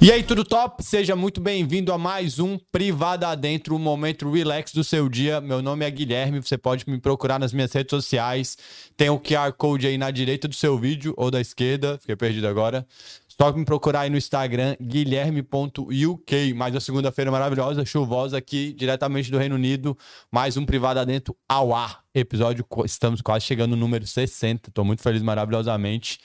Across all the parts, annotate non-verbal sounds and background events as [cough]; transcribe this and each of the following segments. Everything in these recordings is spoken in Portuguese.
E aí, tudo top? Seja muito bem-vindo a mais um Privada Dentro, o um momento relax do seu dia. Meu nome é Guilherme, você pode me procurar nas minhas redes sociais. Tem o QR Code aí na direita do seu vídeo ou da esquerda, fiquei perdido agora. Só me procurar aí no Instagram, guilherme.uk. Mais uma segunda-feira maravilhosa, chuvosa aqui, diretamente do Reino Unido. Mais um Privada Dentro ao ar. Episódio, estamos quase chegando no número 60. Estou muito feliz maravilhosamente.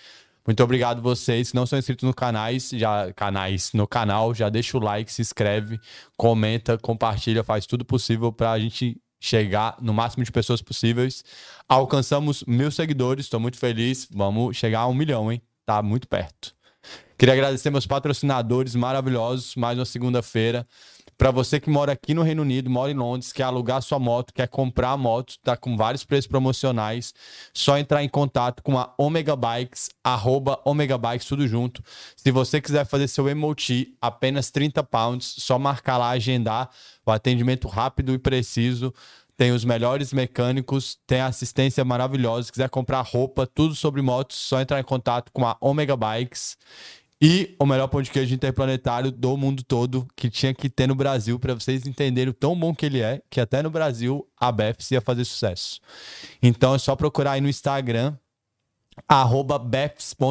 Muito obrigado vocês que não são inscritos no canais, já canais no canal, já deixa o like, se inscreve, comenta, compartilha, faz tudo possível para a gente chegar no máximo de pessoas possíveis. Alcançamos mil seguidores, estou muito feliz. Vamos chegar a um milhão, hein? Tá muito perto. Queria agradecer meus patrocinadores maravilhosos, mais uma segunda-feira. Para você que mora aqui no Reino Unido, mora em Londres, quer alugar sua moto, quer comprar a moto, tá com vários preços promocionais, só entrar em contato com a Omega Bikes, arroba Omega Bikes, tudo junto. Se você quiser fazer seu emoji, apenas 30 pounds, só marcar lá, agendar, o atendimento rápido e preciso tem os melhores mecânicos, tem assistência maravilhosa. Se quiser comprar roupa, tudo sobre motos, só entrar em contato com a Omega Bikes. E o melhor pão de queijo interplanetário do mundo todo, que tinha que ter no Brasil, para vocês entenderem o tão bom que ele é, que até no Brasil a BEFS ia fazer sucesso. Então é só procurar aí no Instagram, arroba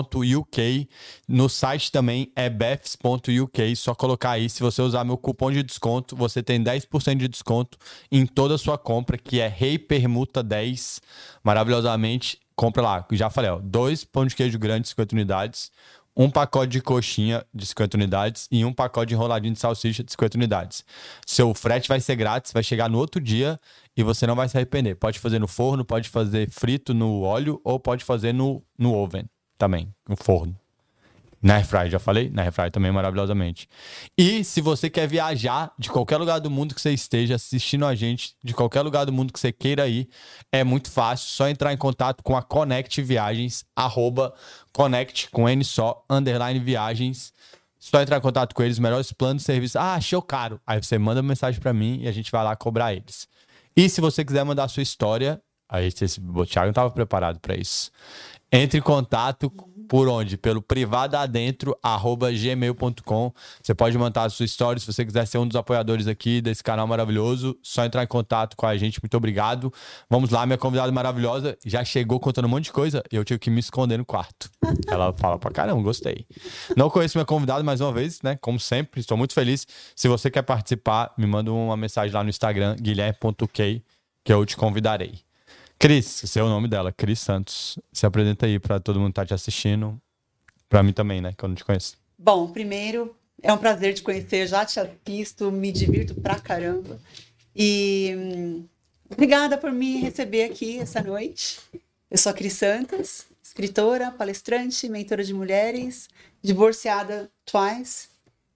befs.uk no site também é befs.uk, só colocar aí se você usar meu cupom de desconto, você tem 10% de desconto em toda a sua compra, que é Rei Permuta 10, maravilhosamente compra lá, já falei, ó, dois pão de queijo grande, 50 unidades um pacote de coxinha de 50 unidades e um pacote de enroladinho de salsicha de 50 unidades. Seu frete vai ser grátis, vai chegar no outro dia e você não vai se arrepender. Pode fazer no forno, pode fazer frito no óleo ou pode fazer no, no oven também, no forno. Na Airfry, já falei? Na Airfry também, maravilhosamente. E se você quer viajar de qualquer lugar do mundo que você esteja assistindo a gente, de qualquer lugar do mundo que você queira ir, é muito fácil. Só entrar em contato com a Connect Viagens, arroba Connect, com N só, underline viagens. Só entrar em contato com eles, melhores planos, serviços. Ah, achei caro. Aí você manda uma mensagem para mim e a gente vai lá cobrar eles. E se você quiser mandar a sua história, aí você, o Thiago não estava preparado para isso. Entre em contato por onde? Pelo privadaadentro@gmail.com. Você pode mandar a sua história se você quiser ser um dos apoiadores aqui desse canal maravilhoso. Só entrar em contato com a gente. Muito obrigado. Vamos lá, minha convidada maravilhosa já chegou contando um monte de coisa e eu tive que me esconder no quarto. Ela fala pra caramba, gostei. Não conheço minha convidada mais uma vez, né? Como sempre, estou muito feliz. Se você quer participar, me manda uma mensagem lá no Instagram guilherme.k que eu te convidarei. Cris, esse é o nome dela, Cris Santos. Se apresenta aí para todo mundo que tá te assistindo. Para mim também, né? Que eu não te conheço. Bom, primeiro, é um prazer te conhecer. Já te assisto, me divirto pra caramba. E hum, obrigada por me receber aqui essa noite. Eu sou a Cris Santos, escritora, palestrante, mentora de mulheres, divorciada twice,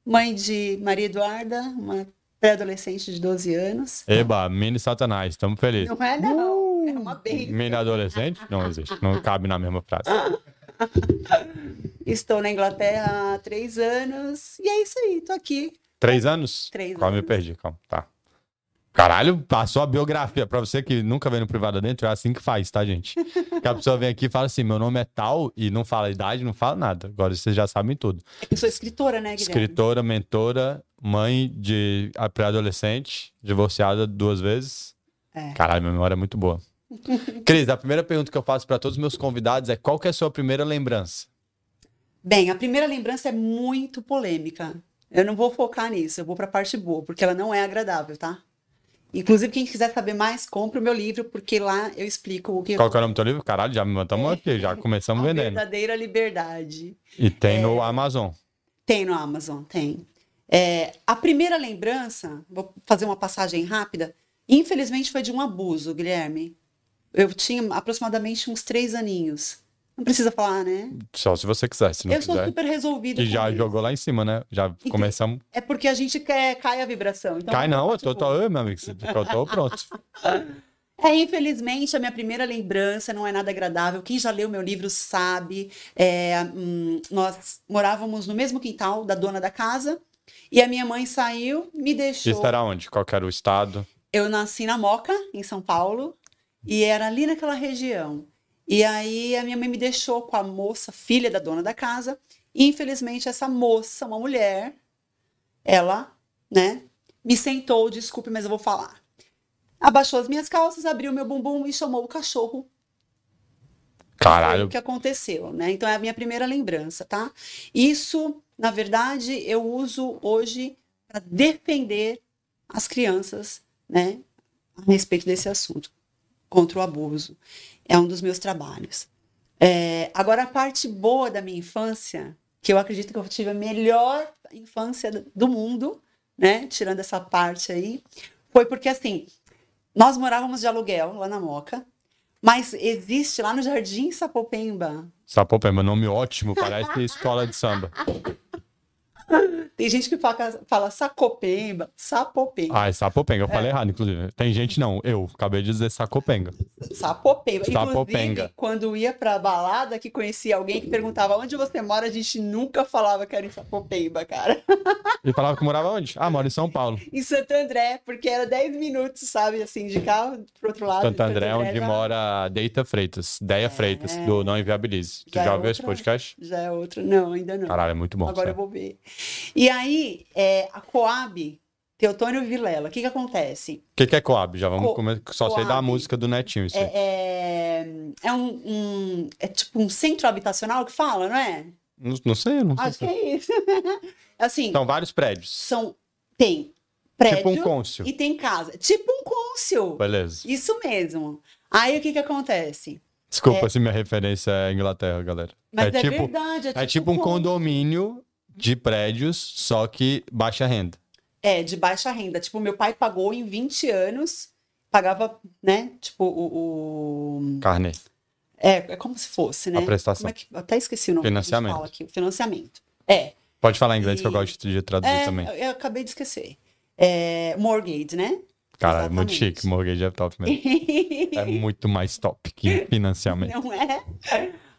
mãe de Maria Eduarda, uma pré-adolescente de 12 anos. Eba, mini satanás, estamos felizes. Não é, não. É uma bênção. Menina adolescente? Não existe. Não cabe na mesma frase. Estou na Inglaterra há três anos. E é isso aí, tô aqui. Três anos? Três calma, anos. me perdi, calma. Tá. Caralho, passou a biografia. Pra você que nunca veio no privado dentro, é assim que faz, tá, [laughs] gente? Que a pessoa vem aqui e fala assim: meu nome é tal, e não fala idade, não fala nada. Agora vocês já sabem tudo. É que eu sou escritora, né, Guilherme? Escritora, mentora, mãe de pré-adolescente, divorciada duas vezes. É. Caralho, minha memória é muito [laughs] boa. Cris, a primeira pergunta que eu faço para todos os meus convidados é qual que é a sua primeira lembrança? Bem, a primeira lembrança é muito polêmica. Eu não vou focar nisso, eu vou para a parte boa, porque ela não é agradável, tá? Inclusive, quem quiser saber mais, compre o meu livro, porque lá eu explico o que Qual que é o nome do teu livro? Caralho, já me matamos aqui, já começamos a vendendo. verdadeira liberdade. E É. tem no Amazon. Tem no Amazon, tem. É, a primeira lembrança, vou fazer uma passagem rápida, infelizmente foi de um abuso, Guilherme. Eu tinha aproximadamente uns três aninhos. Não precisa falar, né? Só se você quiser, se não eu sou quiser. super resolvida. Que com já isso. jogou lá em cima, né? Já começamos. É porque a gente quer, cai a vibração. Então, Cai não, eu tipo, tô, tô, eu, meu amigo, eu tô [laughs] pronto. É, infelizmente, a minha primeira lembrança não é nada agradável. Quem já leu meu livro sabe. é, hum, nós morávamos no mesmo quintal da dona da casa. E a minha mãe saiu, me deixou. Isso era onde? Qual que era o estado? Eu nasci na Moca, em São Paulo, e era ali naquela região. E aí a minha mãe me deixou com a moça, filha da dona da casa, E, infelizmente, essa moça, uma mulher, ela, né, me sentou, desculpe, mas eu vou falar. Abaixou as minhas calças, abriu meu bumbum e chamou o cachorro. Foi o Caralho. que aconteceu, né? Então é a minha primeira lembrança, tá? Isso, na verdade, eu uso hoje para defender as crianças, né, a respeito desse assunto, contra o abuso. É um dos meus trabalhos. É, agora, a parte boa da minha infância, que eu acredito que eu tive a melhor infância do- do mundo, né, tirando essa parte aí, foi porque, assim, nós morávamos de aluguel lá na Moca, mas existe lá no Jardim Sapopemba. Sapopemba, nome ótimo, parece escola de [laughs] samba. Tem gente que fala, fala Sacopemba, Sapopemba, Ah, é Sapopenga, eu falei errado, inclusive. Tem gente não, eu acabei de dizer Sacopenga. Sapopemba. Sapopenga. Inclusive, quando ia pra balada, que conhecia alguém que perguntava onde você mora, a gente nunca falava que era em Sapopemba, cara. [laughs] E falava que morava onde? Ah, mora em São Paulo. Em Santo André, porque era 10 minutos, sabe, assim, de carro pro outro lado. Santo André é onde já- mora Deita Freitas, Deia Freitas, do Não Inviabilize. Tu É. Já já é ouviu esse outra- podcast? Já é outro. Não, ainda não. Caralho, é muito bom. Agora sério. eu vou ver. E aí, é, a Coab, Teotônio Vilela, o que que acontece? O que, que é Coab? Já vamos Co- começar. Só sei da Coab. música do Netinho. Isso aí. É, é, é um, um- é tipo um centro habitacional que fala, não é? Não, não sei, eu não sei. Acho que é isso. [laughs] assim, São vários prédios. são tem prédio Então Tipo um côncio. e É. tem casa, tipo um côncio. Beleza. Isso mesmo. Aí o que que acontece? Desculpa se minha referência é Inglaterra, galera. Mas é, é, tipo, verdade, é tipo um côncio. condomínio de prédios, só que baixa renda. É, de baixa renda. Tipo, meu pai pagou em 20 anos, pagava, né? Tipo, o. o- Carne. É, é como se fosse, né? A prestação. Como é que... Até esqueci o nome. que a gente Financiamento. fala aqui, o financiamento. É. Pode falar em inglês que eu E- gosto de traduzir é também. eu, eu acabei de esquecer. É, mortgage, né? Caralho, é muito exatamente. chique. Mortgage é top mesmo. [laughs] É muito mais top que financiamento. Não é?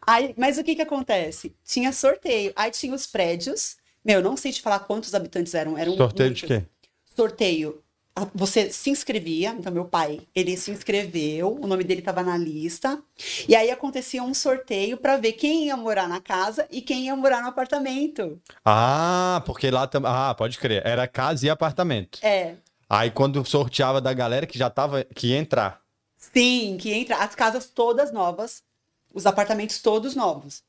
Aí, mas o que que acontece? Tinha sorteio. Aí tinha os prédios. Meu, não sei te falar quantos habitantes eram. eram Sorteio de muitos. quê? sorteio. a- Você se inscrevia, então meu pai, ele se inscreveu, o nome dele estava na lista, e aí acontecia um sorteio para ver quem ia morar na casa e quem ia morar no apartamento. Ah, porque lá também. Ah, pode crer. Era casa e apartamento. É, Aí quando sorteava da galera que já tava. que ia entrar. sim, que entra as casas todas novas, os apartamentos todos novos.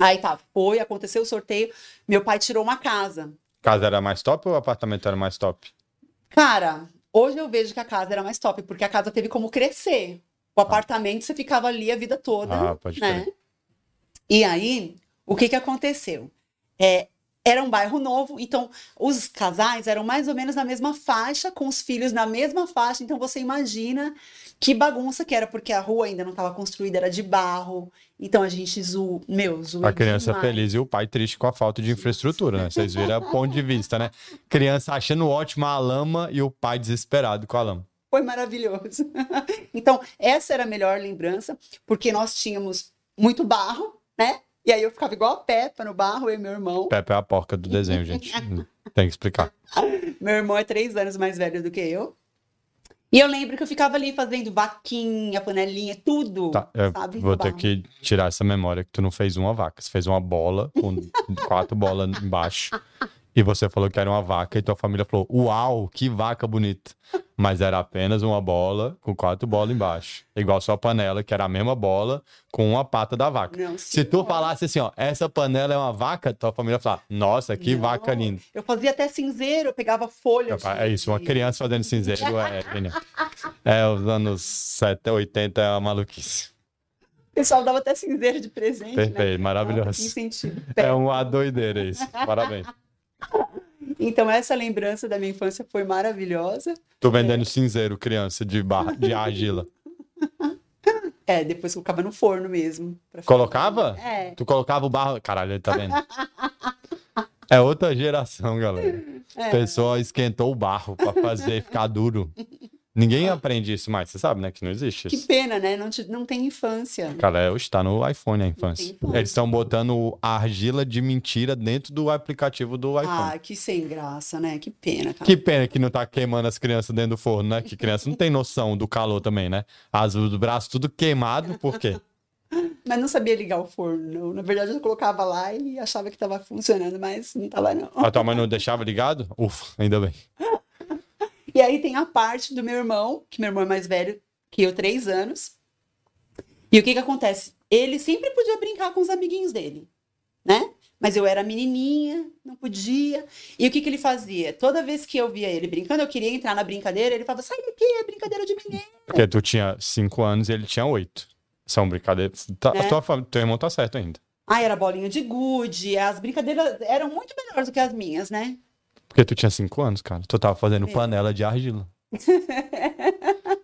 Aí tá, foi, aconteceu o sorteio, meu pai tirou uma casa. Casa era mais top ou apartamento era mais top? Cara, hoje eu vejo que a casa era mais top, porque a casa teve como crescer. O apartamento você ficava ali a vida toda. Ah, pode né? crer. E aí, o que que aconteceu? É, era um bairro novo, então os casais eram mais ou menos na mesma faixa, com os filhos na mesma faixa, então você imagina que bagunça que era, porque a rua ainda não estava construída, era de barro, então a gente zoou, meu, zoou A criança demais. feliz e o pai triste com a falta de infraestrutura, né? Vocês viram o ponto de vista, né? Criança achando ótima a lama e o pai desesperado com a lama. Foi maravilhoso. [laughs] Então, essa era a melhor lembrança, porque nós tínhamos muito barro, né? E aí eu ficava igual a Peppa no barro, eu e meu irmão. Pepe é a porca do desenho, [laughs] gente. Tem que explicar. Meu irmão é três anos mais velho do que eu. E eu lembro que eu ficava ali fazendo vaquinha, panelinha, tudo. Tá, eu sabe? vou do ter barro. que tirar essa memória que tu não fez uma vaca. Você fez uma bola com [laughs] quatro bolas embaixo. E você falou que era uma vaca e tua família falou: Uau, que vaca bonita. Mas era apenas uma bola com quatro bolas embaixo. Igual sua panela, que era a mesma bola com uma pata da vaca. Não, Se tu senhora. falasse assim, ó, essa panela é uma vaca, tua família ia falar, nossa, que Não. vaca linda. Eu fazia até cinzeiro, eu pegava folha. de- É isso, uma de- criança fazendo cinzeiro é genial. É, os anos 70, 80 é uma maluquice. O pessoal dava até cinzeiro de presente, né? Perfeito, Nossa, que maravilhoso. incentivo. É uma doideira isso. Parabéns. Então, essa lembrança da minha infância foi maravilhosa. Tô vendendo cinzeiro, criança, de, barra, de argila. É, depois colocava no forno mesmo. pra ficar- Colocava? É, Tu colocava o barro. Caralho, ele tá vendo? É outra geração, galera. é. O pessoal esquentou o barro pra fazer ficar duro. Ninguém aprende isso mais, você sabe, né? Que não existe Que isso. pena, né? Não, te- não tem infância. Cara, hoje tá no iPhone a infância. tem infância. Eles estão botando a argila de mentira dentro do aplicativo do iPhone. Ah, que sem graça, né? Que pena, cara. Que pena que não tá queimando as crianças dentro do forno, né? Que criança não tem noção do calor também, né? As, o braço tudo queimado, por quê? Mas não sabia ligar o forno. não. Na verdade, eu colocava lá e achava que estava funcionando, mas não estava não. A tua mãe não deixava ligado? Ufa, ainda bem. E aí tem a parte do meu irmão, que meu irmão é mais velho que eu, três anos. E o que que acontece? Ele sempre podia brincar com os amiguinhos dele, né? Mas eu era menininha, não podia. E o que que ele fazia? Toda vez que eu via ele brincando, eu queria entrar na brincadeira, ele falava, sai daqui, é brincadeira de menino. Porque tu tinha 5 anos e ele tinha 8. São brincadeiras. Tá, Né? tua fam- Teu irmão tá certo ainda. Ah, era bolinha de gude, as brincadeiras eram muito melhores do que as minhas, né? Porque tu tinha 5 anos, cara. Tu tava fazendo É. panela de argila.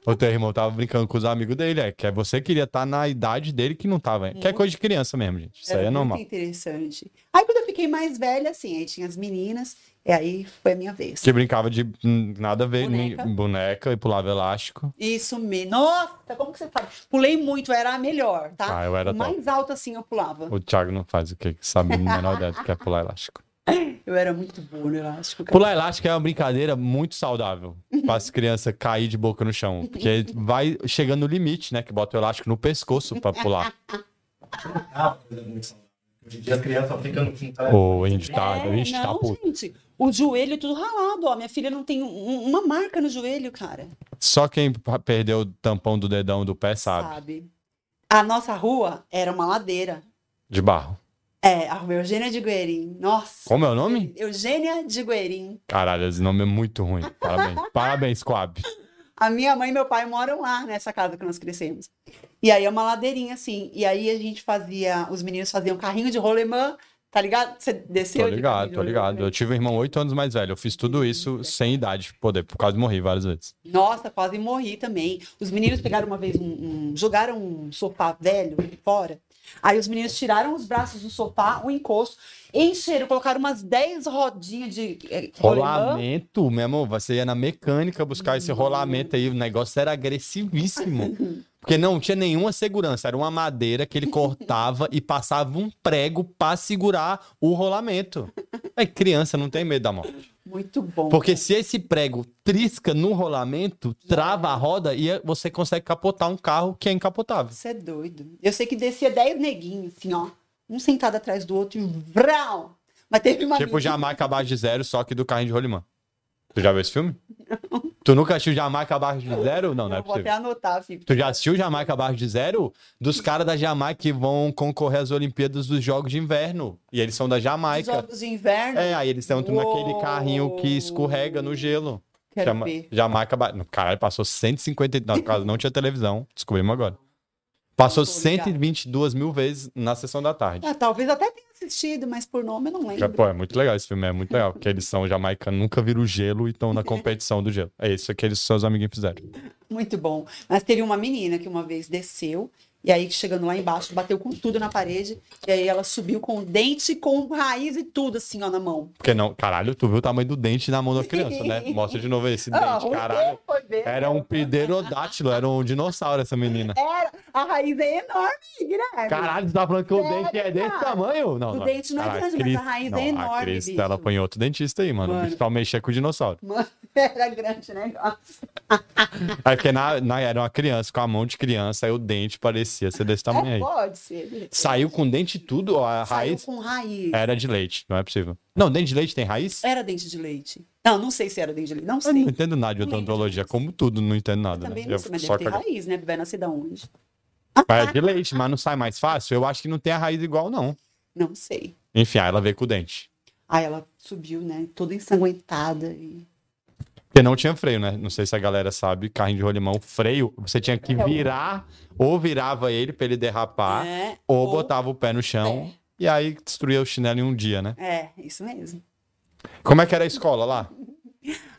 o teu irmão tava brincando com os amigos dele. É, que é você queria estar na idade dele que não tava. Que é Muito. coisa de criança mesmo, gente. Isso aí é Era muito normal. interessante. Aí quando eu fiquei mais velha, assim, aí tinha as meninas, e aí foi a minha vez. Que brincava de hum, nada a ver, nem- Boneca. boneca. e pulava elástico. Isso mesmo. Nossa, como que você sabe? Pulei muito, era a melhor, tá? Ah, eu era top. mais alta assim eu pulava. O Thiago não faz o que sabe no menor ideia do que é pular elástico. Eu era muito boa no elástico. cara. Pular elástico é uma brincadeira muito saudável para as crianças cair de boca no chão. Porque vai chegando no limite, né? Que bota o elástico no pescoço para pular. Ah, coisa muito saudável. Hoje em dia as crianças só ficam no quintal. Ô, Indy, tá, É, Ixi, tá não, puto. gente. O joelho tudo ralado, ó. Minha filha não tem um- uma marca no joelho, cara. Só quem pa- perdeu o tampão do dedão do pé sabe. Sabe? A nossa rua era uma ladeira. De barro. É, a rua Eugênia de Guerin. Nossa. Como é o nome? Eugênia de Guerin. Caralho, esse nome é muito ruim. Parabéns. Parabéns, Coab. A minha mãe e meu pai moram lá, nessa casa que nós crescemos. E aí é uma ladeirinha, assim. E aí a gente fazia, os meninos faziam carrinho de rolemã, tá ligado? Você desceu Tô de ligado, carrinho de tô ligado. rolemã. Eu tive um irmão oito anos mais velho. Eu fiz tudo isso sem idade, poder, por causa de morrer várias vezes. Nossa, quase morri também. Os meninos pegaram uma vez um, um- jogaram um sofá velho fora. Aí os meninos tiraram os braços do sofá, o encosto, encheram, colocaram umas 10 rodinhas de eh, rolemã. Rolamento, meu amor, você ia na mecânica buscar esse rolamento aí. O negócio era agressivíssimo. Porque não tinha nenhuma segurança. Era uma madeira que ele cortava e passava um prego pra segurar o rolamento. É criança, não tem medo da morte. Muito bom. Porque se esse prego trisca no rolamento, trava a roda e você consegue capotar um carro que é incapotável. Você é doido. Eu sei que descia 10 neguinhos, assim, ó. Um sentado atrás do outro e vrau! Mas teve uma Tipo mina- Jamaica abaixo de zero, só que do carrinho de rolimã. Tu já viu esse filme? Tu nunca assistiu Jamaica abaixo de zero? Não, não é Eu vou possível. até anotar, filho. Tu já assistiu Jamaica abaixo de zero? Dos caras da Jamaica que vão concorrer às Olimpíadas dos Jogos de Inverno. E eles são da Os Jamaica. Jogos de inverno, É, aí eles entram naquele Uou! carrinho que escorrega no gelo. quero Chama- ver. Jamaica abaixo. Caralho, passou 150. e- Não, caso não tinha televisão. Descobrimos agora. Passou Tô ligada. 122 mil vezes na sessão da tarde. Ah, talvez até tenha assistido, mas por nome eu não Já, lembro. pô, é muito legal esse filme, é muito legal. Porque eles são jamaicanos, nunca viram o gelo e [laughs] estão na competição do gelo. É isso que eles seus amiguinhos fizeram. Muito bom. Mas teve uma menina que uma vez desceu, e aí chegando lá embaixo, bateu com tudo na parede, e aí ela subiu com dente, com raiz e tudo, assim, ó, na mão. Porque não, caralho, tu viu o tamanho do dente na mão da criança, [laughs] né? Mostra de novo esse Ah, dente, ruim caralho. dele, foi bem. Era um pterodátilo, era um dinossauro essa menina. Era. A raiz é enorme, Guilherme. Caralho, você tá falando que o dente é desse É cara. tamanho? Não, O não. dente não é Caralho, grande, mas a raiz é enorme, A Cris, bicho. ela apanhou outro dentista aí, mano. O Mano. bicho só mexia com o dinossauro. Mano, [laughs] era grande né? o negócio. É porque na, na- era uma criança, com a mão de criança, aí o dente parecia ser desse tamanho É, Tá aí. pode ser. Saiu com dente e tudo, ó, a Saiu raiz com É, raiz. era de leite, não é possível. Não, dente de leite tem raiz? Era dente de leite. Não, não sei se era dente de leite. Não Eu não sei. entendo nada de Não lembro odontologia, como tudo, não entendo nada, né? Também não Eu sei, mas só deve ter cago- raiz, né? Vai nascer da onde? Mas é de leite, mas não sai mais fácil? Eu acho que não tem a raiz igual, não. Não sei. Enfim, aí ela veio com o dente. Aí ela subiu, né? Toda ensanguentada. E... Porque não tinha freio, né? Não sei se a galera sabe, carrinho de rolimão, o freio, você tinha que É, o- virar, ou virava ele pra ele derrapar, É, ou ou- botava o pé no chão, e aí destruía o chinelo em um dia, né? É, isso mesmo. Como é que era a escola lá?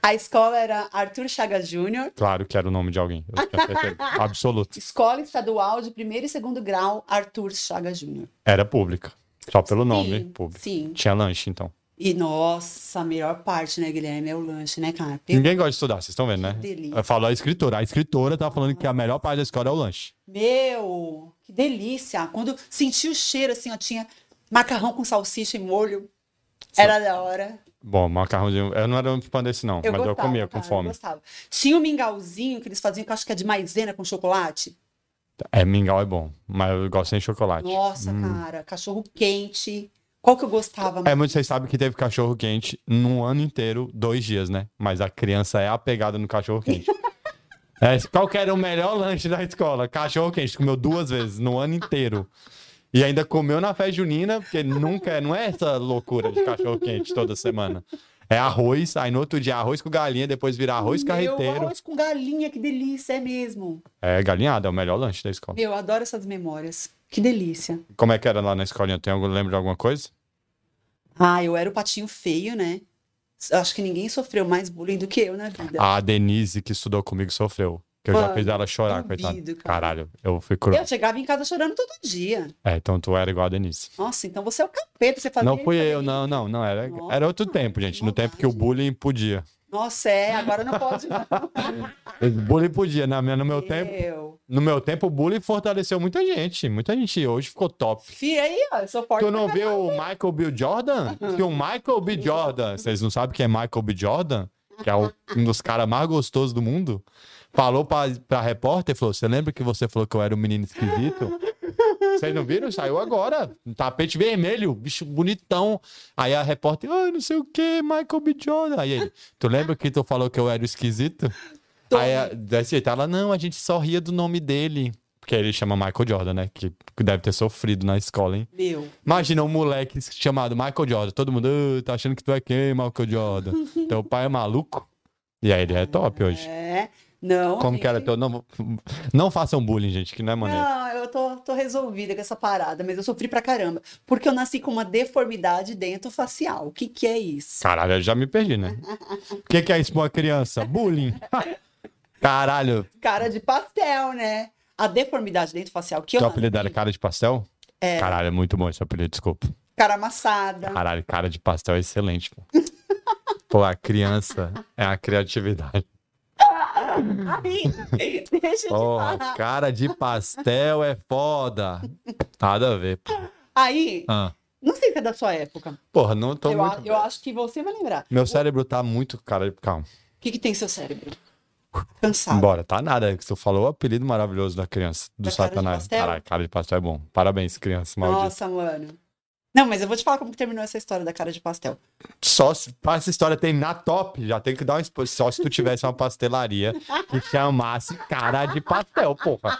A escola era Arthur Chagas Júnior, Claro que era o nome de alguém. Eu tinha certeza. [laughs] Absoluto. Escola Estadual de Primeiro e Segundo Grau Arthur Chagas Júnior. Era pública. Só pelo nome, Sim, pública. Sim. Tinha lanche, então. E nossa, a melhor parte, né, Guilherme? É o lanche, né, cara? Pelo Ninguém gosta de estudar, vocês estão vendo, né? delícia. Eu falo a escritora. A escritora tá falando que a melhor parte da escola é o lanche. Meu, que delícia! Quando senti o cheiro, assim, ó, tinha macarrão com salsicha e molho. Era da hora. Bom, macarrãozinho. Eu não era um fã desse, não, Eu mas eu gostava, comia com cara, eu fome. gostava. Tinha um mingauzinho que eles faziam, que eu acho que é de maisena com chocolate. É, mingau é bom, mas eu gosto sem chocolate. Hum. Nossa, cara, cachorro quente. Qual que eu gostava? É, mas vocês sabem que teve cachorro quente num ano inteiro, dois dias, né? Mas a criança é apegada no cachorro [laughs] quente. é, qual que era o melhor lanche da escola? Cachorro quente. Comeu duas vezes no ano inteiro. E ainda comeu na festa junina, porque nunca não é essa loucura de cachorro quente toda semana. É arroz, aí no outro dia arroz com galinha, depois vira arroz Meu, carreteiro. arroz com galinha, que delícia, é mesmo. É, galinhada é o melhor lanche da escola. Meu, eu adoro essas memórias. Que delícia. Como é que era lá na escolinha? Tem algum, lembra de alguma coisa? Ah, eu era o patinho feio, né? Acho que ninguém sofreu mais bullying do que eu na vida. A Denise, que estudou comigo, sofreu. Que eu já Mano, fiz ela chorar, coitada. duvido, cara. Caralho, eu fui cru. Eu chegava em casa chorando todo dia. É, então tu era igual a Denise. Nossa, então você é o capeta, você fazia não isso, fui fazia eu, isso. não, não, não. Era, Nossa, era outro tempo, gente. No maldade. tempo que o bullying podia. Nossa, é, agora não [laughs] pode. Não. Ah. O bullying podia, na minha, no É. meu tempo. Meu. No meu tempo, o bullying fortaleceu muita gente. Muita gente hoje ficou top. Fih, aí, ó, eu sou forte. Tu não viu o Michael B. Jordan? Que o Michael B. Jordan, vocês não sabem quem é Michael B. Jordan? Que é o- um dos caras mais gostosos do mundo. Falou pra, pra repórter, falou, você lembra que você falou que eu era um menino esquisito? Vocês não viram? Saiu agora. Um tapete vermelho, bicho bonitão. Aí a repórter, ai, não sei o que, Michael B. Jordan. Aí ele, tu lembra que tu falou que eu era o esquisito? Tô. Aí a- daí você tá lá, não, a gente só ria do nome dele. Porque ele chama Michael Jordan, né? Que deve ter sofrido na escola, hein? Meu. Imagina um moleque chamado Michael Jordan. Todo mundo "Ah, tá achando que tu é quem, Michael [laughs] Jordan? teu pai é maluco? E aí ele é top hoje. É. Não. Como que era gente. teu. Não, não façam bullying, gente, que não é maneiro. Não, eu tô, tô resolvida com essa parada, mas eu sofri pra caramba. Porque eu nasci com uma deformidade dentofacial. O que que é isso? Caralho, eu já me perdi, [laughs] né? O que, que é isso pra uma criança? Bullying. Caralho, Cara de pastel, né? A deformidade dentofacial que eu teu nasci, apelido era cara Tá de pastel? É. Caralho, é muito bom esse apelido, desculpa. cara amassada. Caralho, cara de pastel é excelente, [laughs] pô. Pô, a criança é a criatividade. Ah. Ai, deixa [laughs] eu te Porra, falar. cara de pastel é foda. Nada a ver, pô. Aí, Ah. não sei se é da sua época. Porra, não tô eu, muito. a- eu acho que você vai lembrar. Meu cérebro tá muito, cara. Calma. O que, que tem em seu cérebro? [laughs] Cansado. Embora, tá nada. Que você falou o apelido maravilhoso da criança, do Da cara de Satanás. pastel? Caralho, cara de pastel é bom. Parabéns, criança maldita. Nossa, mano. Não, mas eu vou te falar como que terminou essa história da cara de pastel. Só se pra essa história terminar top, já tem que dar uma exposição. Só se tu tivesse uma pastelaria que chamasse cara de pastel, porra.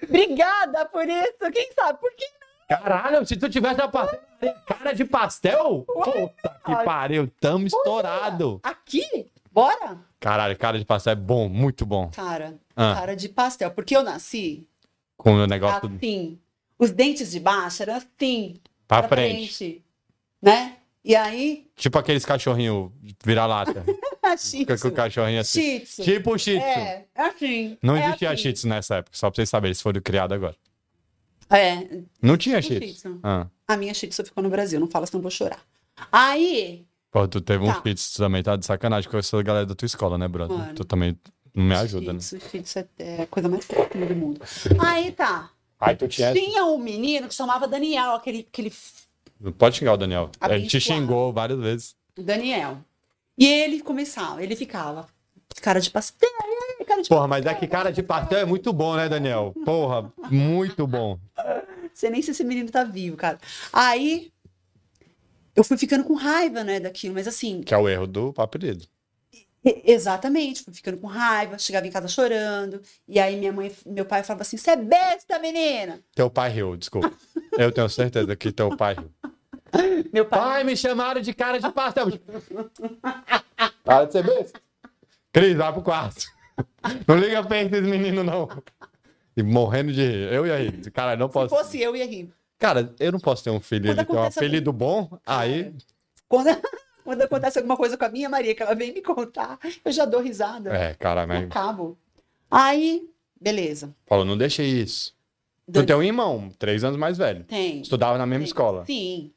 Obrigada por isso. Quem sabe por que Caralho, se tu tivesse uma pastelaria cara de pastel, puta que pariu, tamo estourado. aqui? Bora? Caralho, cara de pastel é bom, muito bom. Cara, Ah. cara de pastel. Porque eu nasci Com o negócio assim. Os dentes de baixo eram assim. pra pra frente. Né? E aí, [laughs] é Tipo aqueles cachorrinhos vira-lata. shih Que, que o tzu. cachorrinho assim. Shih tzu. Tipo o Shih Tzu. É, é assim. Não é existia assim. Shih Tzu nessa época, só pra vocês saberem, eles foram criados agora. É, Não tinha Shih Shih Tzu. Tzu. Ah. a minha shih tzu ficou no Brasil. Não fala, senão eu vou chorar. Aí, Pô, tu teve um Tá. Shih Tzu também, tá de sacanagem com essa galera da tua escola, né, brother? Mano. Tu também não me ajuda, né? Shih tzu, shih tzu é a coisa mais fofinha [laughs] do mundo. Aí tá. Ai, tu tinha... Tinha um menino que chamava Daniel, aquele, aquele f- Não pode xingar o Daniel. Ele te Abençoado. xingou várias vezes. Daniel. E ele começava, ele ficava, cara de pastel, é, cara de Porra, mas é que cara de pastel é muito bom, né, Daniel? Porra, muito bom. Sei nem se esse menino tá vivo, cara. Aí eu fui ficando com raiva, né, daquilo, mas assim, Que é o erro do apelido. e- exatamente, fui ficando com raiva, chegava em casa chorando, e aí minha mãe, meu pai falava assim: "Você é besta, menina". Teu pai riu, [laughs] desculpa. Eu tenho certeza que teu pai riu. Meu pai, Pai, me chamaram de cara de [laughs] pastel. Para de ser besta. Cris, vai pro quarto. Não liga pra esse menino, não. E morrendo de rir. Eu ia rir. Cara, eu não se posso. fosse eu ia rir. Cara, eu não posso ter um filho Quando ele tem um acontece apelido bom, aí. Quando [laughs] quando acontece alguma coisa com a minha Maria, que ela vem me contar, eu já dou risada. É, cara, Eu mas. acabo. Aí, beleza. Paulo, não deixa isso. Tu Dani- tem um irmão, três anos mais velho. Tem. Estudava tá na mesma Tem. escola. Sim.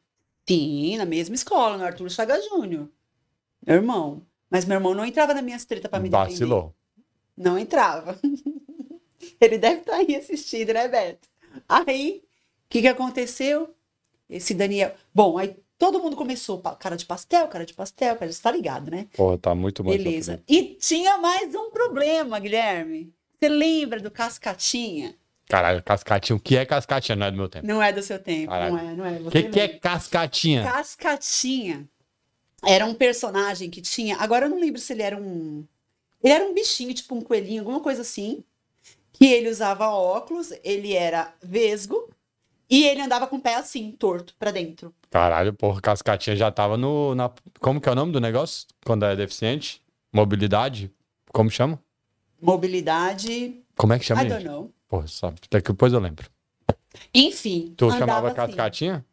Sim, na mesma escola, no Arthur Chaga Júnior. Meu irmão. Mas meu irmão não entrava nas minhas tretas pra me defender. Vacilou. Não entrava. [laughs] Ele deve estar aí assistindo, né, Beto? Aí, o que, que aconteceu? Esse Daniel. Bom, aí todo mundo começou. pa- Cara de pastel, cara de pastel, cara de. Você tá ligado, né? Porra, tá muito bom. esse Beleza. apelido. E tinha mais um problema, Guilherme. Você lembra do Cascatinha? Caralho, cascatinha. O que é cascatinha? Não é do meu tempo. Não é do seu tempo, Caralho. não é, não é. O Você que, que é lembra. cascatinha? Cascatinha era um personagem que tinha. Agora eu não lembro se ele era um. Ele era um bichinho, tipo um coelhinho, alguma coisa assim. Que ele usava óculos, ele era vesgo e ele andava com o pé assim, torto, pra dentro. Caralho, porra, cascatinha já tava no. Na... Como que é o nome do negócio? Quando é deficiente? Mobilidade? Como chama? Mobilidade. Como é que chama? I don't gente? know. Porra, sabe? Daqui depois eu lembro. Enfim. Tu andava chamava assim. cascatinha?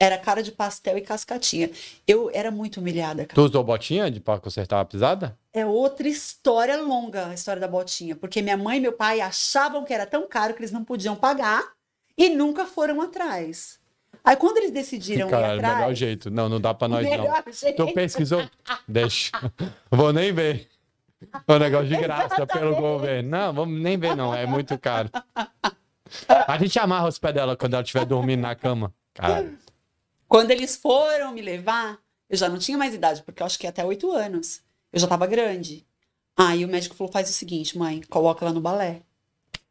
Era cara de pastel e cascatinha. Eu era muito humilhada, cara. Tu usou botinha de, pra consertar a pisada? É outra história longa, a história da botinha, porque minha mãe e meu pai achavam que era tão caro que eles não podiam pagar e nunca foram atrás. Aí quando eles decidiram ir Caralho, um atrás, melhor jeito. Não, não dá pra nós, não. Então, melhor jeito, Tu pesquisou? Deixa. [laughs] Vou nem ver. É um negócio de graça pelo Exatamente. governo. Não, vamos nem ver, não. É muito caro. A gente amarra os pés dela quando ela estiver dormindo na cama. Cara, quando eles foram me levar, eu já não tinha mais idade, porque eu acho que é até oito anos. Eu já estava grande. Aí o médico falou: faz o seguinte, mãe, coloca ela no balé.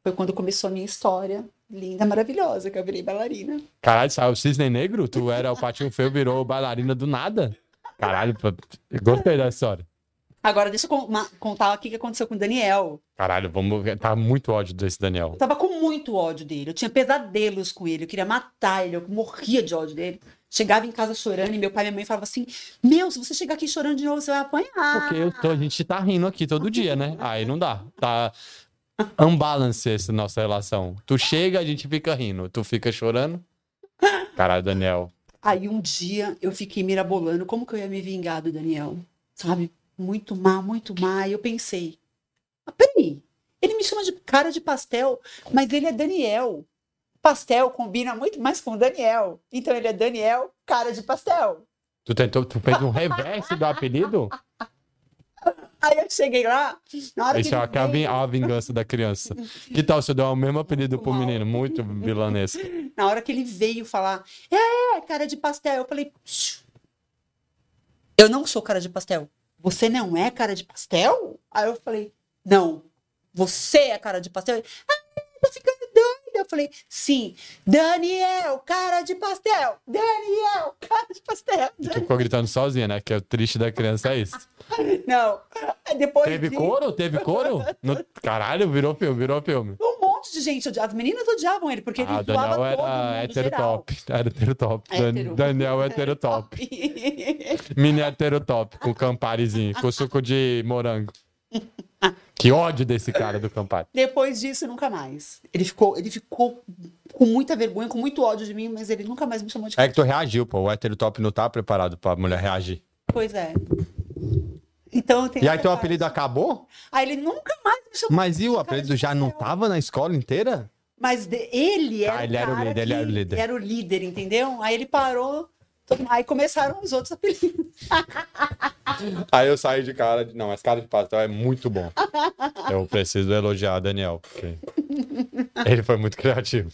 Foi quando começou a minha história linda, maravilhosa, que eu virei bailarina. caralho, saiu o cisne negro? Tu era o patinho feio, virou bailarina do nada? Caralho, pô, eu gostei dessa história. Agora deixa eu con- ma- contar aqui o que aconteceu com o Daniel. Caralho, vamos... tá muito ódio desse Daniel. Eu tava com muito ódio dele. Eu tinha pesadelos com ele. Eu queria matar ele. Eu morria de ódio dele. Chegava em casa chorando e meu pai e minha mãe falavam assim: Meu, se você chegar aqui chorando de novo, você vai apanhar. Porque eu tô- a gente tá rindo aqui todo dia, né? Aí não dá. Tá unbalance essa nossa relação. Tu chega, a gente fica rindo. Tu fica chorando. Caralho, Daniel. Aí um dia eu fiquei mirabolando como que eu ia me vingar do Daniel, sabe? Muito má, muito má. E eu pensei: ah, Peraí, ele me chama de cara de pastel, mas ele é Daniel. Pastel combina muito mais com Daniel. Então ele é Daniel, cara de pastel. Tu tentou, tu fez um reverso do apelido? Aí eu cheguei lá, na hora Isso que. é ele a, que é a vin- veio- a vingança da criança. Que tal se eu der o mesmo apelido pro Mal. menino? Muito vilanesco. Na hora que ele veio falar, é, cara de pastel, eu falei, "Shh. eu não sou cara de pastel. Você não é cara de pastel? Aí eu falei, não, você é cara de pastel. Ele, Ah, tá ficando doida. Eu falei, sim, Daniel, cara de pastel, Daniel, cara de [laughs] pastel. E tu ficou gritando sozinha, né? Que é o triste da criança é isso. Não, Aí depois Teve disso, couro? Teve couro? No- Caralho, virou filme, virou filme. um monte de gente, odi- as meninas odiavam ele, porque Ah, ele zoava Daniel todo era mundo, hétero geral. top. Era hétero top. Dan- Hétero. Daniel hétero top. [laughs] Mini heterotop com Camparizinho, com suco de morango. Que ódio desse cara do Campari. Depois disso, nunca mais. Ele ficou, ele ficou com muita vergonha, com muito ódio de mim, mas ele nunca mais me chamou de É que tu reagiu, pô. O heterotop não tá preparado pra mulher reagir. coisa. É. Então eu tenho E aí essa teu parte. apelido acabou? Aí ele nunca mais me chamou. Mas e o apelido já não tava na escola inteira? Mas de- ele era, Ah, ele era o cara líder, ele que era o líder. Era o líder, entendeu? Aí ele parou. todo- Aí começaram os outros [laughs] apelidos. Aí eu saí de cara de. Não, mas cara de pastel é muito bom. Eu preciso elogiar Daniel, porque ele foi muito criativo.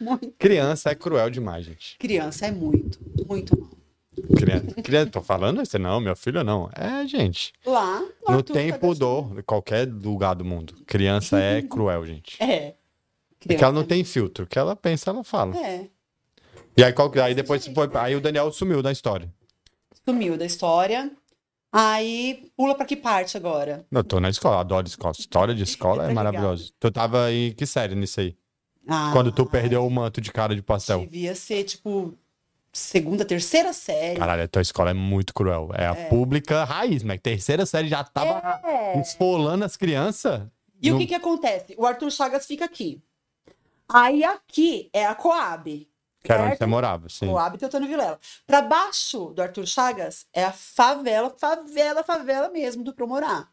Muito. Criança é cruel demais, gente. Criança é muito, muito mal. Criança, criança tô falando isso? Não, meu filho não. É, gente. Lá, tá o Não Arthur tem Cadastro- pudor em qualquer lugar do mundo. Criança [laughs] é cruel, gente. É. Porque ela não tem filtro. O que ela pensa, ela fala. É. E aí, qual- aí depois foi. Aí o Daniel sumiu da história. Sumiu da história. Aí pula pra que parte agora? Não, eu tô na escola, adoro escola. História de escola é Tá maravilhosa. Tu tava em que série nisso aí? Ah, Quando tu perdeu o manto de cara de pastel. Devia ser, tipo, segunda, terceira série. Caralho, a tua escola é muito cruel. É a pública raiz, né? Terceira série já tava esfolando as crianças. É. E Não- o que que acontece? O Arthur Chagas fica aqui. Aí aqui é a Coab. Que era onde certo? você morava, um sim. Coab e Teutônio Vilela. Pra baixo do Arthur Chagas é a favela, favela, favela mesmo do Promorá.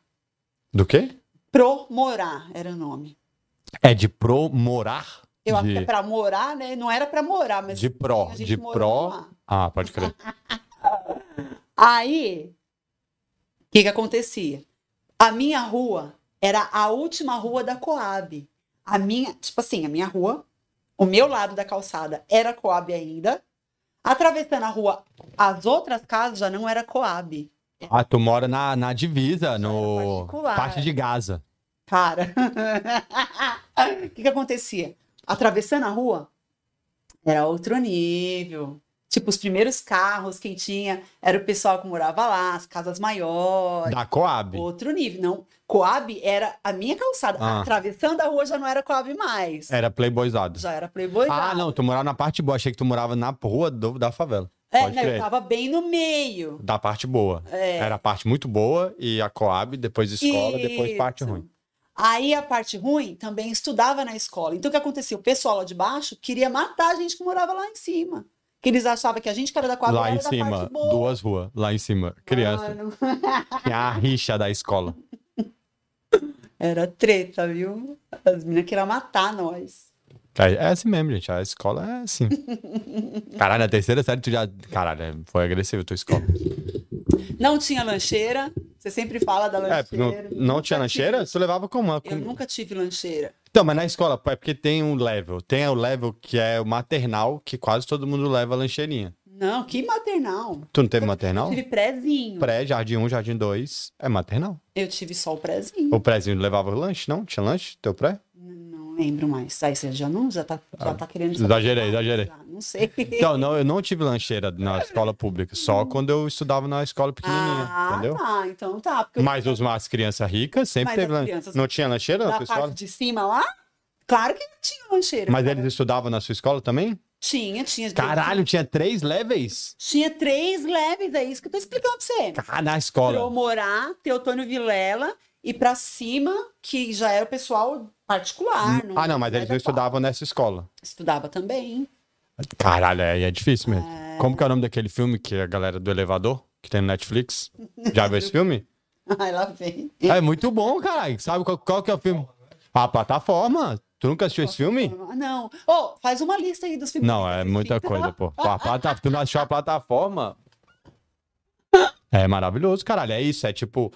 Do quê? Promorá era o nome. É de promorar? Eu acho De- que é pra morar, né? Não era pra morar, mas De pró. a gente De morou pró. lá. Ah, pode crer. [laughs] Aí, o que que acontecia? A minha rua era a última rua da Coab. A minha, tipo assim, a minha rua, o meu lado da calçada era Coab ainda. Atravessando a rua, as outras casas já não era Coab. Ah, tu mora na, na divisa, no É. particular. parte de Gaza. Cara, o [laughs] que que acontecia? atravessando a rua, era outro nível. Tipo, os primeiros carros quem tinha era o pessoal que morava lá, as casas maiores. Da Coab. Outro nível. Não, Coab era a minha calçada. Ah. Atravessando a rua já não era Coab mais. Era playboyzado. Já era Playboy. Ah, já. não, tu morava na parte boa. Achei que tu morava na rua do- da favela. É, Pode né, eu crer. tava bem no meio. Da parte boa. É. Era a parte muito boa e a Coab, depois escola, depois parte Isso. ruim. Aí a parte ruim também estudava na escola. Então o que acontecia? O pessoal lá de baixo queria matar a gente que morava lá em cima. Que eles achavam que a gente que era da quadra Lá era em da cima, parte boa. Ah, duas ruas, lá em cima. Criança. Mano, Tinha a rixa da [laughs] escola. Era treta, viu? As meninas queriam matar nós. É assim mesmo, gente. A escola é [laughs] assim. Caralho, na terceira série tu já. Caralho, é, foi agressivo a tua escola. Não tinha lancheira. Você sempre fala da É, lancheira. porque não, não tinha Nunca tive- lancheira? Tu levava como? uma- Eu nunca tive lancheira. Então, mas na escola, pô, é porque tem um level. Tem o level que é o maternal, que quase todo mundo leva a lancheirinha. Não, que maternal. Tu não teve maternal? Eu tive prezinho. Pré, jardim 1, jardim 2, é maternal. Eu tive só o prezinho. O prézinho levava lanche, não? Tinha lanche? Teu pré? Não lembro mais. Aí você já não já tá, já tá querendo. Ah, exagerei, exagerei. Já, não sei. [laughs] Então, não, eu não tive lancheira na escola pública, só quando eu estudava na escola pequenininha, Hum. ah, entendeu? tá. Então tá. Porque eu- Mas os, as crianças ricas sempre Mas teve as lanche. crianças- Não tinha lancheira na da tua parte escola? de cima lá, claro que não tinha lancheira. Mas cara. eles estudavam na sua escola também? Tinha, tinha. Caralho, tinha três levels? Tinha três leves, é isso que eu tô explicando pra você. Cara, na Pro escola. Morá, Teotônio Vilela e pra cima, que já era o pessoal particular. Ah, não, mas eles não era qual. estudavam nessa escola. Estudava também. [laughs] Caralho, aí é difícil mesmo. Como que é o nome daquele filme que a galera do elevador, que tem no Netflix? Já viu esse filme? Ai, lá vem. É muito bom, caralho. Sabe qual, qual que é o filme? A plataforma. Tu nunca assistiu esse filme? Ah, Não. Ô, faz uma lista aí dos filmes. Não, que é você muita assistiu. coisa, pô. A plata... Tu não assistiu a plataforma? É maravilhoso, caralho. É isso, é tipo...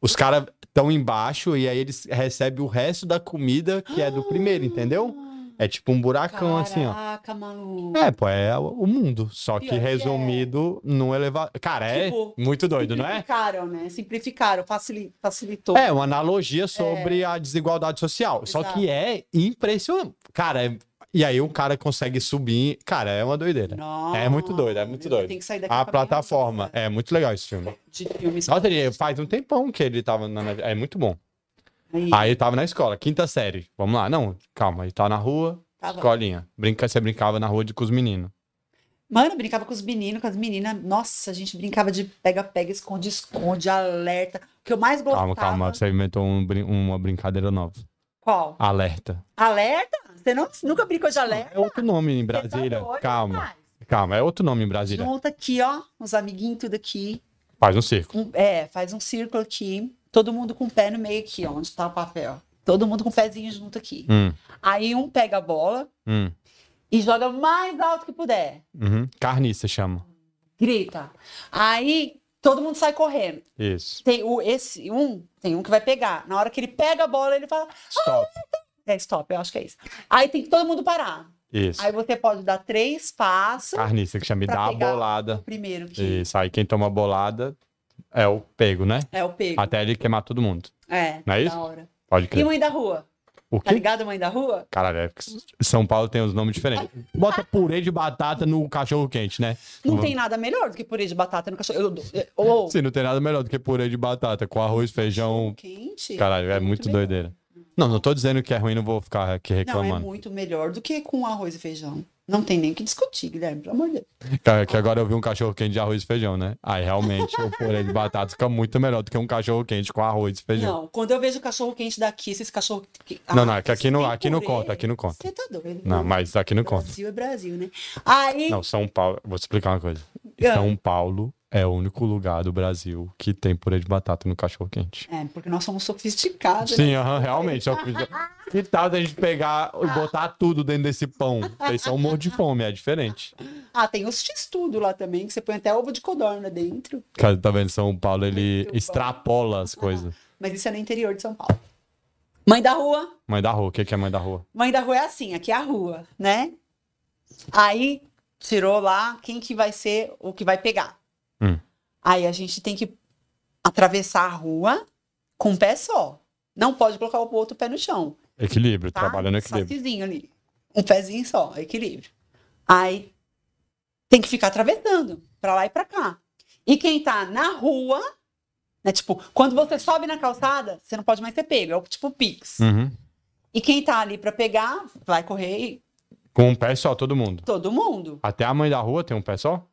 Os caras estão embaixo e aí eles recebem o resto da comida que é do primeiro, entendeu? É tipo um buracão assim, ó. Ah, Caraca, maluco. É, pô, é o o mundo. Só que Pior que é. resumido num elevador. Cara, é Tipo, muito doido, [laughs] não é? Simplificaram, né? Simplificaram, facili- facilitou. É, uma analogia sobre a desigualdade social. Só É. Exato. que é impressionante. Cara, é- e aí um cara consegue subir. Cara, é uma doideira. Nossa, É muito doido, é muito doido. Tem que sair daqui A com minha plataforma. lista É muito legal esse filme. De filmes. Nossa, ele faz um tempão que ele tava na. É muito bom. Aí, Aí ele tava na escola, quinta série. Vamos lá. Não, calma, ele tá na rua, tava- escolinha. Brinca, você brincava na rua de, com os meninos. Mano, eu brincava com os meninos, com as meninas. Nossa, a gente brincava de pega-pega, esconde-esconde, alerta. O que eu mais gostava. Calma, calma. Você inventou um brin- uma brincadeira nova. Qual? Alerta. Alerta? Você não- nunca brincou de alerta? É outro nome em Você tá Brasília. doido, Calma, rapaz? calma. É outro nome em Brasília. Junta aqui, ó, uns amiguinhos tudo aqui. Faz um circo. Um- é, faz um círculo aqui. Todo mundo com o pé no meio aqui, ó, onde tá o papel. Todo mundo com o pezinho junto aqui. Hum, Aí um pega a bola hum, e joga mais alto que puder. uhum. Carniça chama. grita. Aí todo mundo sai correndo. Isso. Tem o esse um, tem um que vai pegar. Na hora que ele pega a bola, ele fala: Stop. "É stop, eu acho que é isso". Aí tem que todo mundo parar. Isso. Aí você pode dar três passos Carniça que chama e pra dá a pegar. bolada. o primeiro que Isso. Aí quem toma a bolada é o pego, né? é o pego. Até ele queimar todo mundo. É, Não é isso? da hora. Pode E crer. mãe da rua? O Tá que? ligado, mãe da rua? Caralho, é que São Paulo tem os nomes diferentes. Bota purê de batata no cachorro quente, né? Não Vamos- tem nada melhor do que purê de batata no cachorro. Eu, eu- ou Sim, não tem nada melhor do que purê de batata com arroz, feijão. quente. Caralho, é muito melhor. doideira. Não, não tô dizendo que é ruim, não vou ficar aqui Não, é reclamando. muito melhor do que com arroz e feijão. Não tem nem o que discutir, Guilherme, pelo amor de Deus. Cara, que agora eu vi um cachorro quente de arroz e feijão, né? Aí realmente o purê de batata fica muito melhor do que um cachorro quente com arroz e feijão. Não, quando eu vejo cachorro quente daqui, esses cachorro que- Ah, Não, não, é que aqui não- sem aqui não purê, conta, aqui não conta. Você tá doido? Não, mas aqui não conta. Brasil é Brasil, né? Aí, Não, São Paulo. Vou te explicar uma coisa. Ah. São Paulo é o único lugar do Brasil que tem purê de batata no cachorro quente. é, porque nós somos sofisticados. né? Sim, aham, realmente. só que- Que tal da gente pegar e botar tudo dentro desse pão? Vocês são um morro de fome, é diferente. Ah, tem os x-tudo lá também, que você põe até ovo de codorna dentro. Cara, tá vendo? São Paulo, ele Muito bom. extrapola as coisas. Mas isso é no interior de São Paulo. Mãe da rua. Mãe da rua, o que que é mãe da rua? Mãe da rua é assim, aqui é a rua, né? Aí, tirou lá quem que vai ser o que vai pegar. Hum. Aí a gente tem que atravessar a rua com um pé só. Não pode colocar o outro pé no chão. Equilíbrio, tá? trabalhando equilíbrio. Sacizinho ali. um pezinho só, equilíbrio. Aí tem que ficar atravessando pra lá e pra cá. E quem tá na rua, né? Tipo, quando você sobe na calçada, você não pode mais ser pego. É o tipo Pix. Uhum. E quem tá ali pra pegar, vai correr e Com um pé só, todo mundo. todo mundo. Até a mãe da rua tem um pé só?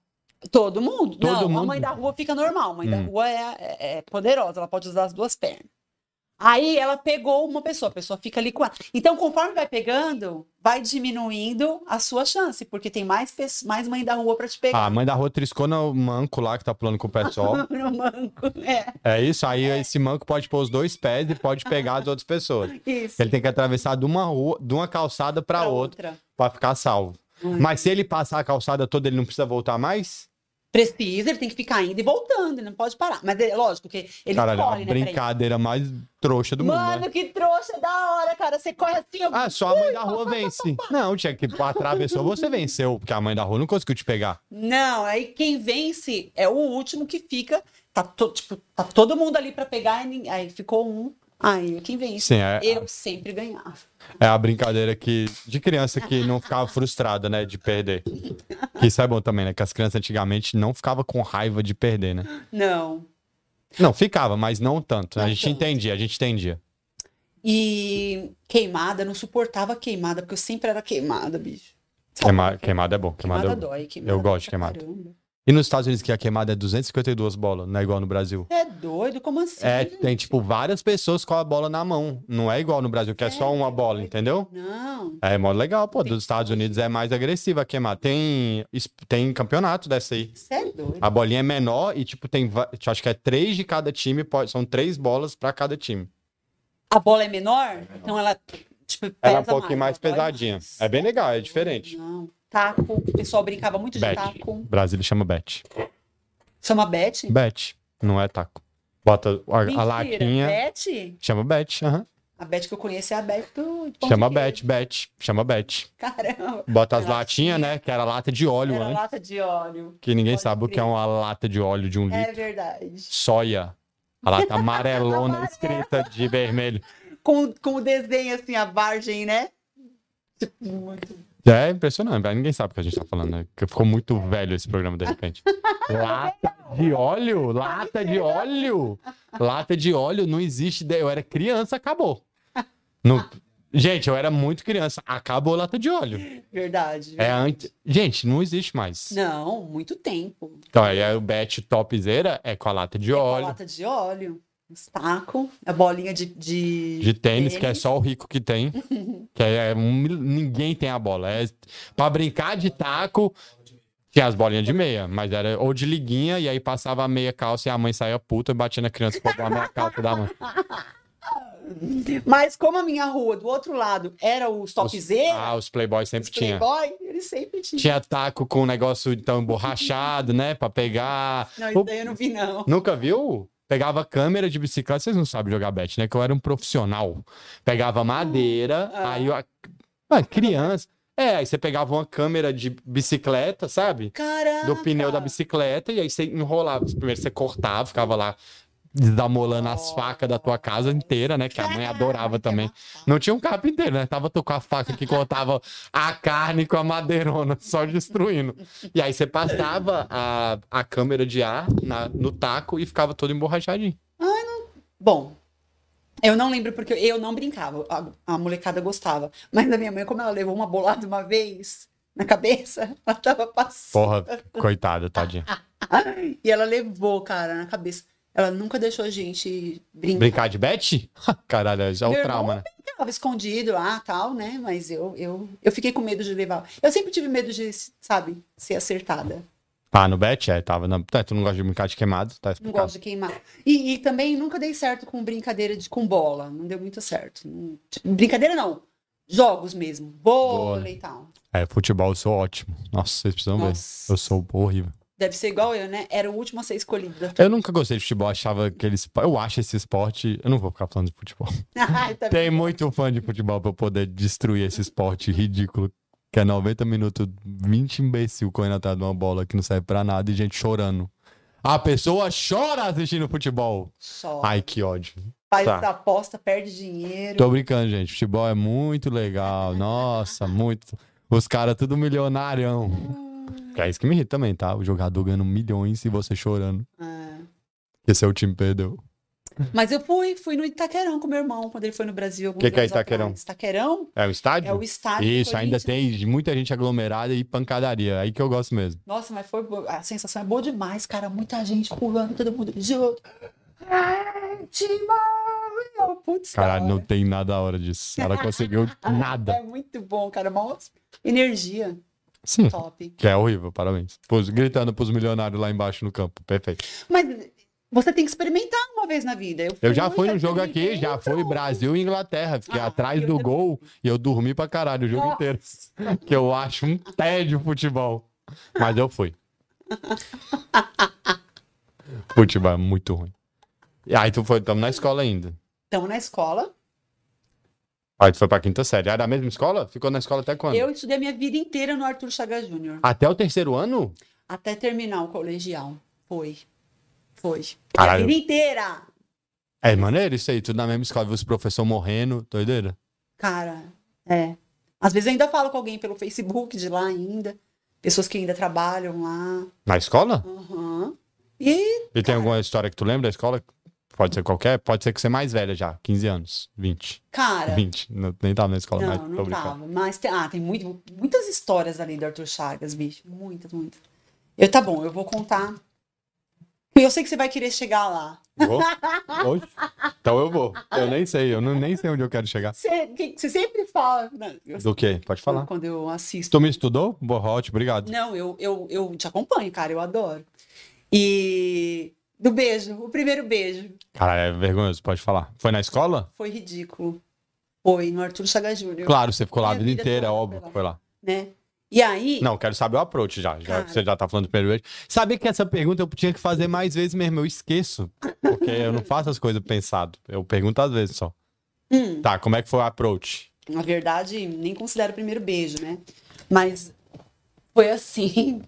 Todo mundo. Todo não, mundo. a mãe da rua fica normal. A mãe da Hum. rua é, é- é poderosa, ela pode usar as duas pernas. Aí ela pegou uma pessoa, a pessoa fica ali com ela. Então, conforme vai pegando, vai diminuindo a sua chance, porque tem mais, pesso- mais mãe da rua pra te Ah, pegar. a mãe da rua triscou no manco lá que tá pulando com o pé só. [laughs] no manco. É, É isso, aí esse manco pode pôr os dois pés e pode pegar as outras pessoas. isso. Ele tem que atravessar de uma rua, de uma calçada pra Pra outra pra ficar salvo. Hum. Mas se ele passar a calçada toda, ele não precisa voltar mais? Precisa, ele tem que ficar indo e voltando, ele não pode parar. Mas é lógico que ele Caralho, é corre, uma né? pra ir. brincadeira mais trouxa do mundo, Mano, né? que trouxa da hora, cara. Você corre assim, ó. Ah, só a mãe [laughs] da rua vence. Não, tinha que atravessou, você venceu, porque a mãe da rua não conseguiu te pegar. Não, aí quem vence é o último que fica. Tá, to- tipo, tá todo mundo ali pra pegar, e nin- aí ficou um. Aí quem vence. Sim, é, Eu sempre ganhava. é a brincadeira que de criança que não ficava frustrada, né, de perder. Que isso é bom também, né? Que as crianças antigamente não ficavam com raiva de perder, né? Não. Não, ficava, mas não tanto. né? A Não gente tanto. entendia, a gente entendia. E queimada, eu não suportava queimada, porque eu sempre era queimada, bicho. Queima- queimada é bom, queimada, Queimada é bom. dói, queimada. eu gosto de dói pra queimada. caramba. E nos Estados Unidos que a queimada é 252 bolas, não é igual no Brasil. É doido, como assim? É, tem tipo várias pessoas com a bola na mão. Não é igual no Brasil, que é só uma bola, entendeu? Não. É mó legal, pô. Dos Estados Unidos é mais agressiva a queimada. Tem, es- tem campeonato dessa aí. Você é doido. A bolinha é menor e, tipo, tem. va- Acho que é três de cada time, pode- são três bolas pra cada time. A bola é menor, então ela tipo, pesa Ela é um pouquinho mais ela dói pesadinha. mais. É bem legal, é diferente. Não. Taco, o pessoal brincava muito de Bet. taco. Brasília chama bet. Chama bet? Bet, não é taco. Bota a, a Mentira, latinha. Bet? Chama bet, aham. A Bet que eu conheço é a Bet do de pão Chama de bet, bet. Chama bet. queijo. Caramba. Bota as Era latinhas, né? Que era lata de óleo Era antes. lata de óleo. Que ninguém Pode sabe o que é crer. uma lata de óleo de um litro. É verdade. Soia. A [laughs] lata amarelona escrita de vermelho. Com, com o desenho assim, a margem, né? Tipo, muito. É impressionante, velho. Ninguém sabe o que a gente tá falando, né? Porque ficou muito velho esse programa, de [laughs] repente. Lata de óleo? Lata de óleo? Lata de óleo não existe. Eu era criança, acabou. Não- Gente, eu era muito criança. Acabou a lata de óleo. Verdade. É antes. Gente, não existe mais. Não, muito tempo. Então, aí é o bet topzera é com a lata de É com a óleo. lata de óleo, os taco, a bolinha de. de... De tênis, que é Tênis. só o rico que [laughs] tem. Que é um mil- ninguém tem a bola. É, pra brincar de taco, tinha as bolinhas de meia, mas era ou de liguinha, e aí passava a meia calça e a mãe saía puta e batia na criança pra roubar a meia calça da mãe. Mas como a minha rua do outro lado era os [laughs] topzera, Ah, os playboys sempre os tinha. playboy, eles sempre tinham. Tinha taco com um negócio então emborrachado, né? Pra pegar. Não, O- isso daí eu não vi, não. Nunca viu? Pegava câmera de bicicleta, vocês não sabem jogar bet, né? Que eu era um profissional. Pegava madeira, Ah. aí eu. Ah, criança. É, aí você pegava uma câmera de bicicleta, sabe? Caraca! Do pneu tá. da bicicleta, e aí você enrolava. Primeiro você cortava, ficava lá desamolando as facas da tua casa inteira, né? Que a mãe adorava também. Não tinha um carpinteiro, né? Tava tu com a faca que cortava a carne com a madeirona, só destruindo. E aí você passava a, a câmera de ar na- no taco e ficava todo emborrachadinho. Bom, eu não lembro porque eu não brincava. A, a molecada gostava. Mas a minha mãe, como ela levou uma bolada uma vez na cabeça, [laughs] ela tava passando. [laughs] Porra, coitada, tadinha. Ah. E ela levou, cara, na cabeça. Ela nunca deixou a gente brincar. Brincar de bet? [laughs] Caralho, isso é o Meu trauma, né? Brincava escondido lá, tal, né? Mas eu, eu, eu fiquei com medo de levar. Eu sempre tive medo de, sabe, ser acertada. Ah, no bet? É, tava na... É, tu não gosta de brincar de queimado? Tá Não explicado. gosto de queimar. E, e também nunca dei certo com brincadeira de com bola. Não deu muito certo. Não- tipo, brincadeira não. Jogos mesmo. Vôlei e tal. É, futebol eu sou ótimo. Nossa, vocês precisam ver. Nossa. Eu sou um horrível. Deve ser igual eu, né? Era o último a ser escolhido. da- Eu nunca gostei de futebol, achava aquele. espo- Eu acho esse esporte. Eu não vou ficar falando de futebol. [laughs] [laughs] Ai, tá- Tem muito fã de futebol pra eu poder destruir esse esporte ridículo. Que é 90 minutos, 20 imbecil correndo atrás de uma bola que não serve pra nada e gente chorando. A pessoa chora assistindo futebol. Só. Ai, que ódio. Faz Tá. essa aposta, perde dinheiro. Tô brincando, gente. Futebol é muito legal. Nossa, muito. Os caras tudo milionarião. Que É isso que me irrita também, tá? O jogador ganhando milhões e você chorando. Ah. Esse é o time perdeu. Mas eu fui, fui no Itaquerão com meu irmão, quando ele foi no Brasil. alguns Que que é anos Itaquerão? atrás. Itaquerão É o estádio? é o estádio. do Isso, ainda Corinthians. tem muita gente aglomerada e pancadaria. Aí que eu gosto mesmo. Nossa, mas foi boa. A sensação é boa demais, cara. Muita gente pulando, todo mundo junto. Ai, Timão! Putz, Caralho, da não hora. tem nada a hora disso. Ela [laughs] conseguiu nada. É muito bom, cara. Mó energia. Sim. Top. Que é horrível, parabéns. Pus, gritando pros milionários lá embaixo no campo. Perfeito. Mas você tem que experimentar uma vez na vida. Eu, Eu já nunca fui no jogo aqui, experimentei, já fui então. Brasil e Inglaterra. Fiquei Ah, atrás eu do também. gol e eu dormi pra caralho o jogo Nossa. inteiro. [laughs] Que eu acho um tédio futebol. Mas eu [laughs] fui. Futebol é muito ruim. E Aí tu foi, tamo na escola ainda. Então, na escola, Aí tu foi pra quinta série. Era a mesma escola? Ficou na escola até quando? eu estudei a minha vida inteira no Arthur Chaga Júnior. Até o terceiro ano? Até terminar o colegial. Foi. Foi. A Caralho. vida inteira. É maneiro isso aí, tudo na mesma escola, viu os professor morrendo, doideira. Cara, é. Às vezes eu ainda falo com alguém pelo Facebook de lá ainda. Pessoas que ainda trabalham lá. Na escola? Aham. E E tem alguma história que tu lembra da escola? Pode ser qualquer, pode ser que você é mais velha já, 15 anos, 20. Cara, 20, É. não- tá. nem tava na escola, mais. não, mas não tava. Mas tem, ah, tem muito, muitas histórias ali do Arthur Chagas, bicho. Muitas, muitas. Eu, tá bom, eu vou contar. Eu sei que você vai querer chegar lá. [laughs] Vou? Hoje? Então eu vou. Eu nem sei, eu não, nem sei onde eu quero chegar. Você, que- você sempre fala. Não, eu- Do quê? Pode falar. Quando eu assisto. Tu me estudou? Boa, ótimo, obrigado. Não, eu, eu, eu te acompanho, cara, eu adoro. E do beijo, o primeiro beijo Caralho, é vergonhoso, pode falar. Foi na escola? foi ridículo. Foi no Arthur Chagas Júnior, Claro, você ficou lá a Minha vida vida inteira, é toda óbvio foi que foi lá. lá. né? E aí, Não, quero saber o approach já. já Cara. que Você já tá falando do primeiro beijo. Sabia que essa pergunta eu tinha que fazer mais vezes mesmo, eu esqueço. Porque eu não faço as coisas pensado. Eu pergunto às vezes só. Hum. Tá, como é que foi o approach? na verdade, nem considero o primeiro beijo, né? Mas foi assim.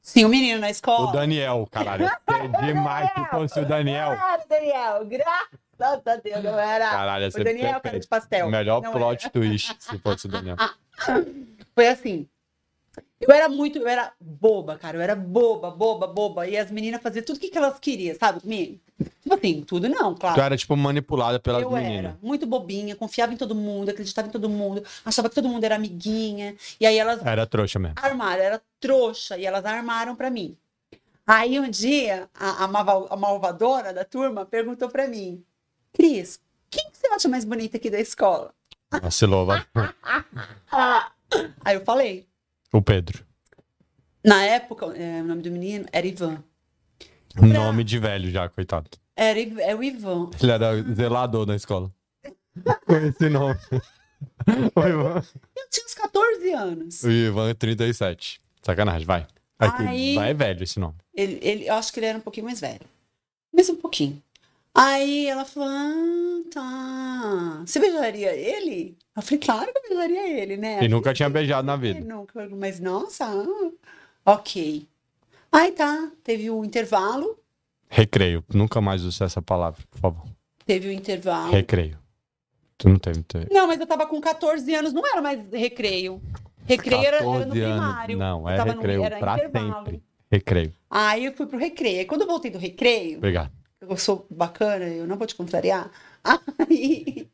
Sim, o menino na escola. O Daniel, caralho. Eu perdi mais se fosse o Daniel. Claro, Ah, Daniel, graças a Deus, não era. Caralho, o essa Daniel, cara de pastel. Melhor Não é era. plot twist se fosse o [laughs] Daniel. Foi assim. Eu era muito, eu era boba, cara. Eu era boba, boba, boba. E as meninas faziam tudo o que que elas queriam, sabe? comigo? Tipo assim, tudo não, claro. Tu era, tipo, manipulada pelas eu meninas. era muito bobinha, confiava em todo mundo, acreditava em todo mundo, achava que todo mundo era amiguinha. E aí elas Era trouxa mesmo. armaram, era trouxa, e elas armaram pra mim. Aí um dia, a, a malva- a malvadona da turma perguntou pra mim, Cris, quem que você acha mais bonita aqui da escola? Vacilou, vai. Aí eu falei, O Pedro. na época, é, o nome do menino era Ivan. Nome de velho já, coitado. Era, Iv- é o Ivan. Ele era zelador na escola. [laughs] Com esse [laughs] nome. O Ivan. Eu tinha uns 14 anos. O Ivan 37. Sacanagem, vai. Aqui, Aí- Vai é velho esse nome. Ele, ele- eu acho que ele era um pouquinho mais velho. Mas um pouquinho. Aí ela falou: Ah, tá. Você beijaria ele? Eu falei, claro que eu beijaria ele, né? E nunca tinha beijado na vida. Nunca, mas nossa, ah, ok. Aí tá, teve o intervalo, Recreio. Nunca mais usa essa palavra, por favor. teve o intervalo. Recreio. Tu não teve. teve. Não, mas eu tava com 14 anos, não era mais recreio. Recreio era, era no 14 anos. primário. Não, Eu é tava no- recreio era pra intervalo. sempre. Recreio. Aí eu fui pro recreio. Aí quando eu voltei do recreio, Obrigado. eu sou bacana, eu não vou te contrariar. [laughs] Aí,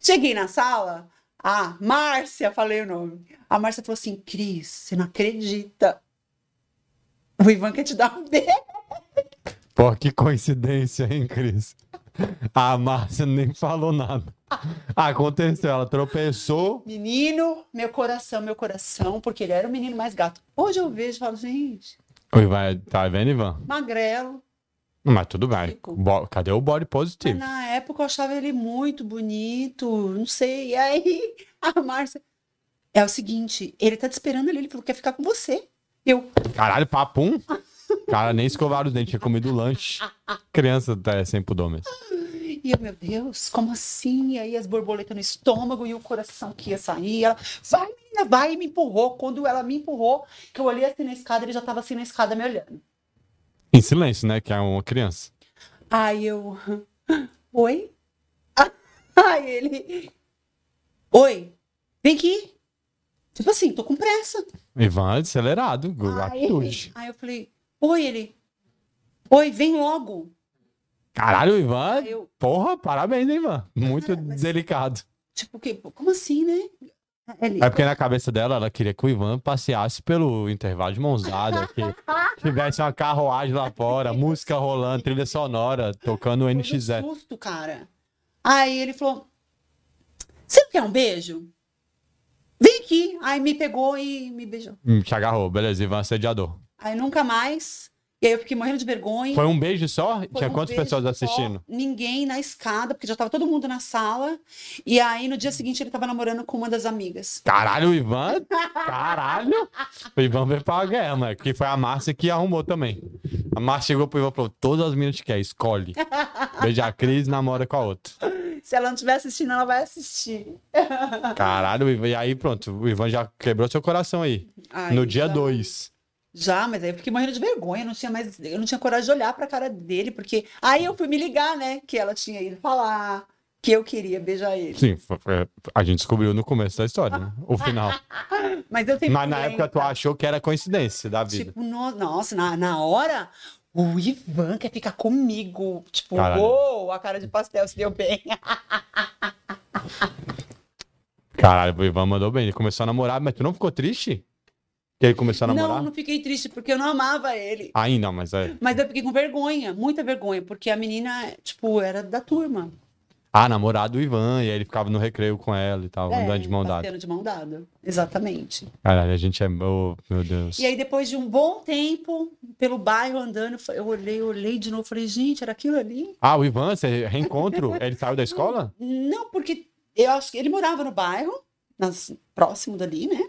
cheguei na sala, a Márcia, falei o nome. A Márcia falou assim: Cris, você não acredita. O Ivan quer te dar um beijo. Pô, que coincidência, hein, Cris? A Márcia nem falou nada. Aconteceu, ela tropeçou. Menino, meu coração, meu coração, porque ele era o menino mais gato. Hoje eu vejo e falo, gente, O Ivan, tá vendo, Ivan? magrelo. Mas tudo bem. Ficou. Bo- Cadê o body Mas positivo? na época eu achava ele muito bonito, não sei. E aí a Márcia. É o seguinte, ele tá te esperando ali, ele falou que quer ficar com você. Eu, Caralho, papum. Cara, nem escovaram os dentes, tinha comido lanche. Criança tá, é sem pudor mesmo. E eu, meu Deus, como assim? E aí as borboletas no estômago e o coração que ia sair. Ela, vai, menina, vai, e me empurrou. Quando ela me empurrou, que eu olhei assim na escada, ele já tava assim na escada me olhando. Em silêncio, né? Que é uma criança. Aí eu. [laughs] Oi? [laughs] Aí ele. Oi, vem aqui. Tipo assim, tô com pressa. Ivan é acelerado, atitude. Aí eu falei, oi, ele. Oi, vem logo. Caralho, o Ivan, Aí eu, porra, parabéns, hein, Ivan. Muito Cara, mas- delicado. tipo, que, como assim, né? Ele, É porque na cabeça dela, ela queria que o Ivan passeasse pelo intervalo de mãos dadas, que tivesse uma carruagem lá fora, música rolando, trilha sonora, tocando o Foi NX0. um susto, cara. Aí ele falou: Você quer um beijo? Vem aqui. Aí me pegou e me beijou. Hum, Te agarrou, beleza, Ivan assediador. Aí nunca mais. E aí eu fiquei morrendo de vergonha. Foi um beijo só? Foi Tinha um quantas beijo pessoas só, assistindo? Ninguém na escada, porque já tava todo mundo na sala. E aí no dia seguinte ele tava namorando com uma das amigas. Caralho, o Ivan. Caralho. O Ivan veio pra guerra, mano. Que foi a Márcia que arrumou também. A Márcia chegou pro Ivan e falou: Todas as meninas que quer, escolhe. Beija a Cris namora com a outra. Se ela não estiver assistindo, ela vai assistir. Caralho, o Ivan. E aí, pronto. O Ivan já quebrou seu coração aí. Aí No dia já- 2. Já, mas aí eu fiquei morrendo de vergonha, eu não tinha mais, eu não tinha coragem de olhar pra cara dele, porque aí eu fui me ligar, né, que ela tinha ido falar que eu queria beijar ele. Sim, foi- foi- a gente descobriu no começo da história, né? O [laughs] final. Mas eu sempre Mas na fui época tu lenta. achou que era coincidência da vida. Tipo, no- nossa, na, na hora, o Ivan quer ficar comigo. Tipo, Caralho. uou, a cara de pastel se deu bem. Caralho, o Ivan mandou bem. Ele começou a namorar, mas tu não ficou triste? Que ele começou a namorar? Não, não fiquei triste, porque eu não amava ele. Ainda, mas é. Mas eu fiquei com vergonha, muita vergonha, porque a menina, tipo, era da turma. Ah, namorado do Ivan, e aí ele ficava no recreio com ela e É, tal, andando de mão dada. passeando de mão dada. Exatamente. Caralho, a gente é. Oh, meu Deus. E aí, depois de um bom tempo, pelo bairro andando, eu fa- eu olhei, olhei de novo, falei, gente, era aquilo ali? Ah, o Ivan, você reencontro? [laughs] ele saiu da escola? Não, porque eu acho que ele morava no bairro, nas- próximo dali, né?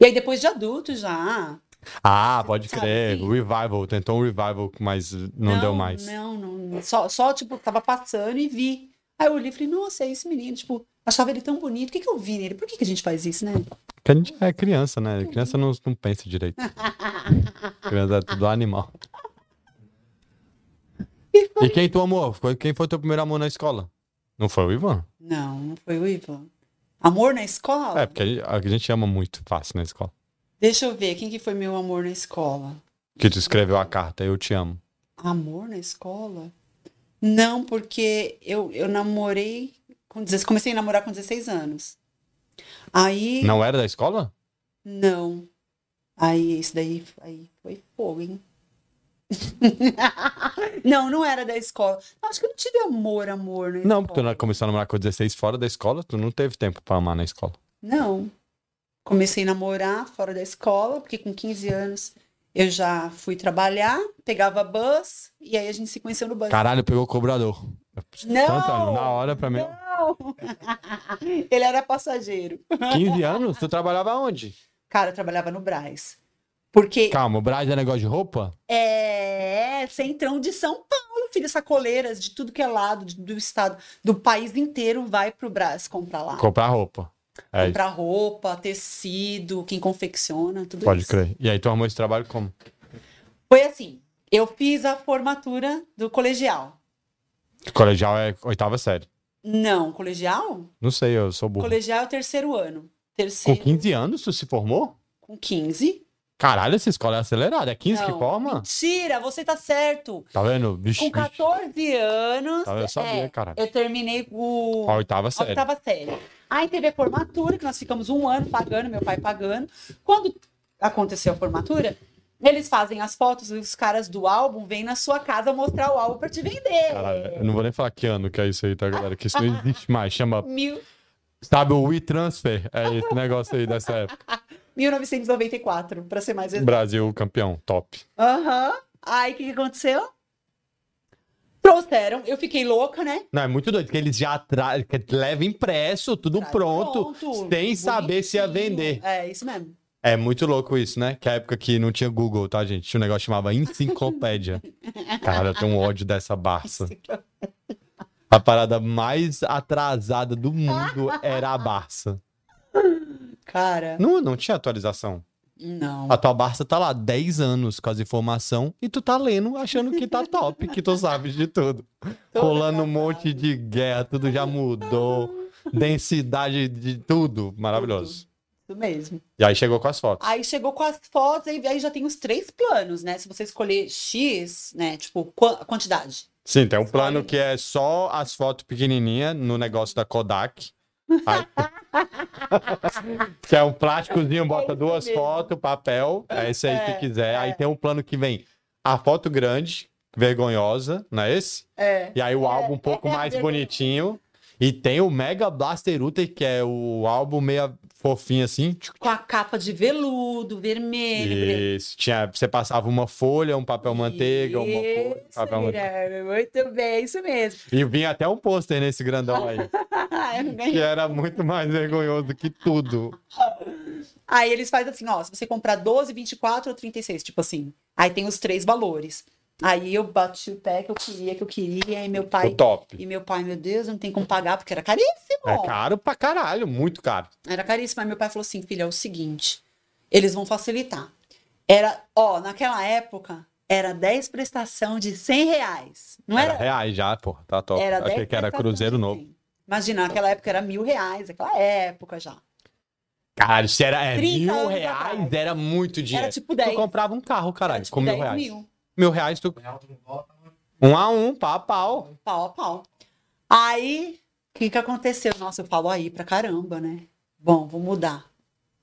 E aí, depois de adulto já. Ah, pode Sabe, crer. sim. O revival, tentou um revival, mas não, deu mais. Não, não. Só, só, tipo, tava passando e vi. Aí eu olhei e falei, nossa, é esse menino. Tipo, achava ele tão bonito. O que, que eu vi nele? Por que, que a gente faz isso, né? Porque a gente é criança, né? Criança não, não pensa [laughs] direito. criança é tudo animal. E quem tu amou? Foi- Quem foi teu primeiro amor na escola? Não foi o Ivan? Não, não foi o Ivan. Amor na escola? É, porque a gente- a gente ama muito fácil na escola. Deixa eu ver, quem que foi meu amor na escola? Que tu escreveu a carta, eu te amo. Amor na escola? Não, porque eu, eu namorei com 16, comecei a namorar com 16 anos. Aí, Não era da escola? não. Aí, isso daí aí foi fogo, hein? [laughs] Não, não era da escola. Acho que eu não tive amor, amor na Não, porque tu escola. na- começou a namorar com 16 fora da escola, tu não teve tempo pra amar na escola. Não. Comecei a namorar fora da escola, porque com 15 anos eu já fui trabalhar, pegava bus, e aí a gente se conheceu no bus. Caralho, pegou o cobrador. Não! Tanto, ano, na hora pra mim. Não! Ele era passageiro. 15 anos? Tu trabalhava onde? Cara, eu trabalhava no Brás. Porque Calma, o Braz é negócio de roupa? é centrão de São Paulo, filho. Sacoleiras de tudo que é lado de- do estado, do país inteiro, vai pro Brás comprar lá. Comprar roupa. É, Comprar roupa, tecido, quem confecciona, tudo pode isso. crer. E aí tu arrumou esse trabalho como? Foi assim, eu fiz a formatura do colegial. Colegial é oitava série. Não, colegial? Não sei, eu sou burro. Colegial é o terceiro ano. Com Terceiro 15 anos tu se formou? com 15. Caralho, essa escola é acelerada. É 15 que Não, forma? Mentira, você tá certo. Tá vendo? Vixe, Com vixe. 14 anos, Tá vendo? Eu sabia, é, caralho. eu terminei o A oitava série. oitava série. Aí teve a formatura, que nós ficamos um ano pagando, meu pai pagando. Quando aconteceu a formatura, eles fazem as fotos e os caras do álbum vêm na sua casa mostrar o álbum pra te vender. Caralho, eu não vou nem falar que ano que é isso aí, tá, galera? Que isso não existe mais. Chama, Mil, sabe, o WeTransfer. É esse negócio aí dessa época. 1994, pra ser mais exato. Brasil campeão, top. Aham. Aí o que, que aconteceu? Trouxeram, eu fiquei louca, né? Não, é muito doido, porque eles já tra... que levam impresso, tudo Traz pronto, sem saber se ia bonitinho. vender. É, isso mesmo. É muito louco isso, né? Que a época que não tinha Google, tá, gente? Tinha um negócio que chamava enciclopédia. Cara, eu tenho um ódio dessa Barça. A parada mais atrasada do mundo era a Barça. Cara. Não, não tinha atualização. Não. A tua Barça tá lá 10 anos com as informações e tu tá lendo achando que tá top, que tu sabe de tudo. Tô Rolando um legal. monte de guerra, tudo já mudou, densidade de tudo, maravilhoso. Isso mesmo. E aí chegou com as fotos. Aí chegou com as fotos, aí, aí já tem os três planos, né? Se você escolher X, né? Tipo, qua- quantidade. Sim, tem um plano que é só as fotos pequenininhas no negócio da Kodak. Aí- [laughs] que é um plásticozinho, bota isso duas mesmo. fotos, papel, é esse aí É, se quiser. Aí é. tem um plano que vem a foto grande, vergonhosa, não é esse? É. E aí o álbum um pouco é mais vergonhoso. bonitinho. E tem o Mega Blaster Uther, que é o álbum meio fofinho assim. Com a capa de veludo, vermelho. Isso. Tinha, você passava uma folha, um papel manteiga, uma folha, um Isso, papel manteiga. Guilherme, Muito bem, isso mesmo. [laughs] Ah, E vinha até um pôster nesse grandão aí. Eu ganhei. que é. era muito mais vergonhoso que tudo. Aí eles fazem assim, ó, se você comprar 12, 24 ou 36, tipo assim. Aí tem os três valores. Aí eu bati o pé que eu queria, que eu queria, e meu o pai. top. E meu pai, meu Deus, eu não tem como pagar, porque era caríssimo. É caro pra caralho, muito caro. Era caríssimo. Aí meu pai falou assim, filha, é o seguinte, eles vão facilitar. Era, ó, naquela época, era 10 prestação de 100 reais. Não Era era? reais já, pô. Tá top. era 10 Achei que era prestação Cruzeiro de Novo. 100. Imagina, naquela época era mil reais, aquela época já. Caralho, se era é, 30 mil anos reais, atrás. era muito dinheiro. Era tipo Tu 10. comprava um carro, caralho, era tipo com mil 10 reais. mil. Mil reais, tu... Real do dólar, um a um, pau a pau. pau a pau. Aí, o que que aconteceu? Nossa, eu falo aí pra caramba, né? Bom, vou mudar.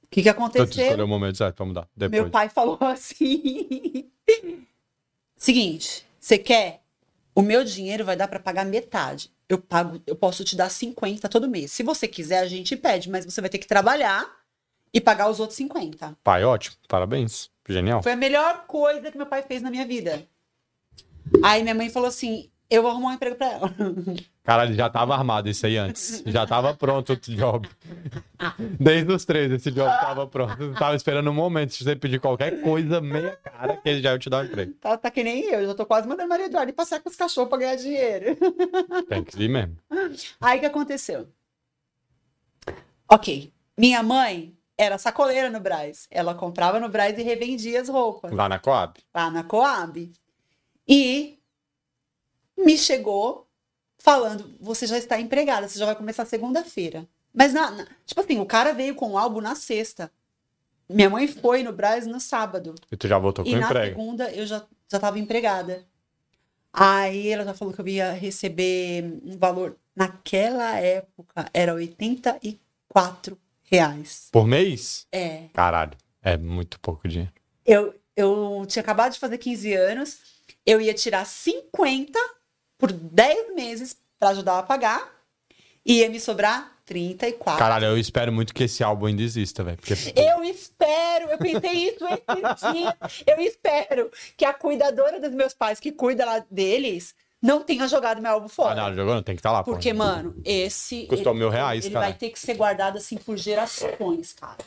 O que que Então tu aconteceu? escolheu o momento certo pra mudar. Depois. Meu pai falou [laughs] assim: Seguinte, você quer? O meu dinheiro vai dar pra pagar metade. Eu pago, eu posso te dar 50 todo mês. Se você quiser, a gente pede, mas você vai ter que trabalhar e pagar os outros 50. Pai, ótimo. Parabéns. Genial. Foi a melhor coisa que meu pai fez na minha vida. Aí minha mãe falou assim: Eu vou arrumar um emprego pra ela. [laughs] Caralho, já tava armado isso aí antes. Já tava pronto o job. Desde os três esse job tava pronto. Eu tava esperando um momento. Se você pedir qualquer coisa, meia cara, que ele já ia te dar um emprego. Tá, tá que nem eu, já tô quase mandando Maria Eduarda ir passear com os cachorros pra ganhar dinheiro. Tem que ir mesmo. Aí o que aconteceu? Ok, minha mãe era sacoleira no Brás. Ela comprava no Brás e revendia as roupas Lá na Coab. lá na Coab. E me chegou falando: você já está empregada, você já vai começar segunda-feira. Mas, na, na- tipo assim, o cara veio com o álbum na sexta. Minha mãe foi no Brás no sábado. E tu já voltou com E o na emprego. segunda eu já, já tava empregada. Aí ela já falou que eu ia receber um valor. Naquela época era 84 reais. Por mês? É. Caralho. É muito pouco dinheiro. Eu, eu tinha acabado de fazer 15 anos, eu ia tirar 50 por 10 meses pra ajudar a pagar, e ia me sobrar 34. Caralho, eu espero muito que esse álbum ainda exista, velho. Porque Eu espero, eu pensei isso esse dia. Eu espero que a cuidadora dos meus pais, que cuida lá deles, não tenha jogado meu álbum Ah, fora. não, jogou, não, tem que estar lá, pô. Porque, mano, esse. Custou ele- mil reais, Ele cara. vai ter que ser guardado assim por gerações, cara.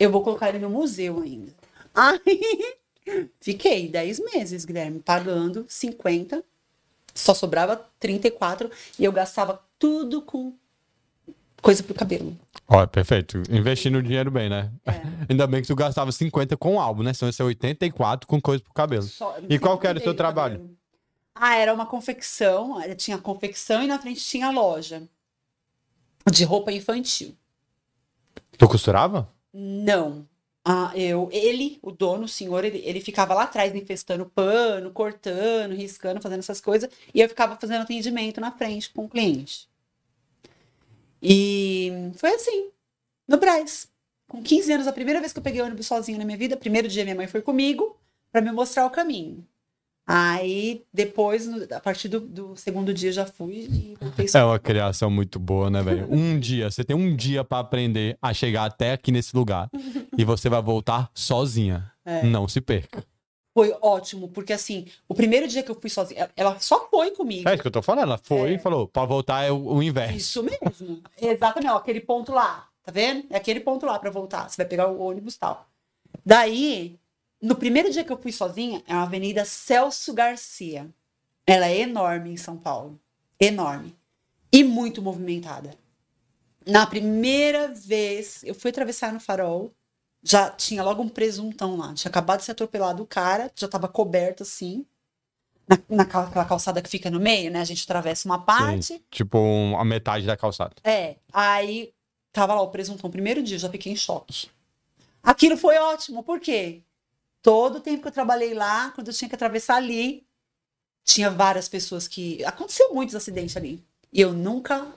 Eu vou colocar ele no museu ainda. Aí. [laughs] Fiquei 10 meses, Guilherme, pagando 50. Só sobrava 34. E eu gastava tudo com coisa pro cabelo. Ó, é perfeito. Investindo o dinheiro bem, né? É. [laughs] Ainda bem que tu gastava 50 com o álbum, né? São esses 84 com coisa pro cabelo. Só- E qual que era o seu Cabelo. trabalho? Ah, era uma confecção. era- Tinha confecção e na frente tinha loja de roupa infantil. Tu costurava? Não. Ah, eu, ele, o dono, o senhor, ele, ele ficava lá atrás infestando pano, cortando, riscando, fazendo essas coisas, e eu ficava fazendo atendimento na frente com o cliente. E foi assim, no Brás. Com 15 anos, a primeira vez que eu peguei ônibus sozinho na minha vida, primeiro dia minha mãe foi comigo para me mostrar o caminho. Aí, depois, no- a partir do, do segundo dia, já fui e voltei É sozinha. uma criação muito boa, né, velho? Um dia, você tem um dia pra aprender a chegar até aqui nesse lugar. E você vai voltar sozinha. É. Não se perca. Foi ótimo, porque assim, o primeiro dia que eu fui sozinha, ela- ela só foi comigo. É isso que eu tô falando. Ela foi e falou: pra voltar é o, o inverso. Isso mesmo. Exatamente, ó, aquele ponto lá, tá vendo? É aquele ponto lá pra voltar. Você vai pegar o ônibus e tal. Daí, no primeiro dia que eu fui sozinha, é uma avenida Celso Garcia. Ela é enorme em São Paulo. Enorme. E muito movimentada. Na primeira vez, eu fui atravessar no farol, Já tinha logo um presuntão lá. Tinha acabado de ser atropelado o cara, já tava coberto assim. Na, naquela aquela calçada que fica no meio, né? A gente atravessa uma parte. Tipo, um- a metade da calçada. É, aí tava lá o presuntão. Primeiro dia, eu já fiquei em choque. Aquilo foi ótimo, por quê? Todo o tempo que eu trabalhei lá, quando eu tinha que atravessar ali, tinha várias pessoas que. Aconteceu muitos acidentes ali. E eu nunca.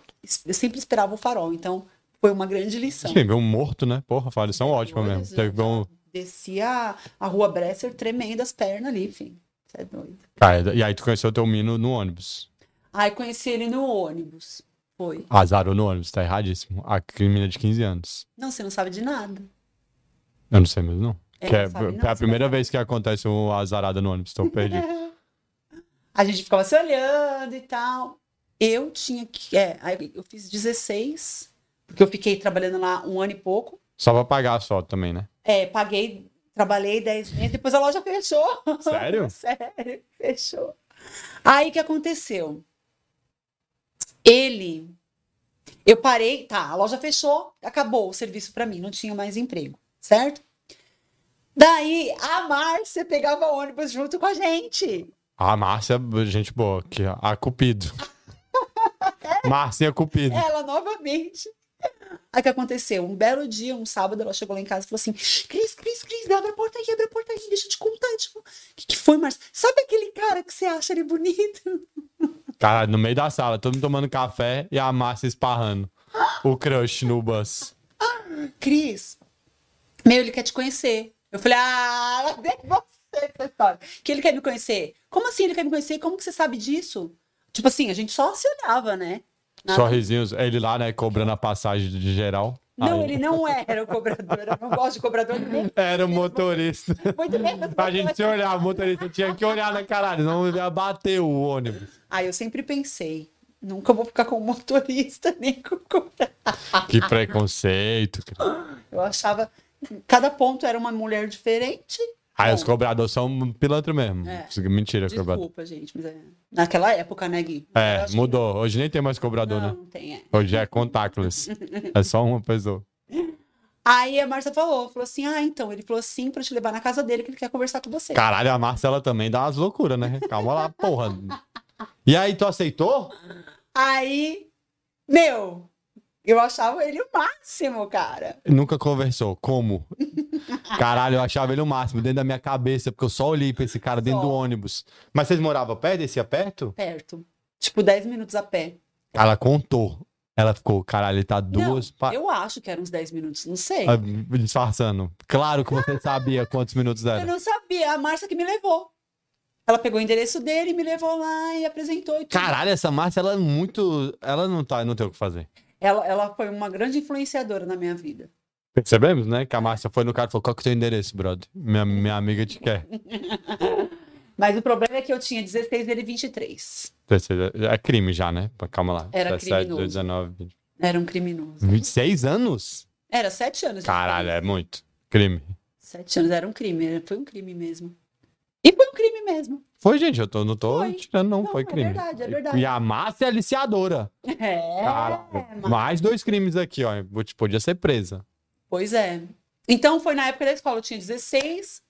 Eu sempre esperava o farol, então foi uma grande lição. Sim, viu um morto, né? Porra, fala, são ótimas Olha, mesmo. já- Teve um... Descia a rua Bresser tremendo as pernas ali, enfim. Você é doido. Cara, e aí tu conheceu teu menino no ônibus. Aí conheci ele no ônibus. Foi. Azarou no ônibus, tá erradíssimo. A menina de 15 anos. Não, você não sabe de nada. Eu não sei mesmo, não. É, Que É, não sabe é nada, a você primeira não sabe. vez que acontece uma azarada no ônibus, [laughs] tô perdido. A gente ficava se olhando e tal. Eu tinha que. É, aí eu fiz 16, porque eu fiquei trabalhando lá um ano e pouco. Só pra pagar a foto também, né? É, paguei, trabalhei 10 meses, depois a loja fechou. Sério? [laughs] Sério, fechou. Aí o que aconteceu? Ele. Eu parei, tá, a loja fechou, acabou o serviço pra mim, não tinha mais emprego, certo? Daí a Márcia pegava ônibus junto com a gente. A Ah, Márcia, gente boa, que a [laughs] Cupido. Márcia Cupido. Ela novamente. Aí o que aconteceu? Um belo dia, um sábado, ela chegou lá em casa e falou assim: Cris, Cris, Cris, abre a porta aí, abre a porta aí, deixa eu te contar. Tipo, o que, que foi, Márcia? Sabe aquele cara que você acha ele bonito? [laughs] Cara, no meio da sala, todo mundo tomando café e a Márcia esparrando. O crush no bus. Cris, meu, ele quer te conhecer. Eu falei: Ah, lá vem você com essa história. Que ele quer me conhecer. Como assim ele quer me conhecer? Como que você sabe disso? Tipo assim, a gente só se olhava, né? Nada. Sorrisinhos. Ele lá, né, cobrando a passagem de geral. Não, Aí- ele não era o cobrador. Eu não gosto de cobrador nem Era o [laughs] motorista. muito menos. [laughs] A gente se olhar, o motorista tinha que olhar na caralho, senão ia bater o ônibus. Aí Ah, eu sempre pensei, nunca vou ficar com o motorista [laughs] nem com o cobrador. Que preconceito. cara. Eu achava cada ponto era uma mulher diferente. Aí os cobradores são um pilantro mesmo. É. Mentira, cobrador. Desculpa, gente, mas é... naquela época, né, Gui? Eu É, acho que- mudou. Hoje nem tem mais cobrador, Não, né? não tem, é. Hoje é contactless. É só uma pessoa. Aí a Márcia falou, falou assim: "Ah, então, ele falou assim pra eu te levar na casa dele que ele quer conversar com você". Caralho, a Marcela também dá umas loucuras, né? Calma lá, porra. E aí, tu aceitou? Aí, meu, eu achava ele o máximo, cara. Nunca conversou. Como? Caralho, eu achava ele o máximo dentro da minha cabeça, porque eu só olhei pra esse cara dentro Só. do ônibus. Mas vocês moravam perto, descia perto? Perto. Tipo 10 minutos a pé. Ela contou. Ela ficou, caralho, ele tá duas. pa- Eu acho que eram uns 10 minutos, não sei. Ah, Disfarçando. Claro que você sabia quantos minutos Eu era. não sabia, a Márcia que me levou. Ela pegou o endereço dele, me levou lá e apresentou. e tudo. Caralho, essa Márcia, ela é muito. Ela não, tá, não tem o que fazer. Ela, ela foi uma grande influenciadora na minha vida. Percebemos, né? Que a Márcia foi no cara e falou: qual que é o teu endereço, brother? Minha, minha amiga te quer. Mas o problema é que eu tinha 16 e ele 23. Terceira- É crime já, né? Calma lá. Era 17, criminoso. 19, 20. Era um criminoso. 26 anos? Era sete anos. de Caralho, diferença. é muito. Crime. Sete anos, era um crime. era- Foi um crime mesmo. E foi um crime mesmo. [laughs] Foi, gente, eu tô, não tô Foi. tirando, não, Não, foi é crime. verdade, é verdade. E a Márcia é aliciadora. É, Caralho. mas- Mais dois crimes aqui, ó. Put- Podia ser presa. Pois é. Então foi na época da escola, eu tinha 16,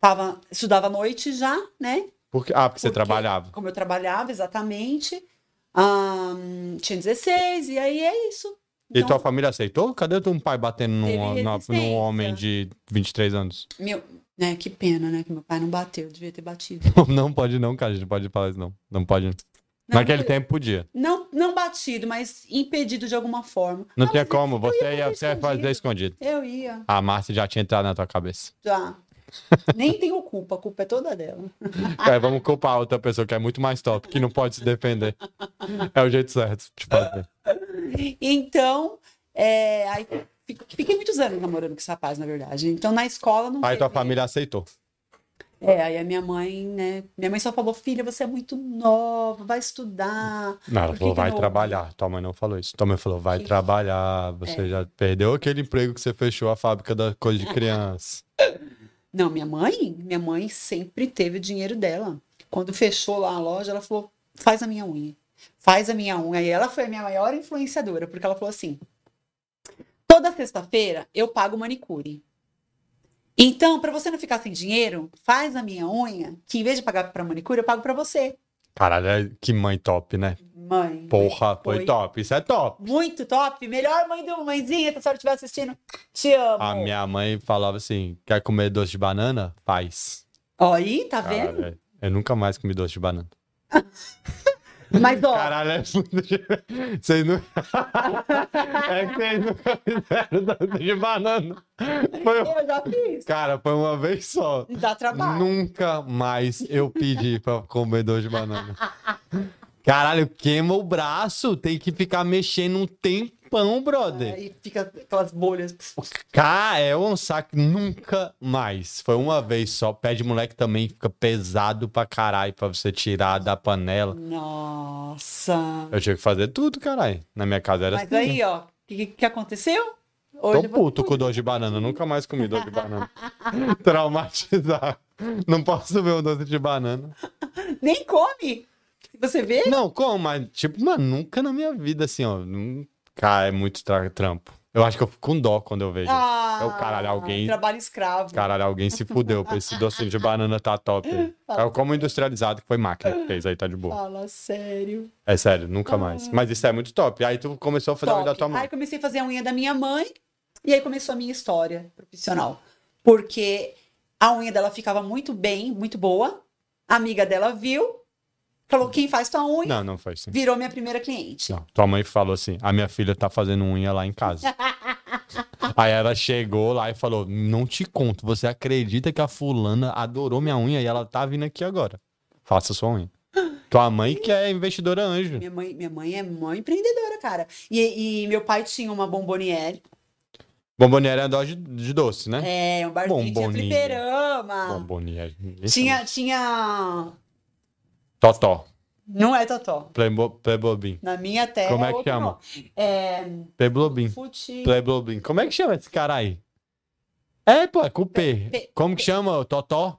tava, estudava à noite já, né? Porque, ah, porque você Porque- trabalhava. como eu trabalhava exatamente. ahn, tinha 16, e aí é isso. e Então, tua família aceitou? Cadê um pai batendo num, Teve na- resistência. num homem de 23 anos? [laughs] meu, né, que pena, né? Que meu pai não bateu, devia ter batido. Não pode, não, cara. A gente não pode falar isso, não. Não pode. Não, Naquele não- tempo podia. Não, não batido, mas impedido de alguma forma. Não Ah, tinha mas como. Você ia ia, fazer você ia fazer escondido. Eu ia, A Márcia já tinha entrado na tua cabeça. já. Nem tenho culpa, a culpa é toda dela. Ah. Cara, É, vamos culpar outra pessoa que é muito mais top, que não pode se defender. É o jeito certo de fazer. Então, é, aí fico- fiquei muitos anos namorando com esse rapaz, na verdade. Então, na escola não Aí tua teve- família aceitou. É, aí a minha mãe, né? Minha mãe só falou, filha, você é muito nova, vai estudar. Não, ela Por que falou, que vai não? trabalhar. Tua mãe não falou isso. Tua mãe falou, vai Que- É. trabalhar. Você já perdeu aquele emprego que você fechou a fábrica da coisa de criança. Não, minha mãe, minha mãe sempre teve o dinheiro dela. Quando fechou lá a loja, ela falou: faz a minha unha, faz a minha unha. E ela foi a minha maior influenciadora, porque ela falou assim: toda sexta-feira eu pago manicure. Então, para você não ficar sem dinheiro, faz a minha unha, que em vez de pagar para manicure, eu pago para você. Caralho, é, que mãe top, né? Mãe. Porra, foi, Foi. top. Isso é top. Muito top. Melhor mãe do mãezinha, se a senhora estiver assistindo. Te amo. A minha mãe falava assim: quer comer doce de banana? Faz. Ó, aí, tá vendo? Caralho, é. eu nunca mais comi doce de banana. Mas, ó, Caralho, é muito. Vocês não. [laughs] é que vocês nunca fizeram doce de banana. Foi... um- eu já fiz. Cara, foi uma vez só. Dá trabalho. Nunca mais eu pedi pra comer doce de banana. Caralho, queima o braço. Tem que ficar mexendo um tempão, brother. Aí fica aquelas bolhas. Cá é um saco nunca mais. Foi uma vez só. Pé de moleque também fica pesado pra caralho pra você tirar da panela. Nossa. Eu tinha que fazer tudo, caralho. Na minha casa era Mas assim. aí, ó, o que, que aconteceu? Tô Hoje eu vou- puto com doce de banana. Nunca mais comi [laughs] doce de banana. Traumatizado. Não posso ver um doce de banana. Nem come. Se você vê, Não, como? Mas, tipo, mano, nunca na minha vida, assim, ó. nun- Cara, é muito tra- trampo. Eu acho que eu fico com dó quando eu vejo. ah, É o caralho, alguém- Trabalho escravo. Caralho, alguém se fudeu pra esse docinho de banana tá [laughs] top. aí. Fala. É como industrializado, que foi máquina que fez, aí tá de boa. Fala sério. É sério, nunca mais. Mas isso é muito top. Aí tu começou a fazer tá a unha da Ah. Top. tua mãe. Aí comecei a fazer a unha da minha mãe e aí começou a minha história profissional. Porque a unha dela ficava muito bem, muito boa. A amiga dela viu, falou: quem faz tua unha? Não, não foi assim. Virou minha primeira cliente. Não. Tua mãe falou assim: a minha filha tá fazendo unha lá em [laughs] casa. Aí ela chegou lá e falou: Não te conto, você acredita que a fulana adorou minha unha e ela tá vindo aqui agora? Faça sua [gasps] unha. Tua mãe que é investidora anjo. Minha mãe, minha mãe é mãe empreendedora, cara. E, e meu pai tinha uma bomboniere. Bomboniere é dose de, de doce, né? É, um barzinho que tinha Bomboniere. fliperama. Bomboniere. Isso, né? É. Tinha, tinha. Totó. Não é Totó. Playbo- Playbobin. Na minha terra. Como é que outro chama? nome. É. Playbobin. Fute. Playbobin. Como é que chama esse cara aí? É, pô, é com Pe- P. Como que chama? o Totó?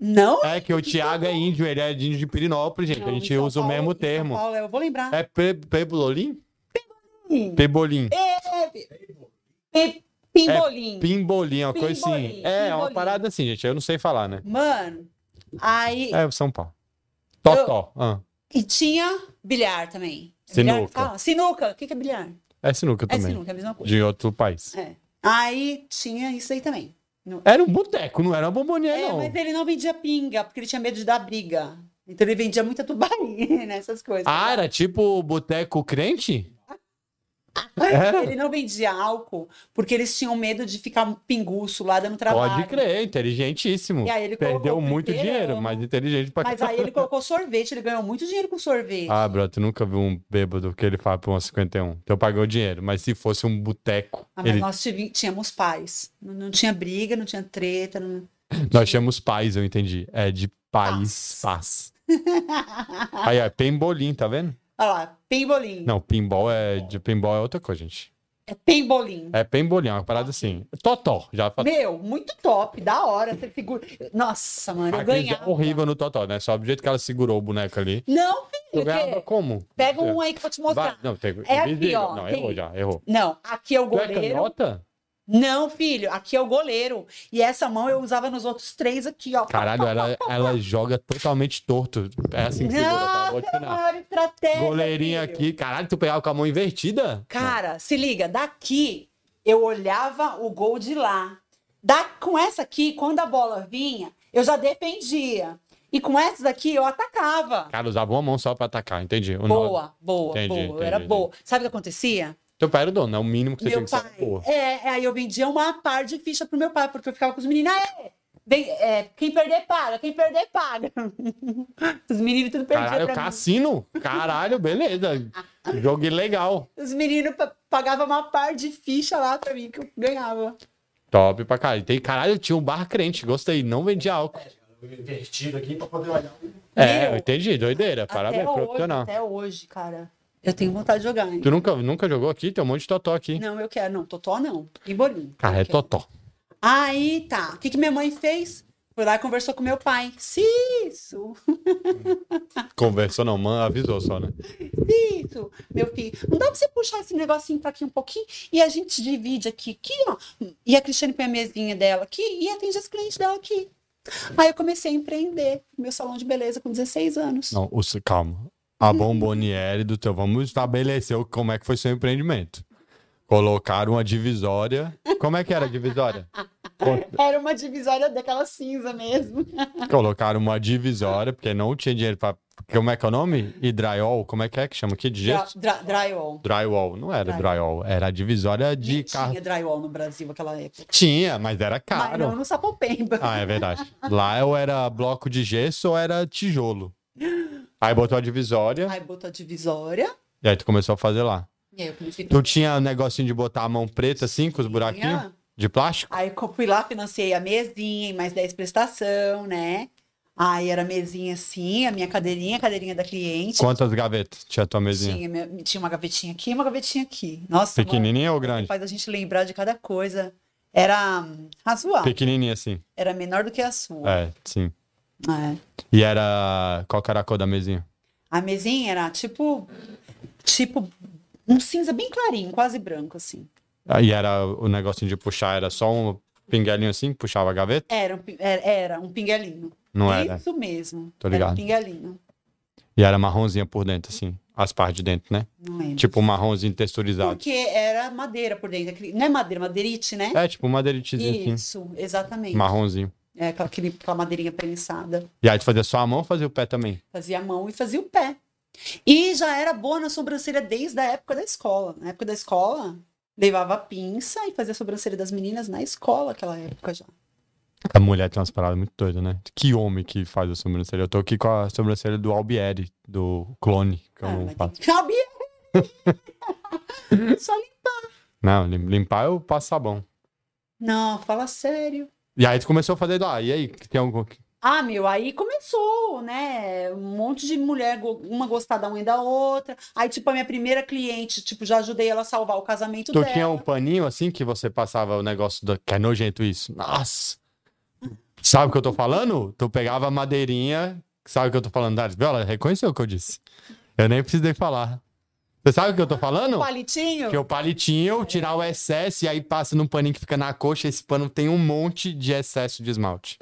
Não? É que o Thiago é índio, ele é de índio de Pirinópolis, gente. Não, A em gente São usa o Paulo- em mesmo São termo. Paulo, eu vou lembrar. É pe Pebolim? Pebolim. Pebolim. Pe- É, Pimbolim. Pimbolim, uma coisa assim. Pimbolim, É, é uma pimbolim. parada assim, gente. Eu não sei falar, né? Mano, aí. É São Paulo. Totó. Ah, E tinha bilhar também. É Bilhar que Sinuca. fala? Sinuca. O que que é bilhar? é sinuca É também. sinuca, é a mesma coisa. De outro país. É. Aí tinha isso aí também. Era um boteco, não era uma bombonier, É, não. mas ele não vendia pinga, porque ele tinha medo de dar briga. Então ele vendia muita tubaína, [laughs] né, essas coisas. Ah, era tipo boteco crente? era? Ele não vendia álcool, porque eles tinham medo de ficar pinguço lá dando trabalho. Pode crer, inteligentíssimo. E aí ele Perdeu colocou muito fliperama, dinheiro, mas inteligente pra Mas caralho. [laughs] aí ele colocou sorvete, ele ganhou muito dinheiro com sorvete. Ah, bro, tu nunca viu um bêbado que ele fala pra um uma 51. Que Então eu paguei o dinheiro, mas se fosse um boteco, Ah, mas ele... nós... nós tivi- tínhamos pais. Não, não tinha briga, não tinha treta. não- chamamos pais, eu entendi. É de país, [laughs] paz. Aí, ó, pembolim, tá vendo? Olha lá, pembolim. Não, pinball é. De pinball é outra coisa, gente. É pembolim. É pinbolim, é uma parada assim. Totó, já falei. Meu, muito top, da hora. Você segura. Nossa, mano, eu ganhava. horrível no Totó, né? Só do jeito que ela segurou o boneco ali. Não, Eu filho, ganhava que... como? pega um aí que eu vou te mostrar. Vai- Não, tem... É aqui, invisível. ó, Não, tem- errou já, errou. Não, aqui é o Tu é goleiro. canhota? Não, filho, aqui é o goleiro. E essa mão eu usava nos outros três aqui, ó. Caralho, ela, ela joga totalmente torto. É assim que segura, tá? Vou te Nossa, ensinar. maior estratégia. Goleirinho filho. aqui. Caralho, tu pegava com a mão invertida? Cara, se liga, daqui eu olhava o gol de lá. Da, com essa aqui, quando a bola vinha, eu já defendia. E com essas aqui eu atacava. Cara, usava uma mão só pra atacar, entendi. O nó- Boa, boa, Entendi, boa. Eu entendi, era entendi. boa. Sabe o que acontecia? Teu pai era o dono, é o mínimo que você meu tem que saber. pai. Porra. É, é, aí eu vendia uma par de ficha pro meu pai, porque eu ficava com os meninos. "Aê, vem, é, quem perder paga, quem perder paga. [laughs] os meninos tudo perdiam Caralho, pra mim. cassino? Caralho, beleza. Jogo ilegal. Os meninos pa- pagavam uma par de ficha lá pra mim que eu ganhava. Top pra caralho. Tem, caralho, tinha um bar crente, gostei. Não vendia álcool. Eu invertido aqui pra poder olhar. um É, Meu, eu entendi, doideira. Parabéns, até profissional. Hoje, até hoje, cara. Eu tenho vontade de jogar, hein? Tu nunca, nunca jogou aqui? Tem um monte de totó aqui. Não, eu quero. Não, Totó não. E bolinho. Cara, Eu é quero. totó. Aí tá. O que, que minha mãe fez? Foi lá e conversou com meu pai. Se Isso, Conversou não, mano, avisou só, né? se isso. isso, meu filho. Não dá pra você puxar esse negocinho pra aqui um pouquinho e a gente divide aqui, aqui, ó. E a Cristiane põe a mesinha dela aqui e atende as clientes dela aqui. Aí eu comecei a empreender meu salão de beleza com 16 anos. Não, o, se- calma. A bomboniere do teu. Vamos estabelecer o- como é que foi seu empreendimento. Colocaram uma divisória. Como é que era a [laughs] divisória? Co- Era uma divisória daquela cinza mesmo. Colocaram uma divisória, porque não tinha dinheiro pra. Como é que é o nome? E drywall? Como é que é que chama aqui? De Dra- gesso? dra- drywall. Drywall. Não era Drywall. drywall. Era a divisória de Não carro. Tinha drywall no Brasil naquela época. Tinha, mas era Mas não caro. no Sapopemba. Ah, é verdade. Lá ou era bloco de gesso ou era tijolo. Aí botou a divisória Aí botou a divisória. e aí tu começou a fazer lá. E aí eu comecei Tu tinha um negocinho de botar a mão preta assim, com os buraquinhos de plástico? Aí eu fui lá, financei a mesinha e mais 10 prestação, né? Aí era a mesinha assim, a minha cadeirinha, a cadeirinha da cliente. Quantas gavetas tinha a tua mesinha? Tinha, minha- tinha uma gavetinha aqui e uma gavetinha aqui. Nossa, mano, Pequenininha ou grande? faz a gente lembrar de cada coisa. Era hum, razoável, Pequenininha, assim. era menor do que a sua. É, sim. É. E era. Qual que era a cor da mesinha? A mesinha era tipo, tipo um cinza bem clarinho, quase branco assim. Ah, E era o negocinho de puxar, era só um pinguelinho assim que puxava a gaveta? Era um, pi- era, era um pinguelinho. Não era. Isso mesmo. Tô Era um ligado. pinguelinho. E era marronzinha por dentro, assim. As partes de dentro, né? Não lembro. Tipo um marronzinho texturizado. Porque era madeira por dentro. aquele- Não é madeira, madeirite, né? É, tipo um madeiritezinho assim. Isso, exatamente. Marronzinho. É, aquela, aquele- aquela madeirinha prensada. E aí tu fazia só a mão ou fazia o pé também? Fazia a mão e fazia o pé. E já era boa na sobrancelha desde a época da escola. Na época da escola, levava a pinça e fazia a sobrancelha das meninas na escola, aquela época já. A mulher tem umas paradas muito doidas, né? Que homem que faz a sobrancelha? Eu tô aqui com a sobrancelha do Albieri, do clone, que eu Ah, não mas faço. tem que- Sabia? [laughs] Só lim- Não, lim- limpar eu passo sabão. Não, fala sério. E aí tu começou a fazer lá. E aí, que tem algum. Ah, meu, aí começou, né? Um monte de mulher, go- uma gostar da unha da outra. Aí, tipo, a minha primeira cliente, tipo, já ajudei ela a salvar o casamento Tu dela. tinha um paninho assim que você passava o negócio do... que é nojento isso. Nossa! Sabe o que eu tô falando? Tu pegava a madeirinha. Sabe o que eu tô falando? Darius? Viola, reconheceu o que eu disse. Eu nem precisei falar. Você sabe o que eu Ah, tô falando? Um Palitinho? Que é o palitinho, tirar o excesso e aí passa num paninho que fica na coxa. Esse pano tem um monte de excesso de esmalte.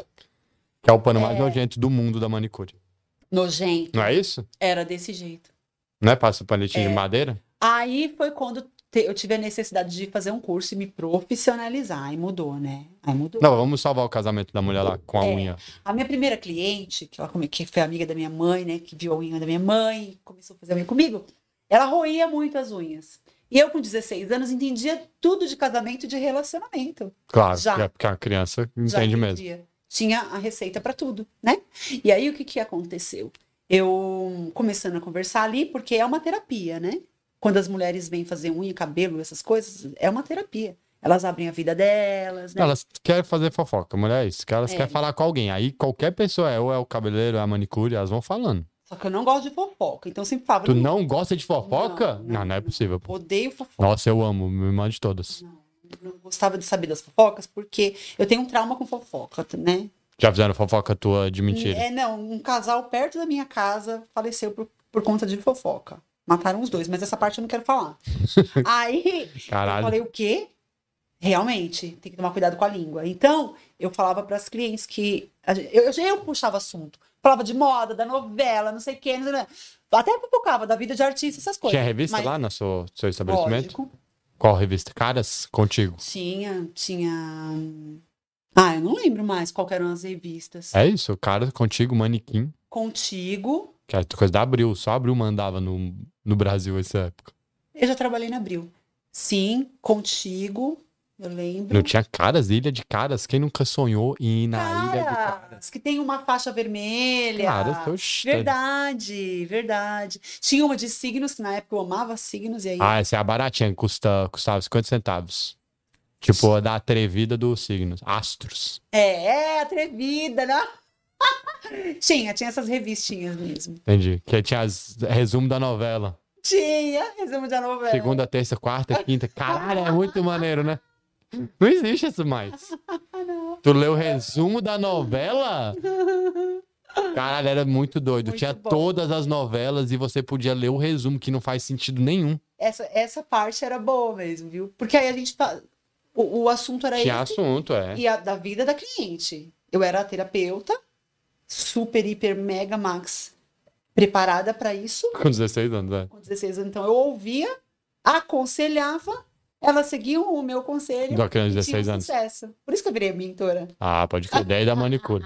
Que é o pano mais É. nojento do mundo da manicure. Nojento. Não é isso? Era desse jeito. Não é? Passa o palitinho É. de madeira? Aí foi quando te- eu tive a necessidade de fazer um curso e me profissionalizar. Aí mudou, né? Aí mudou. Não, vamos salvar o casamento da mulher lá com a É. unha. A minha primeira cliente, que ela come- que foi amiga da minha mãe, né? Que viu a unha da minha mãe, e começou a fazer a unha comigo. Ela roía muito as unhas. E eu, com 16 anos, entendia tudo de casamento e de relacionamento. Claro, Já. que é porque a criança Já entende mesmo. entendia. Tinha a receita para tudo, né? E aí o que que aconteceu? Eu começando a conversar ali, porque é uma terapia, né? Quando as mulheres vêm fazer unha, cabelo, essas coisas, é uma terapia. Elas abrem a vida delas, né? Elas querem fazer fofoca, mulher é isso. Que elas É. querem falar com alguém. Aí qualquer pessoa é, ou é o cabeleireiro, é a manicure, elas vão falando. Só que eu não gosto de fofoca, então eu sempre falava, Tu "Não, não gosta de fofoca? Não, Não, não, não, é não. possível. pô. odeio fofoca. Nossa, eu amo, me mande todas. Não gostava de saber das fofocas, porque eu tenho um trauma com fofoca, né? Já fizeram fofoca tua de mentira? É, não, um casal perto da minha casa faleceu por, por conta de fofoca. Mataram os dois, mas essa parte eu não quero [laughs] falar. Aí Eu Caralho. falei o quê? Realmente, tem que tomar cuidado com a língua. Então, eu falava para as clientes que. a gen- Eu, eu, eu puxava assunto. Falava de moda, da novela, não sei o quê. não sei o quê. Até fofocava da vida de artista, essas coisas. Tinha revista Mas, lá no seu, seu estabelecimento? lógico, Qual revista? Caras? Contigo. tinha, tinha. Ah, eu não lembro mais qual que eram as revistas. É isso? Caras, Contigo, Manequim. Contigo, Que é coisa da Abril. Só Abril mandava no, no Brasil essa época. eu já trabalhei na Abril. Sim, contigo, eu lembro. Não tinha Caras, Ilha de Caras. Quem nunca sonhou em ir na Ilha de Caras? Caras, que tem uma faixa vermelha. Caras, oxe, tá- Verdade, verdade. Tinha uma de signos, que na época eu amava signos, e aí Ah, essa é a baratinha, que custa, custava 50 centavos. Tipo, a da atrevida dos signos. Astros. é, é atrevida, né? [laughs] tinha, tinha essas revistinhas mesmo. Entendi. Que tinha as, resumo da novela. Tinha, resumo da novela. Segunda, terça, quarta, quinta. Caralho, é muito maneiro, né? Não [laughs] existe isso mais. Tu leu o resumo da novela? Caralho, era muito doido. Muito Tinha bom. todas as novelas e você podia ler o resumo, que não faz sentido nenhum. Essa, essa parte era boa mesmo, viu? Porque aí a gente. fa- O, o assunto era Tinha esse assunto, é. e a da vida da cliente. Eu era a terapeuta, super, hiper, mega, max, preparada para isso. Com 16 anos, é. Com 16 anos, então eu ouvia, aconselhava, ela seguia o meu conselho. Do criança de e tinha 16 anos. sucesso. Por isso que eu virei mentora. Ah, pode crer. 10 da manicure.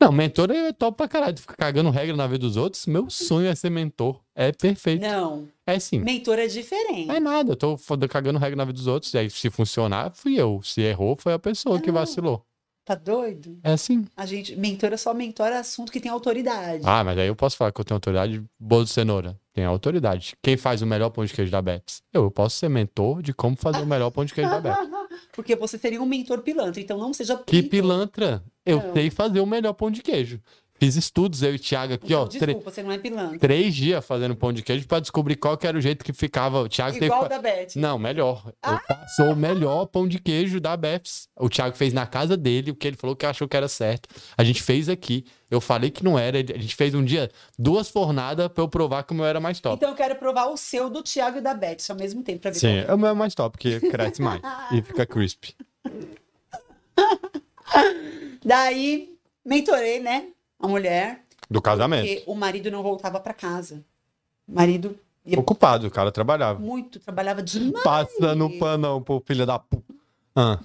Não, mentor é top pra caralho. Fica cagando regra na vida dos outros. Meu sonho é ser mentor. É perfeito. Não, É sim. mentora é diferente. Não é nada. Eu tô foda- cagando regra na vida dos outros. E aí, se funcionar, fui eu. Se errou, foi a pessoa que Não. vacilou. Tá doido? É assim. A gente, mentora só mentora é assunto que tem autoridade. Ah, mas aí eu posso falar que eu tenho autoridade. Bolo de cenoura. Tem autoridade. Quem faz o melhor pão de queijo da Beps? Eu, eu posso ser mentor de como fazer o melhor pão de queijo da Beps. [laughs] Porque você seria um mentor pilantra, então não seja Que mentor. pilantra. Eu Não. sei fazer o melhor pão de queijo. Fiz estudos, eu e o Thiago aqui, Então, ó. tre- Desculpa, você não é pilantra. Três dias fazendo pão de queijo pra descobrir qual que era o jeito que ficava. O Thiago teve Igual que fa- da Beth. Ah! Não, melhor. Eu passou o melhor pão de queijo da Befs. O Thiago fez na casa dele, o que ele falou que achou que era certo. A gente fez aqui. Eu falei que não era. A gente fez um dia duas fornadas pra eu provar que o meu era mais top. Então eu quero provar o seu do Thiago e da Beth ao mesmo tempo pra ver qual Sim, é. é o meu é mais top, que cresce [laughs] mais. e fica crisp. é. Daí mentorei, né, a mulher, Do casamento. porque o marido não voltava pra casa. O marido ia Ocupado, o cara trabalhava. muito, trabalhava demais. Passando um panão pro filho da pu. Ah,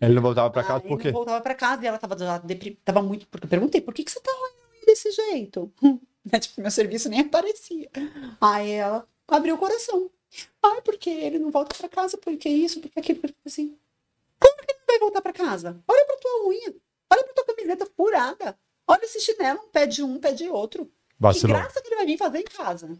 ele não voltava pra casa Aí por não quê? voltava pra casa e ela tava, já deprim- tava muito. Porque eu perguntei, por que, que você tá ruim desse jeito? [laughs] Né, tipo, meu serviço nem aparecia. Aí ela abriu o coração. Ai, porque ele não volta pra casa, porque isso, porque aquilo, porque assim. Como que ele vai voltar pra casa? Olha pra tua unha, olha pra tua camiseta furada, olha esse chinelo, um pé de um, um pé de outro. Que Vacilou. graça que ele vai vir fazer em casa.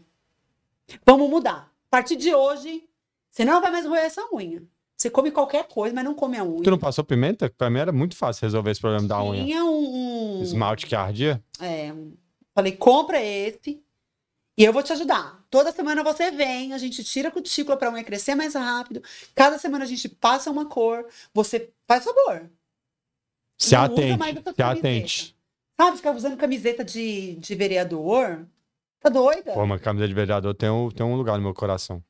Vamos mudar. A partir de hoje, você não vai mais roer essa unha. Você come qualquer coisa, mas não come a unha. Tu não passou pimenta? Pra mim era muito fácil resolver esse problema da unha. Tinha um. um- Esmalte que ardia. é, um- falei, compra esse e eu vou te ajudar. Toda semana você vem, a gente tira a cutícula pra unha crescer mais rápido. Cada semana a gente passa uma cor. Você faz favor. Se Não usa atente, mais essa se camiseta. atente. Sabe, ficar usando camiseta de, de vereador? Tá doida? Pô, mas camisa de vereador tem um, tem um lugar no meu coração.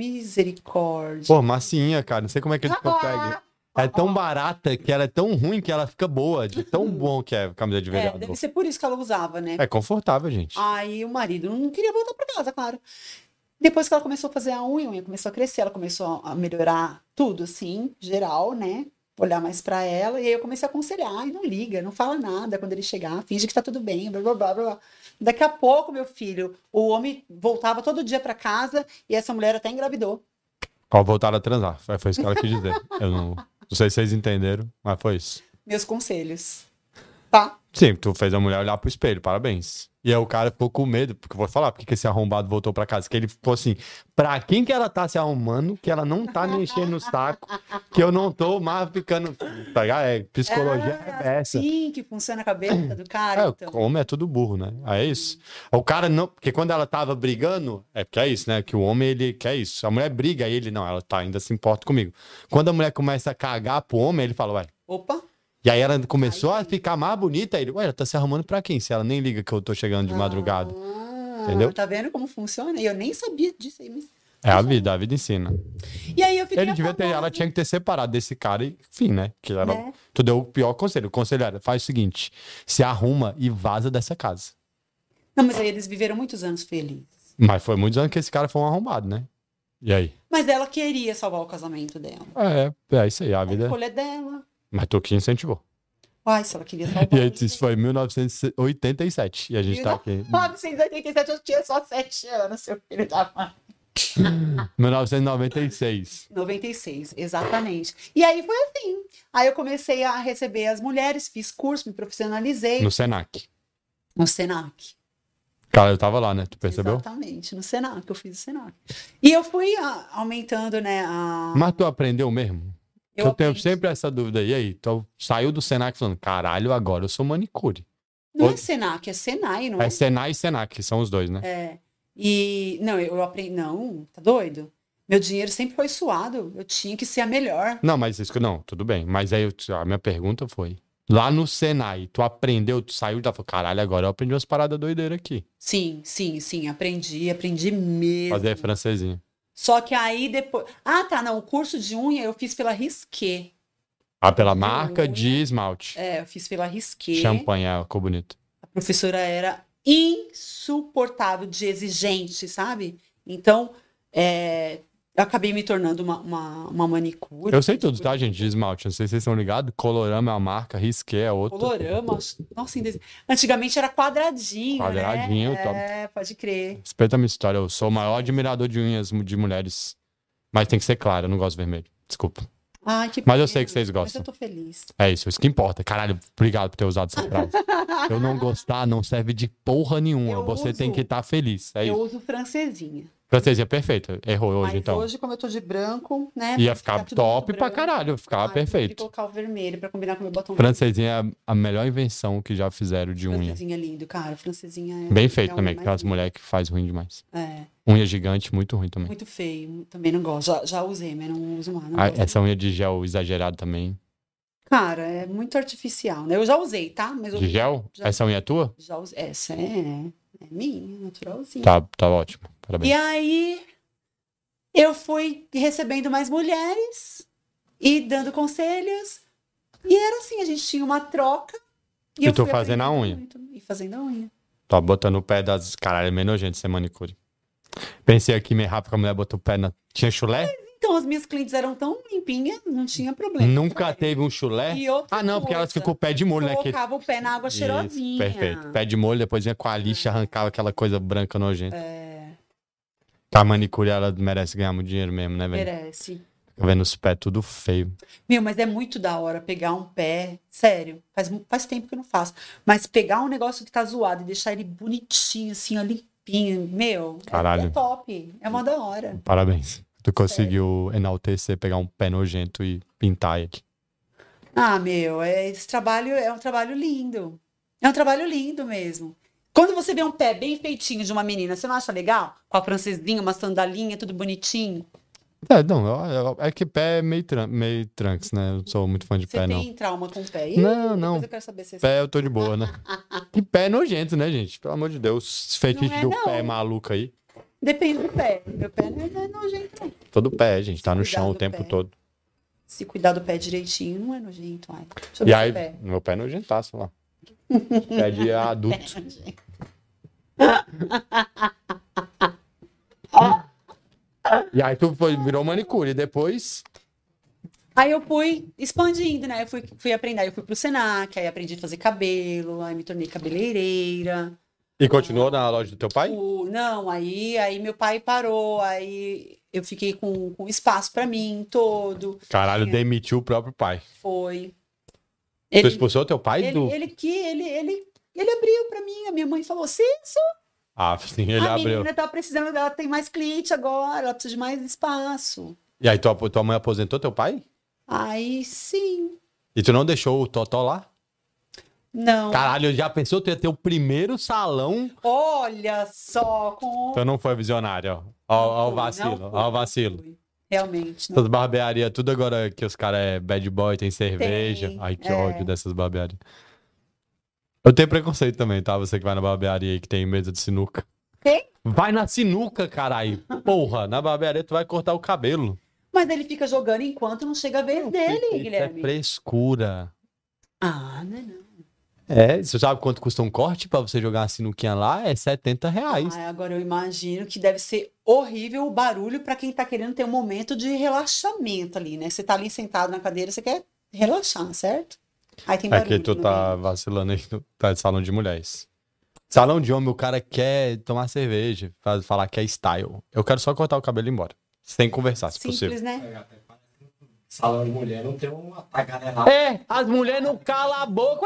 Misericórdia. Pô, massinha, cara. Não sei como é que eles conseguem. É tão barata que ela é tão ruim que ela fica boa. De tão bom que é a camisa de Uhum. É, vereador. deve ser Ah. por isso que ela usava, né? É confortável, gente. Aí o marido não queria voltar para casa, claro. Depois que ela começou a fazer a unha, a unha começou a crescer, ela começou a melhorar tudo, assim, geral, né? Olhar mais para ela. E aí eu comecei a aconselhar, e não liga, não fala nada quando ele chegar, finge que tá tudo bem, blá blá blá blá. blá. Daqui a pouco, meu filho, o homem voltava todo dia para casa e essa mulher até engravidou. Ó, voltaram a transar. Foi foi isso que ela quis dizer. Eu não, não sei se vocês entenderam, mas foi isso. Meus conselhos. Tá? Sim, tu fez a mulher olhar pro espelho, parabéns. E aí o cara ficou com medo, porque eu vou falar porque que esse arrombado voltou pra casa. Que ele ficou assim, pra quem que ela tá se arrumando, que ela não tá me enchendo o saco, que eu não tô mais ficando... Tá ligado? É, psicologia Ah, reversa. Sim, que funciona a cabeça do cara, É, então. homem é tudo burro, né? Aí é isso. O cara não. Porque quando ela tava brigando, é porque é isso, né? Que o homem, ele quer isso. A mulher briga, aí ele não, ela tá, ainda se importa comigo. Quando a mulher começa a cagar pro homem, ele fala, ué. Opa, E aí ela começou a ficar mais bonita. Aí ele, ué, ela tá se arrumando pra quem? Se ela nem liga que eu tô chegando de madrugada. Ah, Entendeu? Tá vendo como funciona? E eu nem sabia disso aí, mas É a vida, a vida ensina. E aí eu fiquei Ele devia ter, apavorada, ela tinha que ter separado desse cara e, enfim, né? Que era, né? Tu deu o pior conselho. O conselho era, faz o seguinte: se arruma e vaza dessa casa. Não, mas aí eles viveram muitos anos felizes. Mas foi muitos anos que esse cara foi um arrombado, né? E aí? Mas ela queria salvar o casamento dela. É, é isso aí, a A vida. escolha é dela. Mas tu que incentivou. Ai, se ela queria E [laughs] salvar. aí, [laughs] isso foi em 1987. E a gente tá aqui. Ah, 1987 eu tinha só 7 anos, seu filho da mãe. 1996. 96, exatamente. E aí foi assim. Aí eu comecei a receber as mulheres, fiz curso, me profissionalizei No Senac. no Senac. Cara, eu tava lá, né? Tu percebeu? Exatamente, no Senac, eu fiz o Senac. E eu fui ah, aumentando, né, a... Mas tu aprendeu mesmo? Então, Eu, tenho aprendi- sempre essa dúvida. E aí? Tu saiu do Senac falando, caralho, agora eu sou manicure. Não é Senac, é Senai, não é? É Senai e Senac, que são os dois, né? É. E não, eu eu aprendi. Não, tá doido? Meu dinheiro sempre foi suado. Eu tinha que ser a melhor. Não, mas isso que não, tudo bem. Mas aí eu- a minha pergunta foi: Lá no Senai, tu aprendeu, tu saiu da. Caralho, agora eu aprendi umas paradas doideiras aqui. Sim, sim, sim, aprendi, aprendi mesmo. Fazer francesinho. Só que aí depois. Ah, tá, não, o curso de unha eu fiz pela Risqué. Ah, pela marca de esmalte. É, eu fiz pela Risqué. Champanhe, ah, ficou bonito. A professora era insuportável de exigente, sabe? Então, é, eu acabei me tornando uma, uma, uma manicure. Eu sei tudo, tá, gente? De esmalte. Não sei se vocês estão ligados. Colorama é uma marca, Risqué é outra. Colorama, nossa, ainda... antigamente era quadradinho, né? Quadradinho, top. É, pode crer. Respeita a minha história. Eu sou o maior admirador de unhas de mulheres. Mas tem que ser claro, eu não gosto de vermelho. Desculpa. Ai, que Mas eu sei pena, que vocês Mas gostam. eu tô feliz. É isso, isso que importa. Caralho, obrigado por ter usado essa [laughs] frase. Eu não gostar não serve de porra nenhuma. Eu Você tem uso. que estar feliz. É eu isso. uso francesinha. Francesinha é perfeita. Errou hoje, Mas então. hoje, como eu tô de branco, né? Ia pra ficar tudo top muito pra branco, caralho. ai, Ficava eu tive que ah, perfeito. colocar o vermelho pra combinar com o meu batom Francesinha é a melhor invenção que já fizeram de unha. Francesinha é lindo, cara. Francesinha é. Bem feito é a também, unha aquelas mais mulheres que faz ruim demais. linda. Unha gigante, muito ruim É, também. muito feio. Também não gosto. Já, já usei, mas não uso mais. não Ah, gosto. essa unha de gel exagerado também. Cara, é muito artificial, né? Eu já usei, tá? Mas eu De gel? Já- Essa unha é tua? já usei. Essa é, é minha, naturalzinha. Tá, tá ótimo. E Parabéns. aí eu fui recebendo mais mulheres e dando conselhos. E era assim, a gente tinha uma troca. E eu tu fui fazendo a aprendendo unha? muito. e fazendo a unha. Tá botando o pé das. Caralho, é menos gente ser manicure. Pensei aqui meio rápido que a mulher botou o pé na. Tinha chulé? Então as minhas clientes eram tão limpinhas, não tinha problema. Nunca teve um chulé? E outra Ah, não, porque elas coisa, ficam com o pé de molho, né? que- Colocava o pé na água Isso, cheirosinha. perfeito. Pé de molho, depois vinha com a lixa, arrancava aquela coisa branca nojenta. É, A manicure, ela merece ganhar muito dinheiro mesmo, né, velho? merece. Fica vendo os pés tudo feio. Meu, mas é muito da hora pegar um pé, sério, faz, mu- faz tempo que eu não faço, mas pegar um negócio que tá zoado e deixar ele bonitinho, assim, ó, limpinho, meu, é- Caralho. é top, é uma da hora. Parabéns. Tu conseguiu enaltecer, pegar um pé nojento e pintar ele. Ah, meu, é, esse trabalho é um trabalho lindo, é um trabalho lindo mesmo. Quando você vê um pé bem feitinho de uma menina, você não acha legal? Com a francesinha, uma sandalinha, tudo bonitinho. É, não, eu- eu- é que pé é meio, tran meio trunks, né? Eu não sou muito fã de Você pé, não. tem trauma com o pé? Ih, Não, depois não. eu quero saber se é assim. Pé eu tô de boa, né? Que pé nojento, né, gente? Pelo amor de Deus. Esse fetiche Não é, do não. pé maluco aí. Depende do pé. Meu pé não é- não é nojento, não. Todo pé, gente. Tá no Cuidado chão o do tempo pé. todo. Se cuidar do pé direitinho, não é nojento. Ai. Deixa eu E ver aí, o pé. meu pé é nojentaço lá. Pé de [laughs] É adulto. E aí tu foi, virou manicure. E depois. Aí eu fui expandindo, né? Eu fui, fui aprender. Aí eu fui pro Senac, aí aprendi a fazer cabelo, aí me tornei cabeleireira. E continuou na loja do teu pai? O- não, aí, aí meu pai parou, aí eu fiquei com, com espaço pra mim todo. Caralho, demitiu o próprio pai. Foi. Tu Ele, expulsou teu pai ele, é do. ele que ele, ele, ele abriu pra mim. A minha mãe falou: Sim, Ah, sim, ele a abriu. menina tá precisando, ela tem mais cliente agora, ela precisa de mais espaço. E aí tua, tua mãe aposentou teu pai? Aí sim. E tu não deixou o Totó lá? Não. Caralho, já pensou tu ia ter o primeiro salão? Olha só com Então não foi visionário, ó. Ó, ó o vacilo, Não foi, ó o vacilo. não foi. Realmente, não. Essas barbearias, tudo agora que os caras é bad boy, tem cerveja. Tem, Ai, que é. ódio dessas barbearias. Eu tenho preconceito também, tá? Você que vai na barbearia e que tem mesa de sinuca. Tem? Vai na sinuca, caralho. Porra, na barbearia tu vai cortar o cabelo. Mas ele fica jogando enquanto não chega a vez dele, Isso É Guilherme. frescura. Ah, não, é não. É, você sabe quanto custa um corte pra você jogar uma sinuquinha lá? É R$ 70 reais. Ai, agora eu imagino que deve ser horrível o barulho pra quem tá querendo ter um momento de relaxamento ali, né? Você tá ali sentado na cadeira, você quer relaxar, certo? Aí tem É barulho. que tu no tá vacilando aí, tu tá de salão de mulheres. Salão de homem, o cara quer tomar cerveja, faz- falar que é style. Eu quero só cortar o cabelo e ir embora. Sem conversar, meio. se possível. Simples, né? Até parece que no Salão de mulher não tem uma tacada errada. É, as mulheres não calam a boca.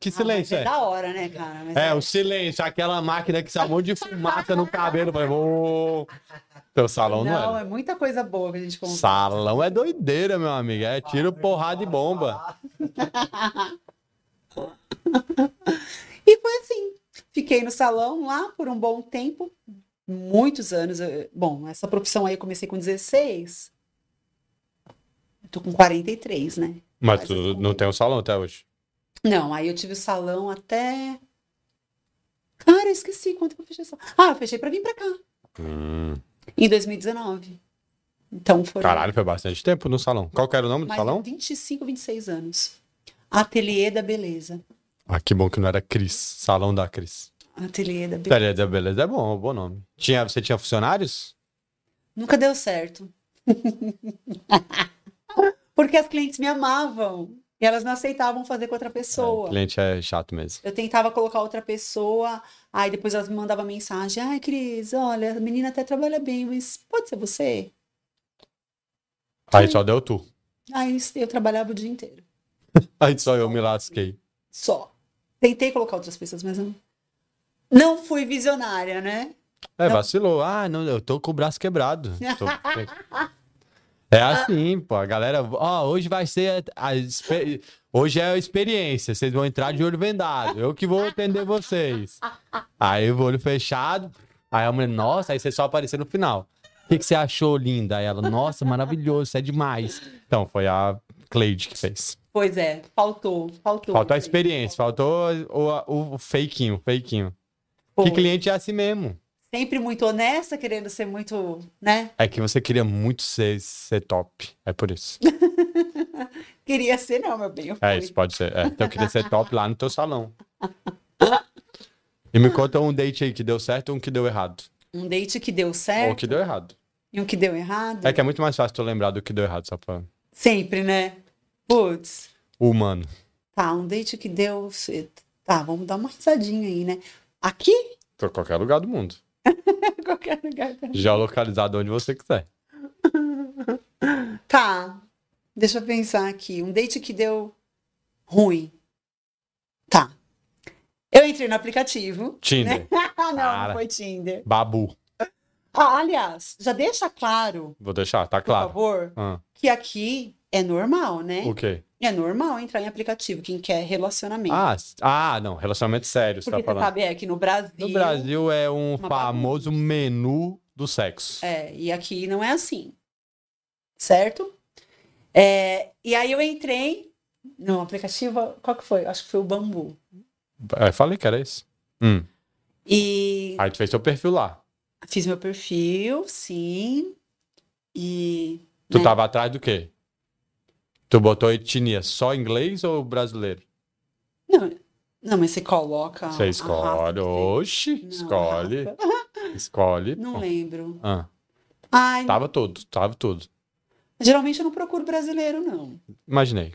Que Ah, mas silêncio é é? da hora, né, cara? Mas É, o silêncio, aquela máquina que sai um monte de fumaça no cabelo. Vai, "Ô". Teu salão não, Não, era. é muita coisa boa que a gente conta. Salão é doideira, meu amigo. É tiro, porrada e bomba. E foi assim. Fiquei no salão lá por um bom tempo, muitos anos. Eu- Bom, essa profissão aí eu comecei com 16. Eu tô com 43, né? Mas Mas tu eu- não tem um salão até hoje. Não, aí eu tive o salão até. Cara, eu esqueci quanto que eu fechei o salão. Ah, eu fechei pra vir pra cá. Em 2019. Então foram Caralho, foi bastante tempo no salão. Qual que era o nome do mais salão? de 25, 26 anos. Ateliê da Beleza. Ah, que bom que não era Cris. Salão da Cris. Ateliê da Beleza. Beleza, beleza. É bom, é um bom nome. Tinha, você tinha funcionários? Nunca deu certo. Porque as clientes me amavam. E elas não aceitavam fazer com outra É, pessoa. cliente é chato mesmo. Eu tentava colocar outra pessoa, aí depois elas me mandavam mensagem: ai, Cris, olha, a menina até trabalha bem, mas pode ser você? Aí só deu tu. Aí eu trabalhava o dia inteiro, Aí só eu me lasquei. só. Tentei colocar outras pessoas, mas não. Não fui visionária, né? É, Não. vacilou. Ah, não, eu tô com o braço quebrado. Tô- É assim, pô. A galera, ó, hoje vai ser. a- a expe- Hoje é a experiência. Vocês vão entrar de olho vendado. Eu que vou atender vocês. Aí o olho fechado. Aí a mulher, nossa, aí você só aparecer no final. O que, que você achou, linda? Aí ela, nossa, maravilhoso, isso é demais. Então, foi a Cleide que fez. Pois é, faltou, faltou. Faltou a experiência, faltou o, o, o fakinho, o fakinho. Que Pô, cliente é assim mesmo. Sempre muito honesta, querendo ser muito, né? É que você queria muito ser, ser top. É por [laughs] isso. Queria ser, não, meu bem. Eu É fui. isso, pode ser. É. Então eu queria ser top lá no teu [laughs] salão. E me conta um date aí que deu certo e um que deu errado. Um date que deu Ou certo que deu errado. e um que deu errado. É que é muito mais fácil tu lembrar do que deu errado, só pra. Sempre, né? Putz. Humano. Tá, um date que deu. cê- Tá, vamos dar uma risadinha aí, né? Aqui? [laughs] Pra qualquer lugar do mundo. Em qualquer lugar. Já localizado onde você quiser. Tá. Deixa eu pensar aqui. Um date que deu ruim. Tá. Eu entrei no aplicativo. Tinder. Ah, [laughs] não, Cara. não foi Tinder. Babu. Ah, aliás, já deixa claro, Vou deixar, tá por claro. favor, Ah, que aqui é normal, né? o quê? É normal entrar em aplicativo, quem quer relacionamento. Ah, s- ah, não. Relacionamento sério, você Porque tá você falando. sabe, é que no Brasil. No Brasil é um Uma famoso menu do sexo. É, e aqui não é assim. Certo? É, e aí eu entrei no aplicativo, qual que foi? Acho que foi o Bambu. Eu É, falei que era isso. Hum. E Aí tu fez teu perfil lá. fiz meu perfil, sim. E Tu Né? tava atrás do quê? Tu botou etnia só inglês ou brasileiro? não, não, mas você coloca Você a escolhe. raça, Oxi, ah, não sei. Não, a escolhe. raça. Escolhe. Não [laughs] Pô. lembro. Ah, Ai, tava tudo, tava tudo. geralmente eu não procuro brasileiro, não. Imaginei.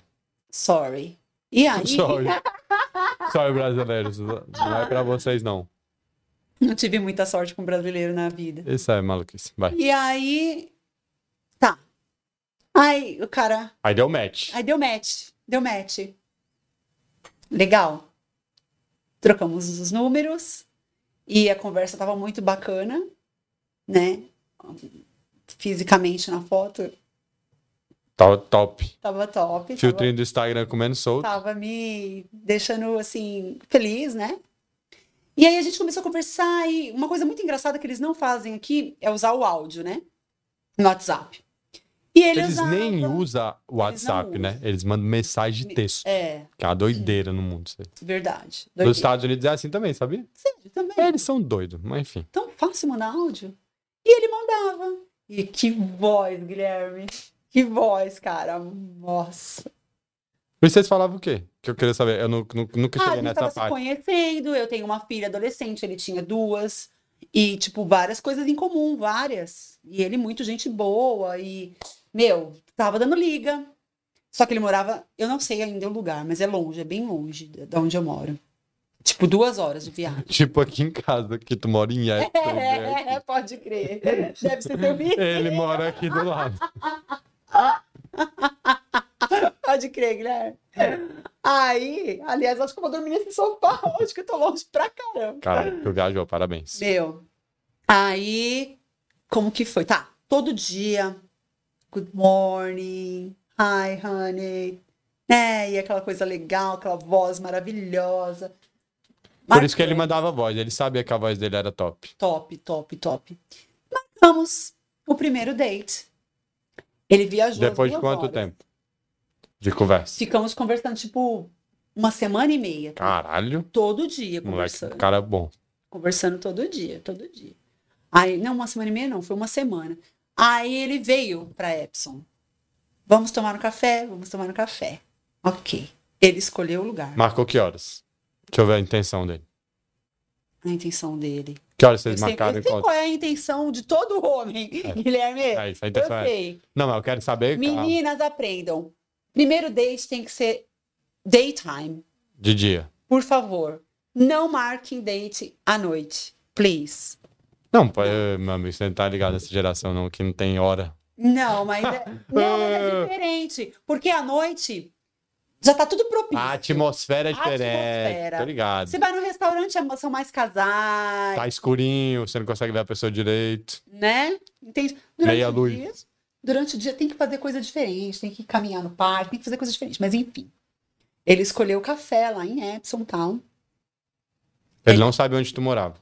Sorry. E [laughs] aí, Sorry. Sorry, brasileiros. Não é pra vocês, não. [laughs] não tive muita sorte com brasileiro na vida. Isso é maluquice. Vai. E aí. Tá. Aí o cara. Aí deu match. Aí deu match. Deu match. Legal. Trocamos os números. E a conversa tava muito bacana, né? Fisicamente na foto, Tá top. tava top. Tava, Filtrinho do Instagram comendo solto. tava me deixando, assim, feliz, né? E aí a gente começou a conversar. E uma coisa muito engraçada que eles não fazem aqui é usar o áudio, né? No WhatsApp. E ele Eles usava- nem usam o WhatsApp, usam. né? Eles mandam mensagem de texto. É, Que é uma doideira no mundo. Isso aí. verdade. Nos Doideira É. Estados Unidos é assim também, sabia? também. Eles são doidos, mas enfim. tão fácil mandar áudio. E ele mandava. E que voz, Guilherme. Que voz, cara. Nossa. E vocês falavam o quê? Que eu queria saber. Eu nu- nu- nunca Ah, a cheguei gente nessa tava se parte. conhecendo. Eu tenho uma filha adolescente, ele tinha duas. E, tipo, várias coisas em comum, várias. E ele muito gente boa. E, meu, tava dando liga. Só que ele morava, eu não sei ainda o lugar, mas é longe, é bem longe da da onde eu moro. Tipo, duas horas de viagem. [laughs] Tipo aqui em casa, que tu mora em Ié. [laughs] É, pode crer. Deve ser teu [laughs] bicho. Ele mora aqui do lado. Pode crer, Guilherme. Aí, aliás, acho que eu vou dormir nesse sofá hoje, que eu tô longe pra caramba. Cara, tu viajou, parabéns. Meu, aí, como que foi? Tá, todo dia, good morning, hi, honey, né? E aquela coisa legal, aquela voz maravilhosa. Por isso que ele Marcamos. mandava voz. Ele sabia que a voz dele era top. Top, top, top. Marcamos o primeiro date. Ele viajou. às Depois de duas quanto horas. tempo? de conversa. Ficamos conversando, tipo, uma semana e meia. Caralho, Todo dia Ah, moleque, conversando. cara bom. Conversando todo dia, todo dia. Aí, não, uma semana e meia não, foi uma semana. Aí ele veio pra Epson. Vamos tomar um café, vamos tomar um café. Ok. Ele escolheu o lugar, Marcou que horas? Deixa eu ver a intenção dele. a intenção dele. Que horas Eu vocês sei, marcaram? eu em sei qual- qual é a intenção de todo homem, [laughs] Guilherme. É isso, a eu intenção é- sei. Não, mas eu quero saber tá? cara, Meninas aprendam. Primeiro date tem que ser daytime, de dia. por favor. Não marquem date à noite, please. Não, pô, eh, meu amigo, você não tá ligado nessa geração, não, que não tem hora. Não, [laughs] mas é, não, mas é diferente, porque à noite já tá tudo propício. A atmosfera é A diferente. atmosfera. Tô ligado. Você vai no restaurante, são mais casais, Tá escurinho, você não consegue ver a pessoa direito. né? Entende? Meia o luz. dia, durante o dia tem que fazer coisa diferente, tem que caminhar no parque, tem que fazer coisa diferente, mas enfim. Ele escolheu o café lá em Epson Town. Ele não sabe onde tu morava.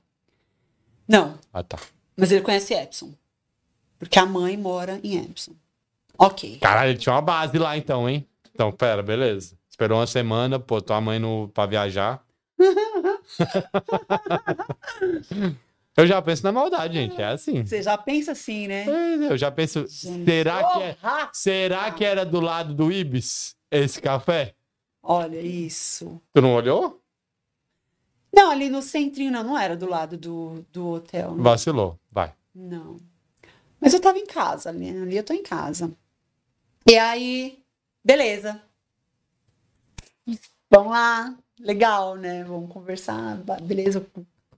Não, Ah, tá. Mas ele conhece Epson. Porque a mãe mora em Epson. Ok. Caralho, ele tinha uma base lá então, hein? Então, pera, beleza. Esperou uma semana, pô, tua mãe no, pra [laughs] viajar. eu já penso na maldade, gente. É assim. Você já pensa assim, né? Eu já penso. Gente. Será que, é- Porra! será que era do lado do Ibis esse café? Olha isso. Tu não olhou? Não, ali no centrinho não, não era do lado do, do hotel. né? Não. Vacilou. Vai. Não. Mas eu tava em casa, ali, ali eu tô em casa. E aí, beleza. Vamos lá. Legal, né? Vamos conversar. ba- Beleza,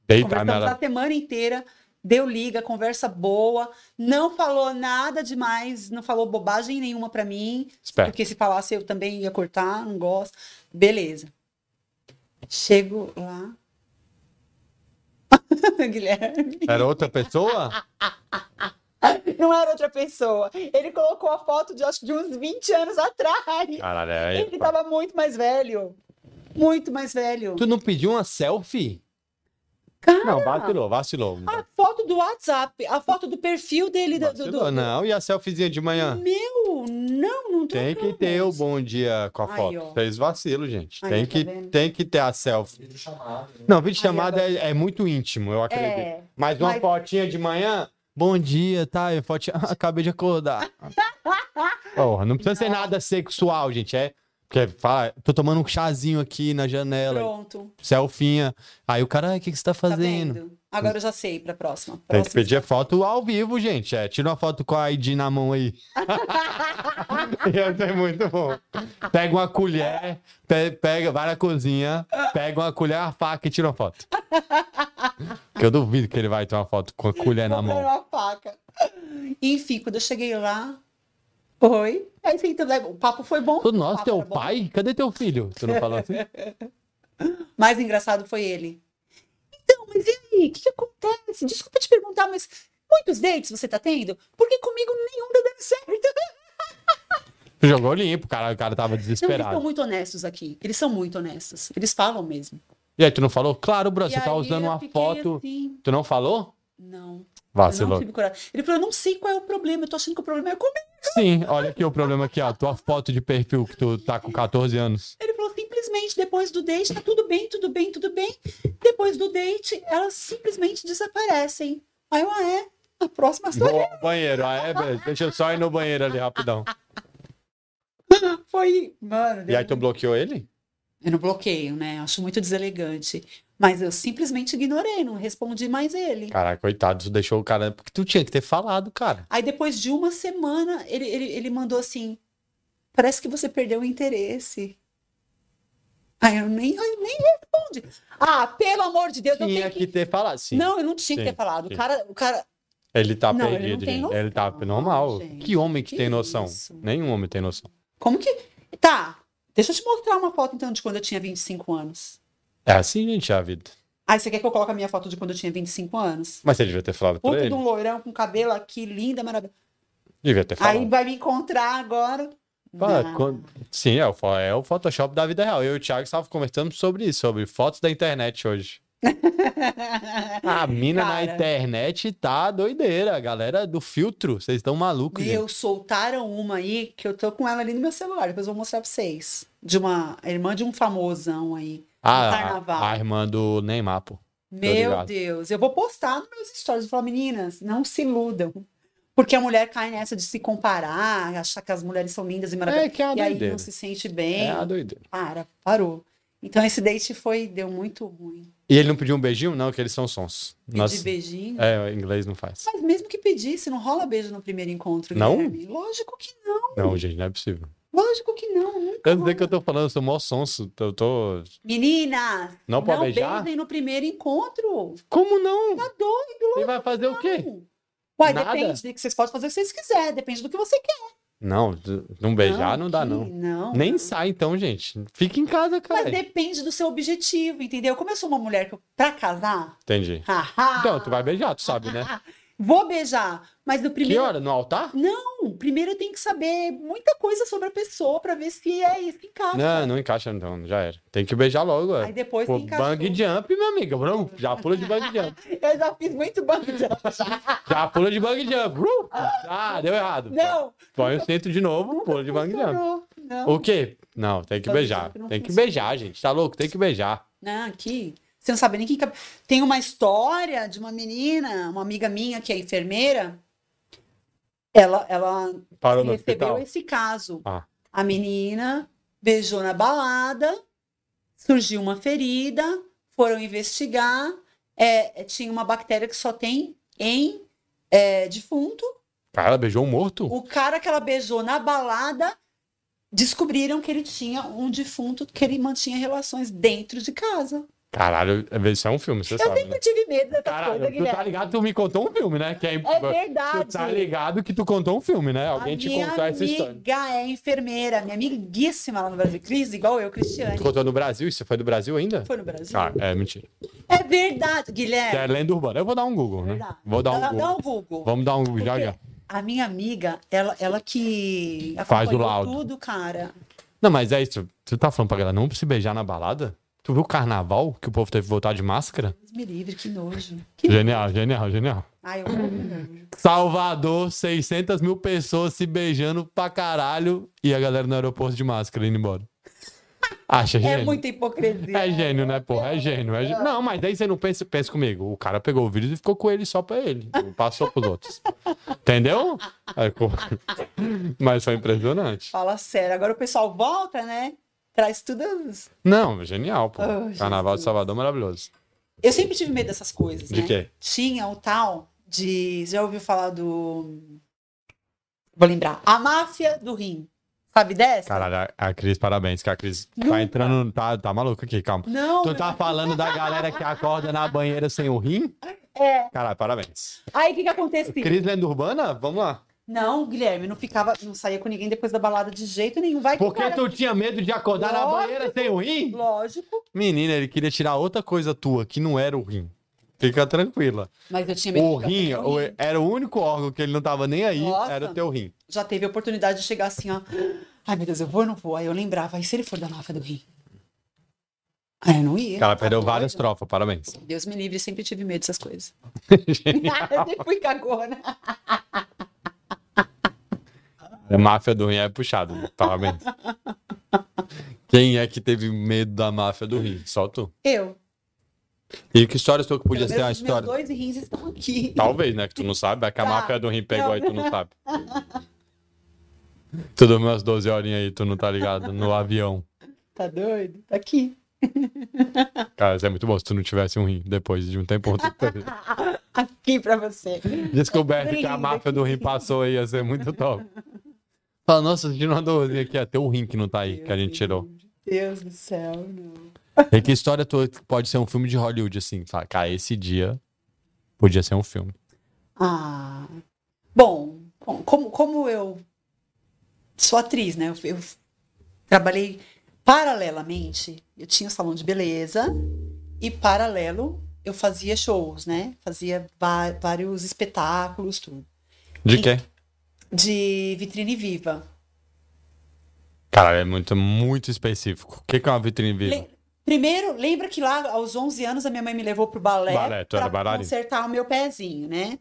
Deitar Conversamos nela. a semana inteira, deu liga, conversa boa, não falou nada demais, não falou bobagem nenhuma pra mim, Espera. porque se falasse eu também ia cortar, não gosto. Beleza. Chego lá. [laughs] Guilherme. Era outra pessoa? Não era outra pessoa. Ele colocou a foto de acho que de uns 20 anos atrás. Caralho, é, aí. Ele tava muito mais velho. Muito mais velho. Tu não pediu uma selfie? Cara, Não, vacilou, vacilou. a foto do WhatsApp, a foto do perfil dele do, do, Vacilou, né? do, não. E a selfiezinha de manhã? Meu, não, não Tem que trocamos. ter o bom dia com a Aí, foto. ó. Fez vacilo, gente. Aí, tem, tá que, vendo? tem que ter a selfie. Vídeo chamado. né? Não, vídeo Aí, chamada é, é muito íntimo, eu acredito. É. Mas uma mas- fotinha de manhã. Bom dia, tá? Eu foto... [laughs] acabei de [laughs] acordar. Porra, não precisa ser nada sexual, gente. É. Porque fala, tô tomando um chazinho aqui na janela, Pronto, selfinha. Aí o cara, "Ai, o que, que você tá tá fazendo? vendo? Agora eu já sei pra próxima. Tem que próxima. pedir foto ao vivo, gente. É, tira uma foto com a ID na mão [laughs] aí. Ia ser muito bom. Pega uma colher, pe- pega, vai na cozinha, pega uma colher, uma faca e tira uma foto. Porque eu duvido que ele vai ter uma foto com a colher na Comprei mão. uma faca. Enfim, quando eu cheguei lá, foi. É Aí sentando, aí o papo foi bom. Tu, Nossa, papo teu era bom. pai? Cadê teu filho? Tu não falou assim? Mais engraçado foi ele. Então, mas e aí? O que, que acontece? Desculpa te perguntar, mas muitos dates você tá tendo? Porque comigo nenhum tá dando certo. Jogou limpo, cara. O cara tava Não, eles são desesperado. muito honestos aqui. Eles são muito honestos. Eles falam mesmo. E aí, tu não falou? Claro, bro, E você tá aí usando eu uma fiquei foto. Ah, assim, Tu não falou? não. Eu não Vacilou. tive coragem. Ele falou, eu não sei qual é o problema, eu tô achando que o problema é comigo. Sim, olha aqui o problema aqui, ó. Tua foto de perfil que tu tá com 14 anos. Ele falou, simplesmente, depois do date, tá tudo bem, tudo bem, tudo bem. Depois do date, elas simplesmente desaparecem. Aí eu, ah, é? A próxima sou Vou [laughs] ao banheiro. Ah, é, beleza. Deixa eu só ir no banheiro ali rapidão. eu. Foi, mano. E deu aí tu bloqueou ele? Eu não bloqueio, né? Acho muito deselegante. Mas eu simplesmente ignorei, não respondi mais ele. Caraca, coitado, tu deixou o cara. Porque tu tinha que ter falado, cara. Aí depois de uma semana, ele, ele, ele mandou assim: parece que você perdeu o interesse. Aí eu nem, eu nem respondi. Ah, pelo amor de Deus, eu tinha tenho que... ter falado, sim. Não, eu não tinha que Sim, ter falado. sim. O cara, o cara. Ele tá Não, ele perdido, não tem gente. noção, Ele tá normal. gente. Que homem que, Que tem noção? isso? Nenhum homem tem noção. Como que. Tá, deixa eu te mostrar uma foto então de quando eu tinha 25 anos. É assim, gente, é a vida. Aí você quer que eu coloque a minha foto de quando eu tinha 25 anos? Mas você devia ter falado pra Puta de ele. um loirão com cabelo aqui, linda, maravilhosa. Devia ter falado. Aí vai me encontrar agora. Fala, Não. quando- Sim, é o, fo- é o Photoshop da vida real. Eu e o Thiago estávamos conversando sobre isso, sobre fotos da internet hoje. [laughs] A mina na Cara. internet tá doideira. A galera do filtro, vocês estão malucos, gente. [laughs] Meu, soltaram uma aí que eu tô com ela ali no meu celular. Depois eu vou mostrar pra vocês. De uma a irmã de um famosão aí. Ah, do carnaval. A, a irmã do Neymar, pô. Meu ligado. Deus. Eu vou postar nos meus stories. Eu falo, meninas, não se iludam. Porque a mulher cai nessa de se comparar, achar que as mulheres são lindas e maravilhosas. É que é a e aí doideira. não se sente bem. É a doideira. Para, parou. Então esse date foi, deu muito ruim. E ele não pediu um beijinho? Não, que eles são sons. Pedir Nossa, beijinho. é, o inglês não faz. Mas mesmo que pedisse, não rola beijo no primeiro encontro, Não? Guilherme. Lógico que não. Não, gente, não é possível. Lógico que não. né? Nunca Eu não sei o que eu tô falando, eu sou mó sonso. Eu tô... Meninas, Não pode beijar? beijem no primeiro encontro. Como não? Tá doido. Ele vai fazer o quê? Uai, Nada? depende do que vocês podem fazer o que vocês quiserem. Depende do que você quer. Não, d- não beijar não, dá, que- não. Não. Nem sai, então, gente. Fica em casa, Mas cara. depende do seu objetivo, entendeu? Como eu sou uma mulher que eu, pra casar, Entendi. haha, Então, tu vai beijar, tu sabe, [laughs] né? vou beijar. Mas no Que primeiro hora? No altar? Não, primeiro eu tenho que saber muita coisa sobre a pessoa pra ver se é isso que encaixa. Não, não encaixa, então. Já era. Tem que beijar logo, Aí é. depois Pô, que encaixou. bang jump, minha amiga. Brum, Já pula de bang jump. Eu já fiz muito bang jump. Já pula de bang jump. Brum. Ah, deu errado. Não, Põe o centro de novo, pula de bang jump. funcionou. Não, O quê? Não, tem que Bang beijar. jump não Tem que funciona. beijar, gente. Tá louco? Tem que beijar. não, né, aqui. Você não sabe nem quem. cabe- é. Tem uma história de uma menina, uma amiga minha que é enfermeira. Ela, ela Parou no recebeu hospital. esse caso. Ah. A menina beijou na balada, surgiu uma ferida, foram investigar. é, é, tinha uma bactéria que só tem em é, defunto. Cara, ela beijou um morto? O cara que ela beijou na balada descobriram que ele tinha um defunto que ele mantinha relações dentro de casa. Caralho, isso é um filme, você Eu sabe, né? sempre tive medo dessa coisa, Caralho, tu tá Guilherme. ligado, tu me contou um filme, né? Que é, É tu verdade. tá ligado que tu contou um filme, né? Alguém a te minha contou essa história. amiga é enfermeira, minha amiguíssima lá no Brasil, Cris, igual eu, Cristiane. Tu contou no Brasil? Isso foi do Brasil ainda? Foi no Brasil. Ah, é mentira. É verdade, Guilherme. É lenda urbana. Eu vou dar um Google, É né? verdade. Vou dar um Dá- Google. dá um Google. Vamos dar um Google já, Porque já. A minha amiga, ela, ela que Faz o acompanhou laudo. tudo, cara. Não, mas é isso. Tu tá falando pra galera não se beijar na balada? Tu viu o carnaval que o povo teve que voltar de máscara? Deus me livre, que nojo. Que... Genial, genial, genial. Ai, eu amo. Salvador, 600 mil pessoas se beijando pra caralho e a galera no aeroporto de máscara indo [laughs] embora. Acha, gente? É muita hipocrisia. É gênio, né, porra? É gênio. é gê- Não, mas daí você não pensa, pensa comigo. O cara pegou o vírus e ficou com ele só pra ele. Não Passou pros outros. Entendeu? Aí, co- [laughs] Mas foi impressionante. Fala sério. Agora o pessoal volta, né? Traz tudo. as- Não, genial, pô. Oh, Carnaval de Jesus. Salvador maravilhoso. Eu sempre tive medo dessas coisas, De né? quê? Tinha o tal de. Já ouviu falar do. Vou lembrar. A máfia do rim. Sabe dessa? Caralho, a- a Cris, parabéns, que a Cris tá Nunca. entrando, tá, tá maluca aqui, calma. Não, Tu tá falando da galera que acorda na banheira sem o rim? é. Caralho, parabéns. Aí o que que acontecia? Cris Lenda Urbana, vamos lá. Não, Guilherme, não ficava, não saía com ninguém depois da balada de jeito nenhum. Vai com o Por que É cara. tu tinha medo de acordar na Lógico. banheira sem o rim? Lógico. Menina, ele queria tirar outra coisa tua, que não era o rim. Fica tranquila. Mas eu tinha medo O de ficar rim, com o o- era o único órgão que ele não tava nem aí, Nossa. era o teu rim. Já teve a oportunidade de chegar assim, ó. Ai, meu Deus, eu vou ou não vou? Aí eu lembrava, e se ele for da máfia do rim? Aí eu não ia. Cara, Tá perdeu doido? várias trofas, parabéns. Deus me livre, sempre tive medo dessas [laughs] coisas. [laughs] eu sempre fui cagona. A máfia do rim é puxado, parabéns. Quem é que teve medo da máfia do rim? Só tu. Eu. E que história sua que podia Pelo ser a menos os meus história? dois rins estão aqui. Talvez, né? Que tu não sabe. É que a Tá. máfia do rim pegou Não. aí, tu não sabe. Tu dormiu umas 12 horinhas aí, tu não tá ligado? No avião. Tá doido? Tá aqui. Cara, isso é muito bom. Se tu não tivesse um rim depois de um tempo, ou outro, [laughs] tu teria. Aqui pra você. Descoberto que a Linda, máfia do rim passou aí, ia ser muito [laughs] top. Fala, nossa, a gente não andou aqui, até o rim que não tá aí, que a gente tirou. Deus do céu, não. E É que história tua que pode ser um filme de Hollywood, assim? Fala, cara, esse dia podia ser um filme. Ah, bom, bom, como, como eu sou atriz, né? Eu, eu trabalhei paralelamente, eu tinha um salão de beleza e paralelo eu fazia shows, né? Fazia va- vários espetáculos, tudo. De quê? De vitrine viva. Cara, é muito, muito específico. O que que é uma vitrine viva? Le- Primeiro, lembra que lá aos 11 anos a minha mãe me levou pro balé, Balé, tu era para bailarina? consertar o meu pezinho, né?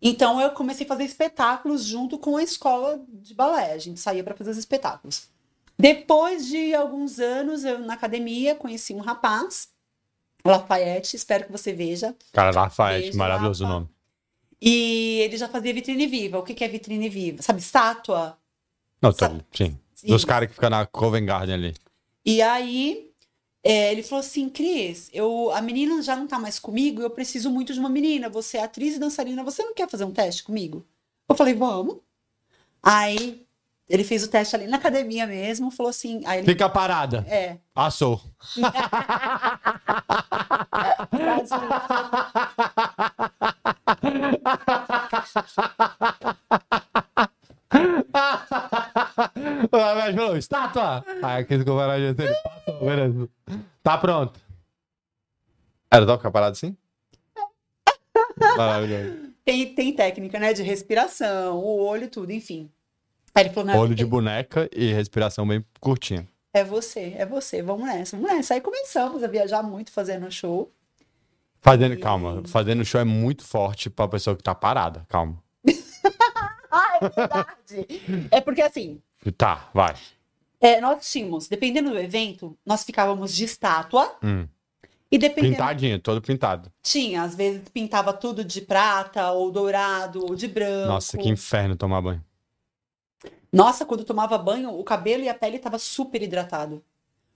Então eu comecei a fazer espetáculos junto com a escola de balé. A gente saía para fazer os espetáculos. Depois de alguns anos, eu na academia conheci um rapaz, Lafayette, espero que você veja. Cara, Lafayette, Beijo, maravilhoso o Rafa. nome. E ele já fazia vitrine viva. O que que é vitrine viva? Sabe, estátua? Não, tô, Sabe- sim. Sim. Dos caras que ficam na Covent Garden ali. E aí, é, ele falou assim, Cris, eu, a menina já não tá mais comigo, eu preciso muito de uma menina. Você é atriz e dançarina, você não quer fazer um teste comigo? Eu falei, vamos. Aí, ele fez o teste ali na academia mesmo, falou assim, aí ele, Fica parada. é, Assou. quase O Lafayette falou, estátua! Ah, Aí aquele comparado dele passou, beleza. Tá pronto. Era só ficar parado assim? Maravilhoso. tem, tem técnica, né, de respiração, o olho, tudo, enfim. Aí ele falou, não, Olho de boneca e respiração bem curtinha. é você, é você, vamos nessa, vamos nessa. Aí começamos a viajar muito fazendo show. Fazendo, E- calma, fazendo show é muito forte pra pessoa que tá parada, calma. Ah, é verdade! É porque assim, Tá, vai. É, nós tínhamos, dependendo do evento, nós ficávamos de estátua Hum. e dependendo. Pintadinho, todo pintado. Tinha, às vezes pintava tudo de prata, ou dourado, ou de branco. Nossa, que inferno tomar banho. Nossa, quando eu tomava banho, o cabelo e a pele tava super hidratado.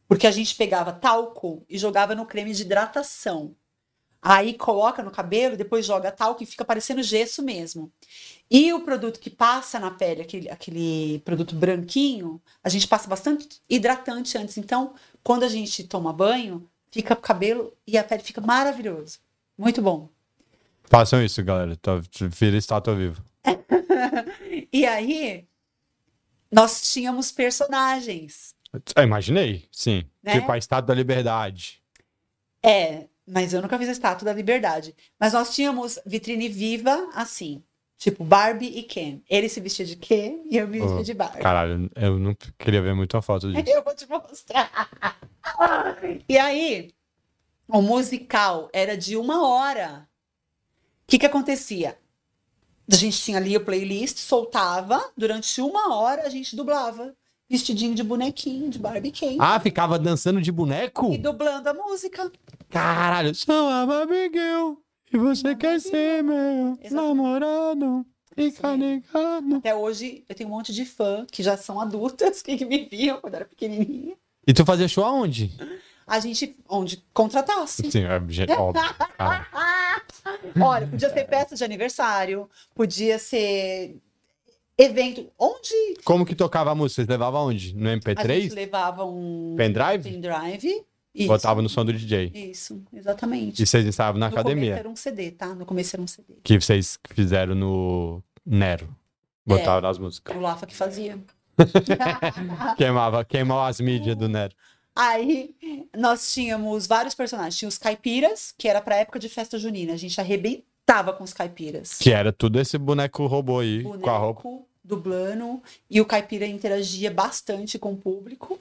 Porque a gente pegava talco e jogava no creme de hidratação. Aí coloca no cabelo, depois joga talco e fica parecendo gesso mesmo. E o produto que passa na pele, aquele, aquele produto branquinho, a gente passa bastante hidratante antes. Então, quando a gente toma banho, fica o cabelo e a pele fica maravilhoso. Muito bom. Façam isso, galera. Tá- Vira estátua viva. E aí, nós tínhamos personagens. Eu imaginei, sim. Né? Tipo a estátua da liberdade. É, mas eu nunca fiz a estátua da liberdade. Mas nós tínhamos vitrine viva assim. Tipo, Barbie e Ken. Ele se vestia de Ken e eu me vestia Oh, de Barbie. Caralho, eu não queria ver muito a foto disso. [laughs] Eu vou te mostrar. E aí, o musical era de uma hora. O que que acontecia? A gente tinha ali a playlist, soltava. Durante uma hora, a gente dublava. Vestidinho de bonequinho, de Barbie e Ken. Ah, ficava dançando de boneco? E dublando a música. Caralho, sou a Barbie Girl e você quer ser meu Exatamente. namorado e Sim. canegado. Até hoje eu tenho um monte de fã que já são adultas, [laughs] que que me viam quando era pequenininha. E tu fazia show aonde? A gente, onde contratasse. Sim, é, [laughs] gente, óbvio. Ah. cara. Olha, podia ser festa de aniversário, podia ser evento. Onde Como que tocava a música? Vocês levavam aonde? No a gente MP3? levava um Pendrive? pendrive. Isso, Botava no som do DJ. isso, exatamente. E vocês ensaiavam na no academia. começo era um CD, tá? No começo era um CD. Que vocês fizeram no Nero. Botaram nas músicas. O Lafa [laughs] que fazia. Queimava, queimava as mídias do Nero. Aí nós tínhamos vários personagens. Tinha os caipiras, que era pra época de festa junina. A gente arrebentava com os caipiras. Que era tudo esse boneco robô aí, com a roupa. Boneco, dublando. E o caipira interagia bastante com o público.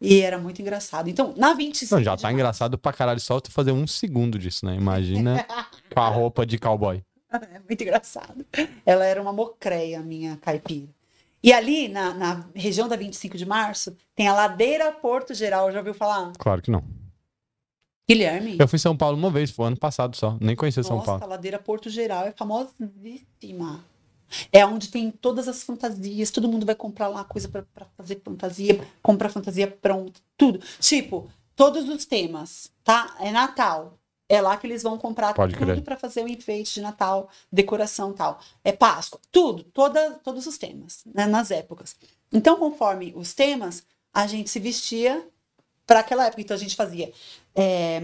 E era muito engraçado. Então, na 25. Não, já tá engraçado pra caralho só tu fazer um segundo disso, né? [laughs] Imagina com a roupa de cowboy. É muito engraçado. Ela era uma mocreia, a minha caipira. E ali, na, na região da 25 de março, tem a Ladeira Porto Geral. Já ouviu falar? Claro que não. Guilherme? Eu fui em São Paulo uma vez, foi ano passado só. Nem conhecia São Nossa, Paulo. a ladeira Porto Geral é famosíssima. É onde tem todas as fantasias, todo mundo vai comprar lá coisa pra pra fazer fantasia, compra fantasia pronta, tudo. Tipo, todos os temas, tá? É Natal. É lá que eles vão comprar Pode tudo crer. pra fazer o enfeite de Natal, decoração e tal. É Páscoa, tudo, toda, todos os temas, né, nas épocas. Então, conforme os temas, a gente se vestia para aquela época. Então, a gente fazia é,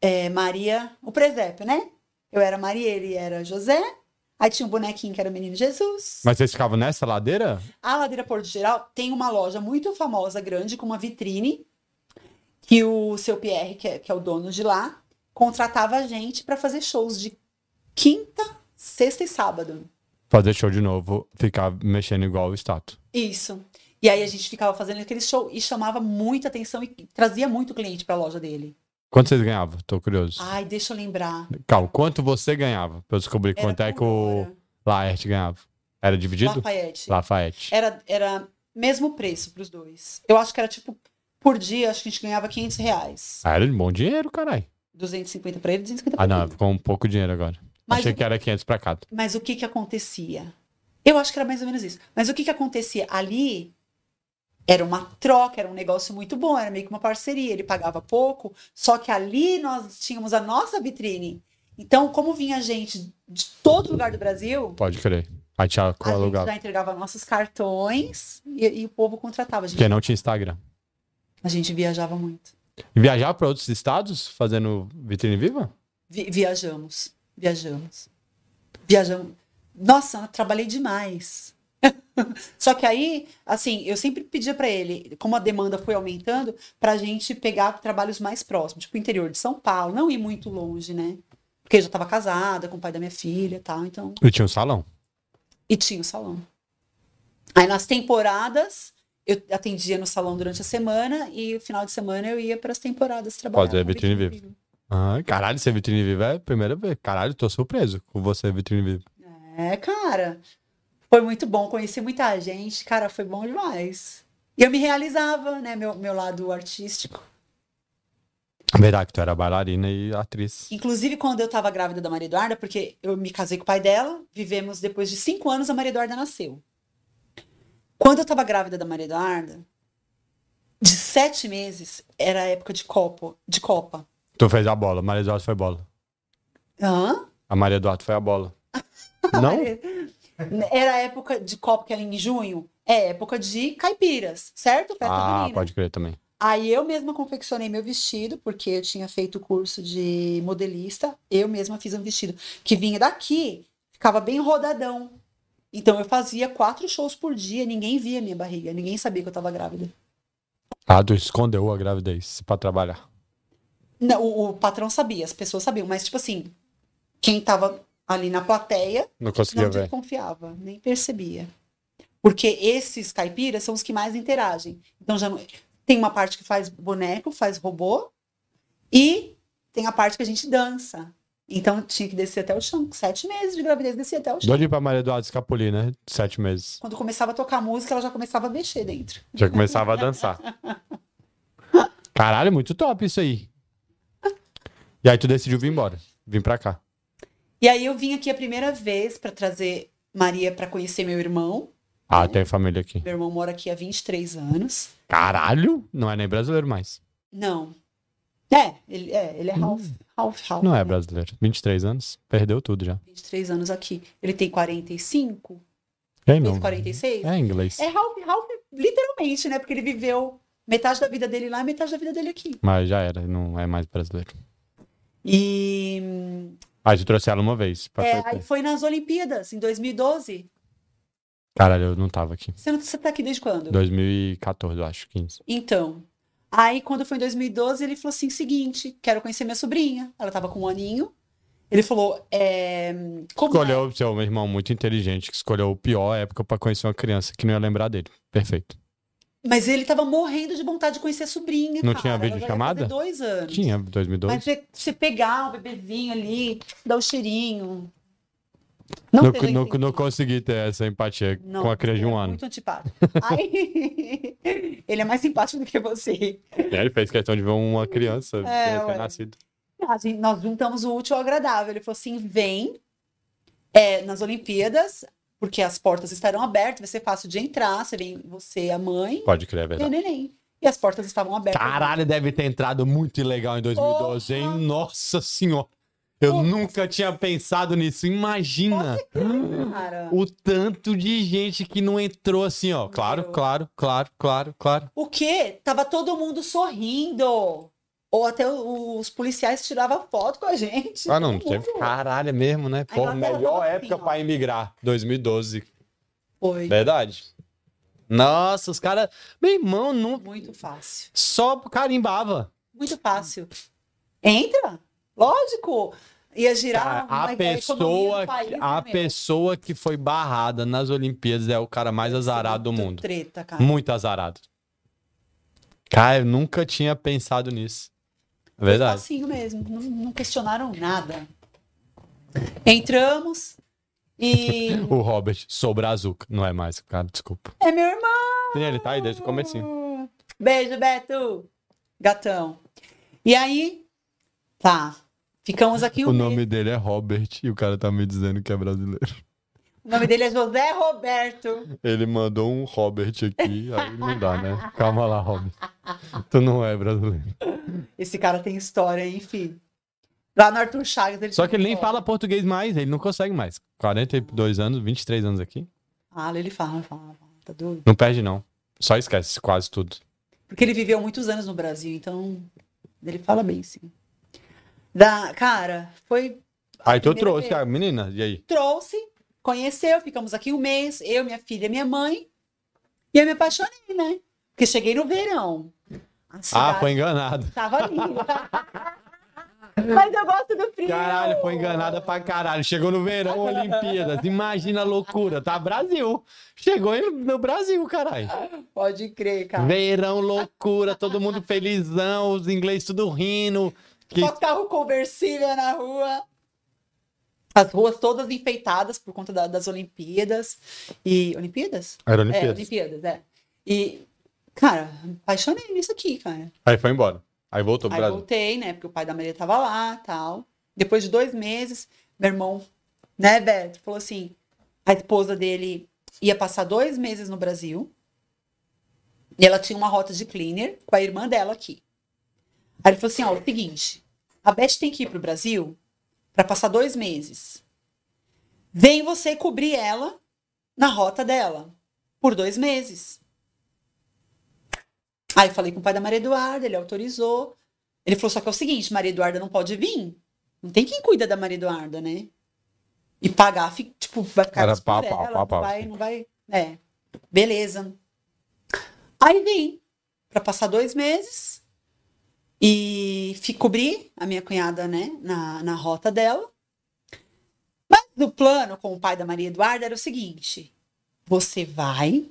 é, Maria, o presépio, né? Eu era Maria, ele era José. Aí tinha um bonequinho que era o menino Jesus. Mas vocês ficavam nessa ladeira? A Ladeira Porto Geral tem uma loja muito famosa, grande, com uma vitrine, que o seu Pierre, que é, que é o dono de lá, contratava a gente para fazer shows de quinta, sexta e sábado. Fazer show de novo, ficar mexendo igual o status. Isso. E aí a gente ficava fazendo aquele show e chamava muita atenção e trazia muito cliente para a loja dele. Quanto vocês ganhavam? Tô curioso. Ai, deixa eu lembrar. Calma, quanto você ganhava? Pra eu descobrir Era quanto é por que o hora. Laerte ganhava. Era dividido? Lafayette. Lafayette. Era, era mesmo preço para os dois. Eu acho que era tipo, por dia, acho que a gente ganhava 500 reais. Ah, era um bom dinheiro, caralho. 250 para ele, 250 para Ah, ele. não, ficou um pouco dinheiro agora. Tá Mas Achei o- que era 500 pra cada. Mas o que que acontecia? Eu acho que era mais ou menos isso. Mas o que que acontecia? Ali era uma troca, era um negócio muito bom, era meio que uma parceria. Ele pagava pouco, só que ali nós tínhamos a nossa vitrine. Então, como vinha gente de todo lugar do Brasil, Pode crer. Aí tinha a qual gente lugar? já entregava nossos cartões e, e o povo contratava. A gente, Porque não tinha Instagram. a gente viajava muito. E viajar pra outros estados fazendo vitrine viva? Vi- viajamos, viajamos, viajamos. Nossa, eu trabalhei demais. [laughs] Só que aí, assim, eu sempre pedia pra ele, como a demanda foi aumentando, pra gente pegar trabalhos mais próximos, tipo interior de São Paulo, não ir muito longe, né? Porque eu já tava casada com o pai da minha filha, e tal, então. E tinha um salão. E tinha o salão. Aí nas temporadas eu atendia no salão durante a semana e o final de semana eu ia pras temporadas trabalhar. Fazer com vitrine vitrine viva. Ah, caralho, ser vitrine viva é a primeira vez. Caralho, tô surpreso com você, vitrine viva. É, cara. Foi muito bom, conheci muita gente, cara, foi bom demais. E eu me realizava, né, meu, meu lado artístico. Verdade, que tu era bailarina e atriz. Inclusive, quando eu tava grávida da Maria Eduarda, porque eu me casei com o pai dela, vivemos depois de cinco anos, a Maria Eduarda nasceu. Quando eu tava grávida da Maria Eduarda, de sete meses, era a época de copo, de copa. Tu fez a bola, Maria Eduardo foi bola. Hã? A Maria Eduardo foi a [laughs] bola. Não? Era a época de copa, que era em junho, é época de caipiras, certo? Festa Ah, junina. pode crer também. Aí eu mesma confeccionei meu vestido, porque eu tinha feito o curso de modelista. Eu mesma fiz um vestido que vinha daqui, ficava bem rodadão. Então eu fazia quatro shows por dia, ninguém via minha barriga, ninguém sabia que eu tava grávida. Ah, tu escondeu a gravidez pra trabalhar. Não, o, o patrão sabia, as pessoas sabiam, mas tipo assim, quem tava ali na plateia Não conseguia não ver. desconfiava, nem percebia. Porque esses caipiras são os que mais interagem. Então já não- tem uma parte que faz boneco, faz robô, e tem a parte que a gente dança. Então tinha que descer até o chão. Com Sete meses de gravidez descia até o chão. Doidinho pra Maria Eduardo escapulir, né? Sete meses. Quando começava a tocar música, ela já começava a mexer dentro. Já começava a dançar. Caralho, muito top isso aí. E aí tu decidiu vir embora. Vim pra cá. E aí eu vim aqui a primeira vez para trazer Maria para conhecer meu irmão. Ah, tem família aqui. Meu irmão mora aqui há 23 anos. Caralho, não é nem brasileiro mais. Não. É, ele é, ele é Ralph, Ralph, Ralph. Hum. Não é né? brasileiro. 23 anos, perdeu tudo já. 23 anos aqui. Ele tem 45, Quem fez não? 46. É inglês. É Ralph, Ralph, literalmente, né? Porque ele viveu metade da vida dele lá e metade da vida dele aqui. Mas já era, não é mais brasileiro. E hum, Aí tu trouxe ela uma vez. Pra é, Coipê. aí foi nas Olimpíadas, em 2012. Caralho, eu não tava aqui. Você, não, você tá aqui desde quando? 2014, eu acho, 15. Então. Aí, quando foi em 2012, ele falou assim: seguinte, quero conhecer minha sobrinha. Ela tava com um aninho. Ele falou: é, como é? Escolheu, seu meu irmão muito inteligente, que escolheu a pior época pra conhecer uma criança que não ia lembrar dele. Perfeito. Mas ele tava morrendo de vontade de conhecer a sobrinha. Não cara. tinha Ela já ia videochamada? fazer Dois anos. Tinha, 2012. Mas você, você pegar o bebezinho ali, dar o cheirinho. Não, seja não, insensível. não consegui ter essa empatia Não, com a criança de ele um é ano. Muito antipático. Aí, [laughs] ele é mais simpático do que você. É, Ele fez questão de ver uma criança É, ué. nascida. A gente- nós juntamos o útil ao agradável. Ele falou assim: vem é, nas Olimpíadas, porque as portas estarão abertas, vai ser fácil de entrar. Você vem, você, a mãe Pode crer, é e a verdade. neném. E as portas estavam abertas. Caralho, deve ter entrado muito ilegal em 2012, Porra! hein? Nossa senhora. Eu Porra. nunca tinha pensado nisso. Imagina Cara, o tanto de gente que não entrou assim, ó. Claro, Meu. claro, claro, claro, claro. O quê? Tava todo mundo sorrindo. Ou até o- os policiais tiravam foto com a gente. Ah, não, todo teve. mundo. Caralho, é mesmo, né? A Pô, Inglaterra melhor tava assim, época ó. pra emigrar. 2012. Foi Verdade. Nossa, os caras. Meu irmão, não. muito fácil. Só carimbava. Muito fácil. Entra? Lógico. Ia girar Cara, a uma- economia pessoa, do país, a né, meu? pessoa que foi barrada nas Olimpíadas é o cara mais azarado do Muito mundo. Treta, cara. Muito azarado. Cara, eu nunca tinha pensado nisso. É Verdade. Facinho assim mesmo, não, não questionaram nada. Entramos e. O Robert Sobrazuca. Não é mais, cara, desculpa. É meu irmão! Ele tá aí desde o comecinho. Hum. Beijo, Beto! Gatão. E aí, tá. Ficamos aqui um O mês. nome dele é Robert e o cara tá me dizendo que é brasileiro. O nome dele é José Roberto. Ele mandou um Robert aqui, aí não dá, né? Calma lá, Robert. Tu não é brasileiro. Esse cara tem história, hein, filho? Lá no Arthur Chagas. Ele Só que ele nem fala. fala português mais, ele não consegue mais. 42 anos, 23 anos aqui. Fala, Ah, ele fala, fala, fala, tá doido. Não perde, não. Só esquece quase tudo. Porque ele viveu muitos anos no Brasil, então ele fala bem, sim. Da, cara, foi. a Aí tu primeira Ah, então trouxe vez. a menina, e aí? Trouxe, conheceu, ficamos aqui um mês, eu, minha filha, minha mãe. E eu me apaixonei, né? Porque cheguei no verão. A Ah, cidade foi enganado. Tava linda. Mas eu gosto do frio. Caralho, foi enganada pra caralho. Chegou no [laughs] verão, Olimpíadas. Imagina a loucura. Tá Brasil. Chegou em- no Brasil, caralho. Pode crer, cara. Verão, loucura, todo mundo felizão, os ingleses tudo rindo. Que... Só carro conversível na rua. As ruas todas enfeitadas por conta da- das Olimpíadas. E. Olimpíadas? Era É, Olimpíadas, é. E, cara, apaixonei nisso aqui, cara. Aí foi embora. Aí voltou pro Aí Brasil. voltei, né? Porque o pai da Maria tava lá tal. Depois de dois meses, meu irmão, né, Beto, falou assim: a esposa dele ia passar dois meses no Brasil. E ela tinha uma rota de cleaner com a irmã dela aqui. Aí ele falou assim: ó, o seguinte, a Beth tem que ir pro Brasil pra passar dois meses. Vem você cobrir ela na rota dela por dois meses. Aí eu falei com o pai da Maria Eduarda, ele autorizou. Ele falou: só que é o seguinte, Maria Eduarda não pode vir. Não tem quem cuida da Maria Eduarda, né? E pagar, fi- tipo, vai ficar Era isso pau, por pau, ela, pau, não pau. assim. vai, não vai. É. Beleza. Aí vim pra passar dois meses e fi- cobri a minha cunhada, né, na, na rota dela. Mas o plano com o pai da Maria Eduarda era o seguinte: você vai,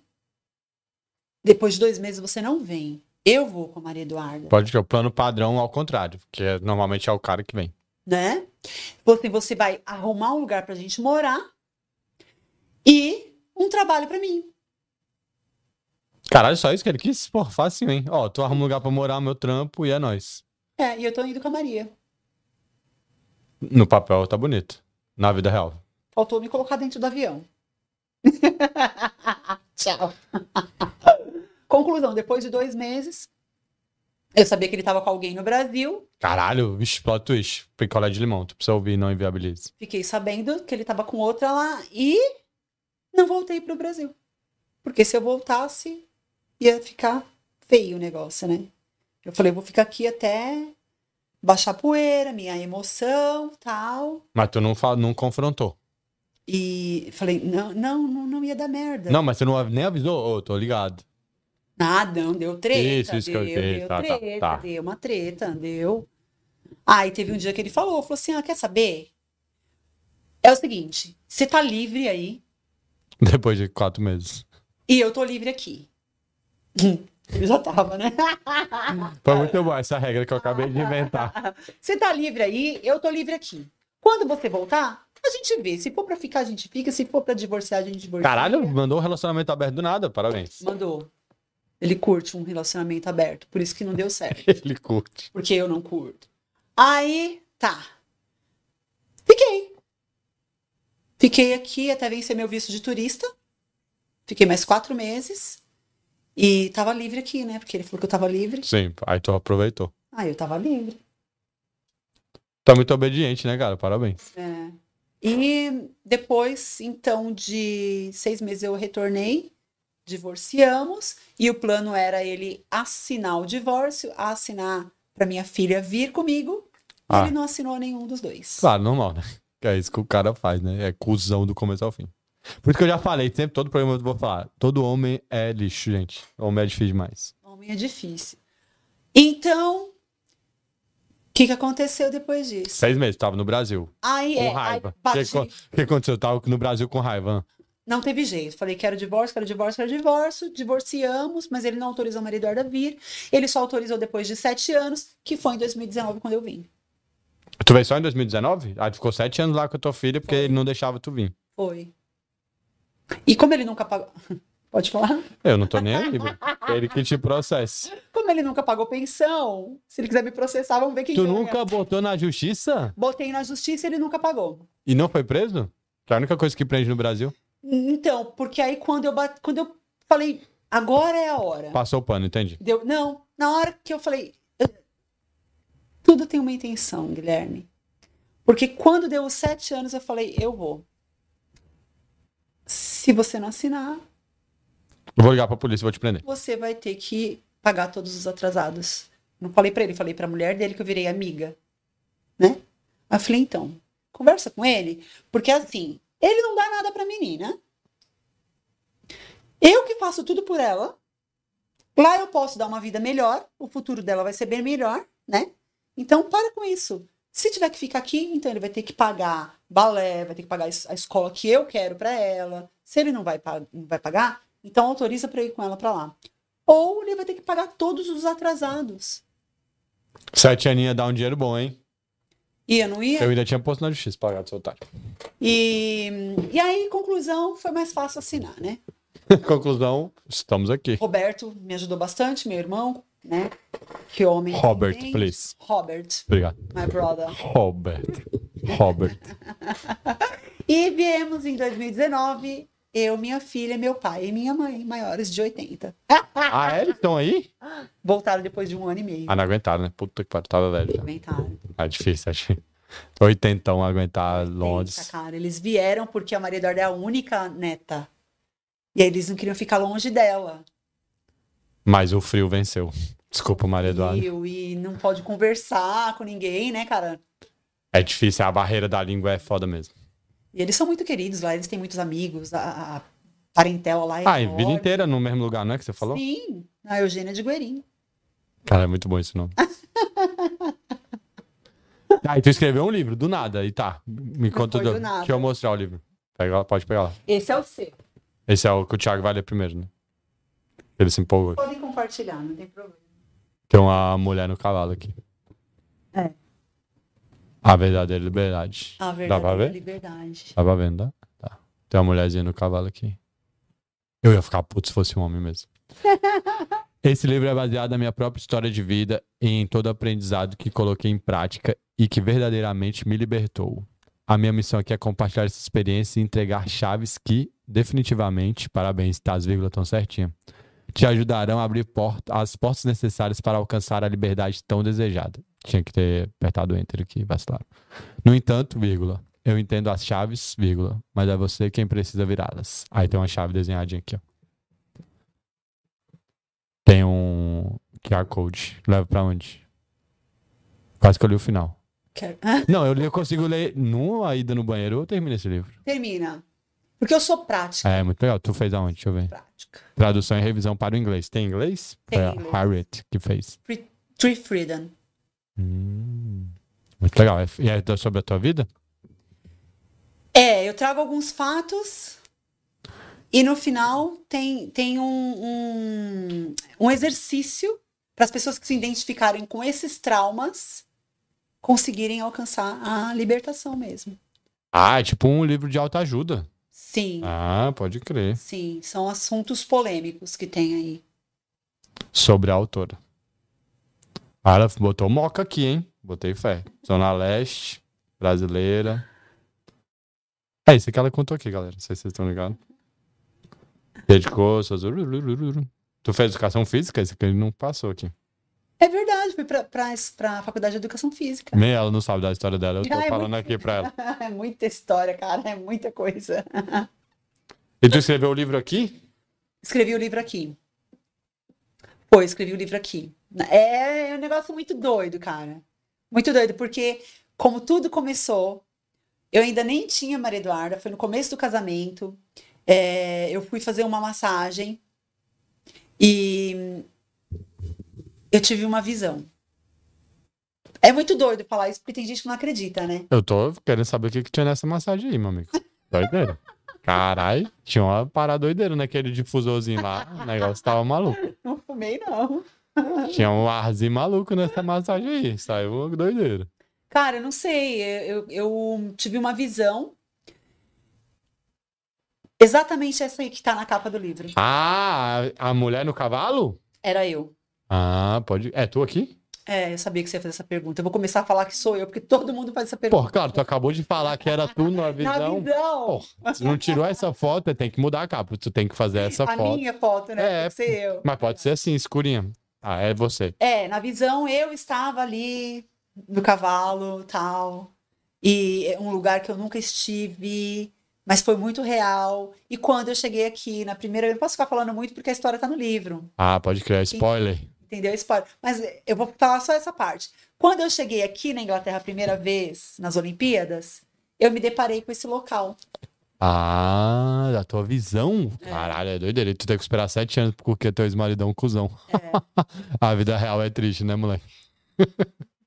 depois de dois meses você não vem. Eu vou com a Maria Eduarda, Pode ser o plano padrão ao contrário, porque é- normalmente é o cara que vem. né? Você, você vai arrumar um lugar pra gente morar e um trabalho pra mim. Caralho, só isso que ele quis? Pô, fácil, hein? Ó, tu arruma um lugar pra morar, meu trampo, e é nóis. É, e eu tô indo com a Maria. No papel tá bonito. Na vida real. Faltou me colocar dentro do avião. Tchau. Conclusão, depois de dois meses, eu sabia que ele estava com alguém no Brasil, Caralho, vixe, plot twist. Picolé de limão, tu precisa ouvir, não inviabilize. fiquei sabendo que ele estava com outra lá e não voltei para o Brasil. Porque se eu voltasse, ia ficar feio o negócio, né? Eu falei, vou ficar aqui até baixar a poeira, minha emoção, tal. Mas tu não, fala, não confrontou. E falei, não, não, não, não ia dar merda. Não, mas tu não av- nem avisou? Ô, tô ligado. [laughs] Nada, não deu treta. Isso, isso que eu deu, entendi. deu Tá, tá, treta, tá. deu uma treta, deu. Aí teve um dia que ele falou, falou assim: ah, quer saber? É o seguinte, você tá livre aí Depois de quatro meses. e eu tô livre aqui. [laughs] Eu já tava, né? [laughs] Foi muito bom essa regra que eu acabei de inventar. Você tá livre aí, eu tô livre aqui. Quando você voltar, a gente vê. Se for pra ficar, a gente fica. Se for pra divorciar, a gente divorcia. Caralho, mandou um relacionamento aberto do nada, parabéns. [laughs] Mandou. Ele curte um relacionamento aberto, por isso que não deu certo. Ele curte. porque eu não curto. Aí, tá. Fiquei. Fiquei aqui até vencer meu visto de turista. Fiquei mais quatro meses. E tava livre aqui, né? Porque ele falou que eu tava livre. Sim, aí tu aproveitou. Ah, eu tava livre. Tá muito obediente, né, cara? Parabéns. É. E depois, então, de seis meses eu retornei, divorciamos, e o plano era ele assinar o divórcio, assinar pra minha filha vir comigo. E Ah. ele não assinou nenhum dos dois. Claro, normal, né? Que é isso que o cara faz, né? É cuzão do começo ao fim. Por isso que eu já falei, sempre todo programa eu vou falar. Todo homem é lixo, é gente. Homem é difícil demais. Homem é difícil. Então, que, que aconteceu depois disso? Seis meses, tava no Brasil. Aí, assim. Com é, aí raiva. O que, bati. co- que aconteceu? Eu tava no Brasil com raiva. né? Não teve jeito. Falei, quero divórcio, quero divórcio, quero divórcio. Divorciamos, mas ele não autorizou o marido Eduardo a vir. Ele só autorizou depois de sete anos, que foi em 2019, quando eu vim. Tu veio só em 2019? Aí tu ficou sete anos lá com a tua filha porque ele não deixava tu vir. Foi. E como ele nunca pagou. [laughs] Pode falar? Eu não tô nem aí, [laughs] velho. Ele que te processe. Como ele nunca pagou pensão, se ele quiser me processar, vamos ver quem Tu ganha. nunca botou na justiça Botei na justiça e ele nunca pagou. e não foi preso? Que é a única coisa que prende no Brasil. Então, porque aí quando eu, bat- quando eu falei, agora é a hora. Passou o pano, entende? Deu... Não, na hora que eu falei. eu- Tudo tem uma intenção, Guilherme. Porque quando deu os sete anos, eu falei, eu vou. Se você não assinar, Eu vou ligar pra polícia, vou te prender. você vai ter que pagar todos os atrasados. Não falei pra ele, falei pra mulher dele que eu virei amiga, né? Aí eu falei, então, conversa com ele, porque assim, ele não dá nada pra menina. Eu que faço tudo por ela. Lá eu posso dar uma vida melhor, o futuro dela vai ser bem melhor, né? Então, para com isso. Se tiver que ficar aqui, então ele vai ter que pagar balé, vai ter que pagar es- a escola que eu quero pra ela. Se ele não vai, pa- não vai pagar, então autoriza pra eu ir com ela pra lá. Ou ele vai ter que pagar todos os atrasados. Sete aninha dá um dinheiro bom, hein? Ia, não ia? Eu ainda tinha posto na justiça, pagado seu otário. [laughs] E, e aí, conclusão, foi mais fácil assinar, né? Conclusão, estamos aqui. Roberto me ajudou bastante, meu irmão, né? Que homem. Robert, entende. please. Robert, Obrigado. my brother. Robert. [laughs] Robert. E viemos em 2019, eu, minha filha, meu pai e minha mãe, maiores de 80. Ah, é? Eles estão aí? Voltaram depois de um ano e meio. Ah, não aguentaram, né? Puta que pariu, tava velho já. Aguentaram. Ah, difícil, acho. Oitentão aguentar Eita, Londres. cara, eles vieram porque a Maria Eduarda é a única neta. E aí eles não queriam ficar longe dela. Mas o frio venceu. Desculpa, Maria Eduarda. Frio, E não pode conversar com ninguém, né, cara? É difícil, a barreira da língua é foda mesmo. E eles são muito queridos lá, eles têm muitos amigos, a, a parentela lá é Ah, e enorme. vida inteira no mesmo lugar, não é que você falou? Sim, a Eugênia de Guerin. Cara, é muito bom esse [laughs] nome. Ah, e tu escreveu um livro, do nada, e tá. Me conta foi do... do nada. Deixa eu mostrar o livro. Pega lá, pode pegar lá. Esse é o seu. Esse é o que o Thiago vai ler primeiro, né? Ele se empolgou. Podem compartilhar, não tem problema. Tem uma mulher no cavalo aqui. É. A verdadeira liberdade. A Dá pra verdadeira ver? Ah, liberdade. Dá pra ver, não dá? Tá. Tem uma mulherzinha no cavalo aqui. Eu ia ficar puto se fosse um homem mesmo. Esse livro é baseado na minha própria história de vida e em todo aprendizado que coloquei em prática e que verdadeiramente me libertou. A minha missão aqui é compartilhar essa experiência e entregar chaves que, definitivamente, parabéns, tá? As vírgulas tão certinhas. Te ajudarão a abrir porta- as portas necessárias para alcançar a liberdade tão desejada. Tinha que ter apertado o enter aqui, vacilaram. No entanto, vírgula, eu entendo as chaves, vírgula, mas é você quem precisa virá-las. Aí tem uma chave desenhadinha aqui, ó. Tem um QR Code. Leva pra onde? Quase que eu li o final. Quero- Não, eu, li, eu consigo ler numa ida no banheiro, eu termino esse livro. Termina. Porque eu sou prática. É, muito legal. Tu fez aonde? Deixa eu ver. Prática. Tradução e revisão para o inglês. Tem inglês? Tem Foi a inglês. Harriet que fez. Tree Freedom. Hum, muito legal. E é sobre a tua vida? É, eu trago alguns fatos e no final tem, tem um, um, um exercício para as pessoas que se identificarem com esses traumas conseguirem alcançar a libertação mesmo. Ah, é tipo um livro de autoajuda. Sim, Ah, pode crer. sim, são assuntos polêmicos que tem aí. Sobre a autora. Ah, ela botou moca aqui, hein? Botei fé. Zona Leste, brasileira. É isso que ela contou aqui, galera. Não sei se vocês estão ligados. Dedicou suas. Tu fez educação física? Isso aqui não passou aqui. É verdade, fui para a Faculdade de Educação Física. [laughs] Nem ela não sabe da história dela. Eu tô Ah, é muito- falando aqui pra ela. É muita história, cara, é muita coisa. E tu escreveu o livro aqui? Escrevi o livro aqui. Pô, escrevi o livro aqui. É, é um negócio muito doido, cara. Muito doido, porque como tudo começou, eu ainda nem tinha Maria Eduarda, foi no começo do casamento. É, eu fui fazer uma massagem e eu tive uma visão. É muito doido falar isso, porque tem gente que não acredita, né? Eu tô querendo saber o que, que tinha nessa massagem aí, meu amigo. Doideira. Caralho, tinha uma parada doideira naquele difusorzinho lá. O negócio tava maluco. Não fumei, não. Tinha um arzinho maluco nessa massagem aí. Saiu uma doideira. Cara, eu não sei. Eu, eu- eu tive uma visão. Exatamente essa aí que tá na capa do livro. Ah, a a mulher no cavalo? Era eu. Ah, pode. É, tu aqui? É, eu sabia que você ia fazer essa pergunta. Eu vou começar a falar que sou eu, porque todo mundo faz essa pergunta. Porra, cara, tu acabou de falar que era tu na Na visão. visão. Porra, tu não tirou essa foto, tem que mudar a capa. Tu tem que fazer essa a foto. minha foto, né? É. Tem que ser eu. [laughs] Mas pode ser assim, escurinha. Ah, é você. É, na visão eu estava ali no cavalo, tal. E é um lugar que eu nunca estive, mas foi muito real. E quando eu cheguei aqui na primeira, eu não posso ficar falando muito porque a história tá no livro, Ah, pode criar spoiler. entendeu? Spoiler. Mas eu vou falar só essa parte. Quando eu cheguei aqui na Inglaterra a primeira vez, nas Olimpíadas, eu me deparei com esse local. Ah, da tua visão? É. Caralho, é doideira. E Tu tem que esperar sete anos porque teu ex-maridão é um cuzão. [laughs] A vida real é triste, né, moleque? [laughs]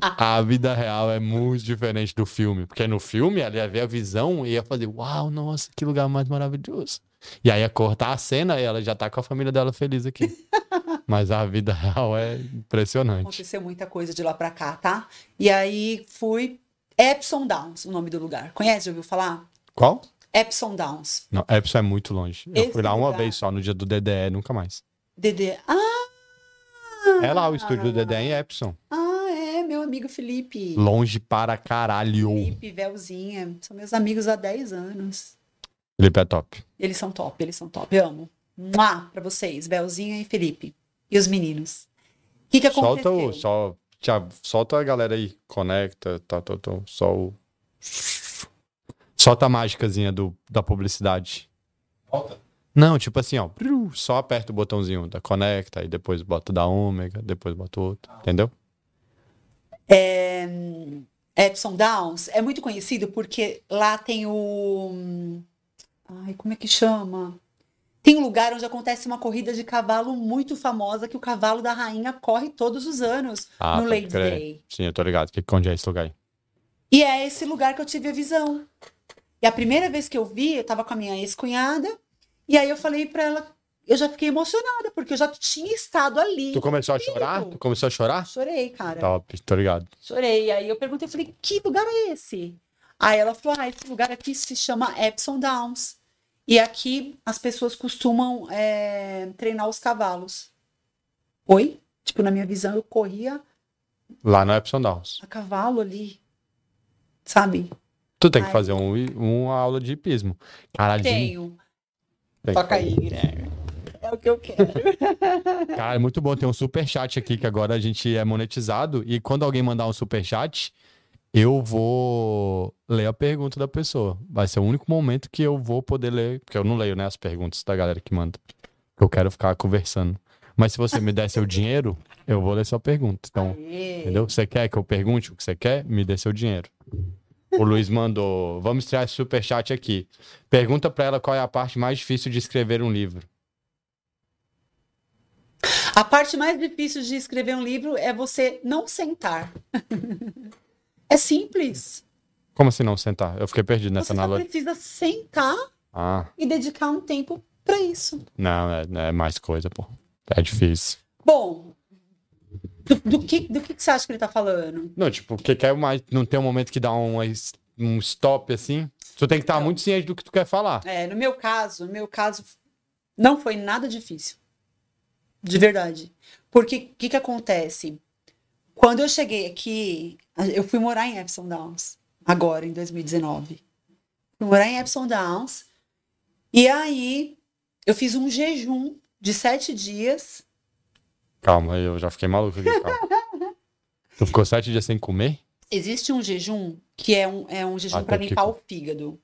a vida real é muito diferente do filme. Porque no filme ela ia ver a visão e ia fazer, uau, nossa, que lugar mais maravilhoso. E aí ia cortar a cena e ela já tá com a família dela feliz [laughs] aqui. Mas a vida real é impressionante. Aconteceu muita coisa de lá pra cá, tá? E aí fui. Epsom Downs, o nome do lugar. Conhece? Já ouviu falar? Qual? Epsom Downs. Não, Epson é muito longe. Eu Esse fui lá uma lugar- vez só, no dia do Dedé, nunca mais. Dedê. Ah! É lá o estúdio do Dedé em Epson. Ah, é, meu amigo Felipe. Longe para caralho. Felipe, Velzinha. São meus amigos há 10 anos. Felipe é top. Eles são top, eles são top. Eu amo. Mua pra vocês, Belzinha e Felipe. E os meninos. O que, que aconteceu? Solta o. Só, tia, solta a galera aí. Conecta, tá, tá, tá, só o. Solta a mágicazinha do, da publicidade. Volta. Não, tipo assim, ó. priu, Só aperta o botãozinho da conecta, aí depois bota da ômega, depois bota outro. Entendeu? É, hum, Epsom Downs é muito conhecido porque lá tem o. hum, Ai, como é que chama? Tem um lugar onde acontece uma corrida de cavalo muito famosa que o cavalo da rainha corre todos os anos Ah, no pode Ladies' crer. Day. Sim, eu tô ligado. Que, onde é esse lugar aí? E é esse lugar que eu tive a visão. E a primeira vez que eu vi, eu tava com a minha ex-cunhada, e aí eu falei pra ela, eu já fiquei emocionada, porque eu já tinha estado ali. Tu Então, começou a chorar? Tu começou a chorar? Chorei, cara. Top, tô ligado. Chorei. Aí eu perguntei, falei, que lugar é esse? Aí ela falou, ah, esse lugar aqui se chama Epsom Downs. E aqui as pessoas costumam é, treinar os cavalos. Oi? Tipo, na minha visão, eu corria Lá no Epson Downs. a cavalo ali. Sabe? Tu tem que Ai. fazer um, uma aula de hipismo. Caralho, Tenho. tem que Toca aí, Guilherme. É o que eu quero. Cara, é muito bom. Tem um superchat aqui que agora a gente é monetizado. E quando alguém mandar um superchat, eu vou ler a pergunta da pessoa. Vai ser o único momento que eu vou poder ler. Porque eu não leio, né, as perguntas da galera que manda. Eu quero ficar conversando. Mas se você me der seu dinheiro, eu vou ler sua pergunta. Então, Aê. entendeu? Você quer que eu pergunte o que você quer? Me dê seu dinheiro. O Luiz mandou. Vamos tirar esse superchat aqui. Pergunta pra ela qual é a parte mais difícil de escrever um livro. A parte mais difícil de escrever um livro é você não sentar. [laughs] é simples. Como assim não sentar? Eu fiquei perdido nessa Você tá só analogia. precisa sentar Ah, e dedicar um tempo para isso. não, é, é mais coisa, pô. É difícil. Bom, do, do que, do que que você acha que ele tá falando? Não, tipo, o que quer mais. Não tem um momento que dá um, es- um stop assim. Tu tem que estar Não. muito ciente do que tu quer falar. É, no meu caso, no meu caso, não foi nada difícil. De verdade. Porque o que, que acontece? Quando eu cheguei aqui, a- eu fui morar em Epsom Downs, agora, em 2019. Fui morar em Epsom Downs. E aí, eu fiz um jejum de sete dias. Calma, eu já fiquei maluco aqui, calma. [laughs] tu ficou sete dias sem comer? Existe um jejum que é um, é um jejum Ah, para tá, limpar o fígado.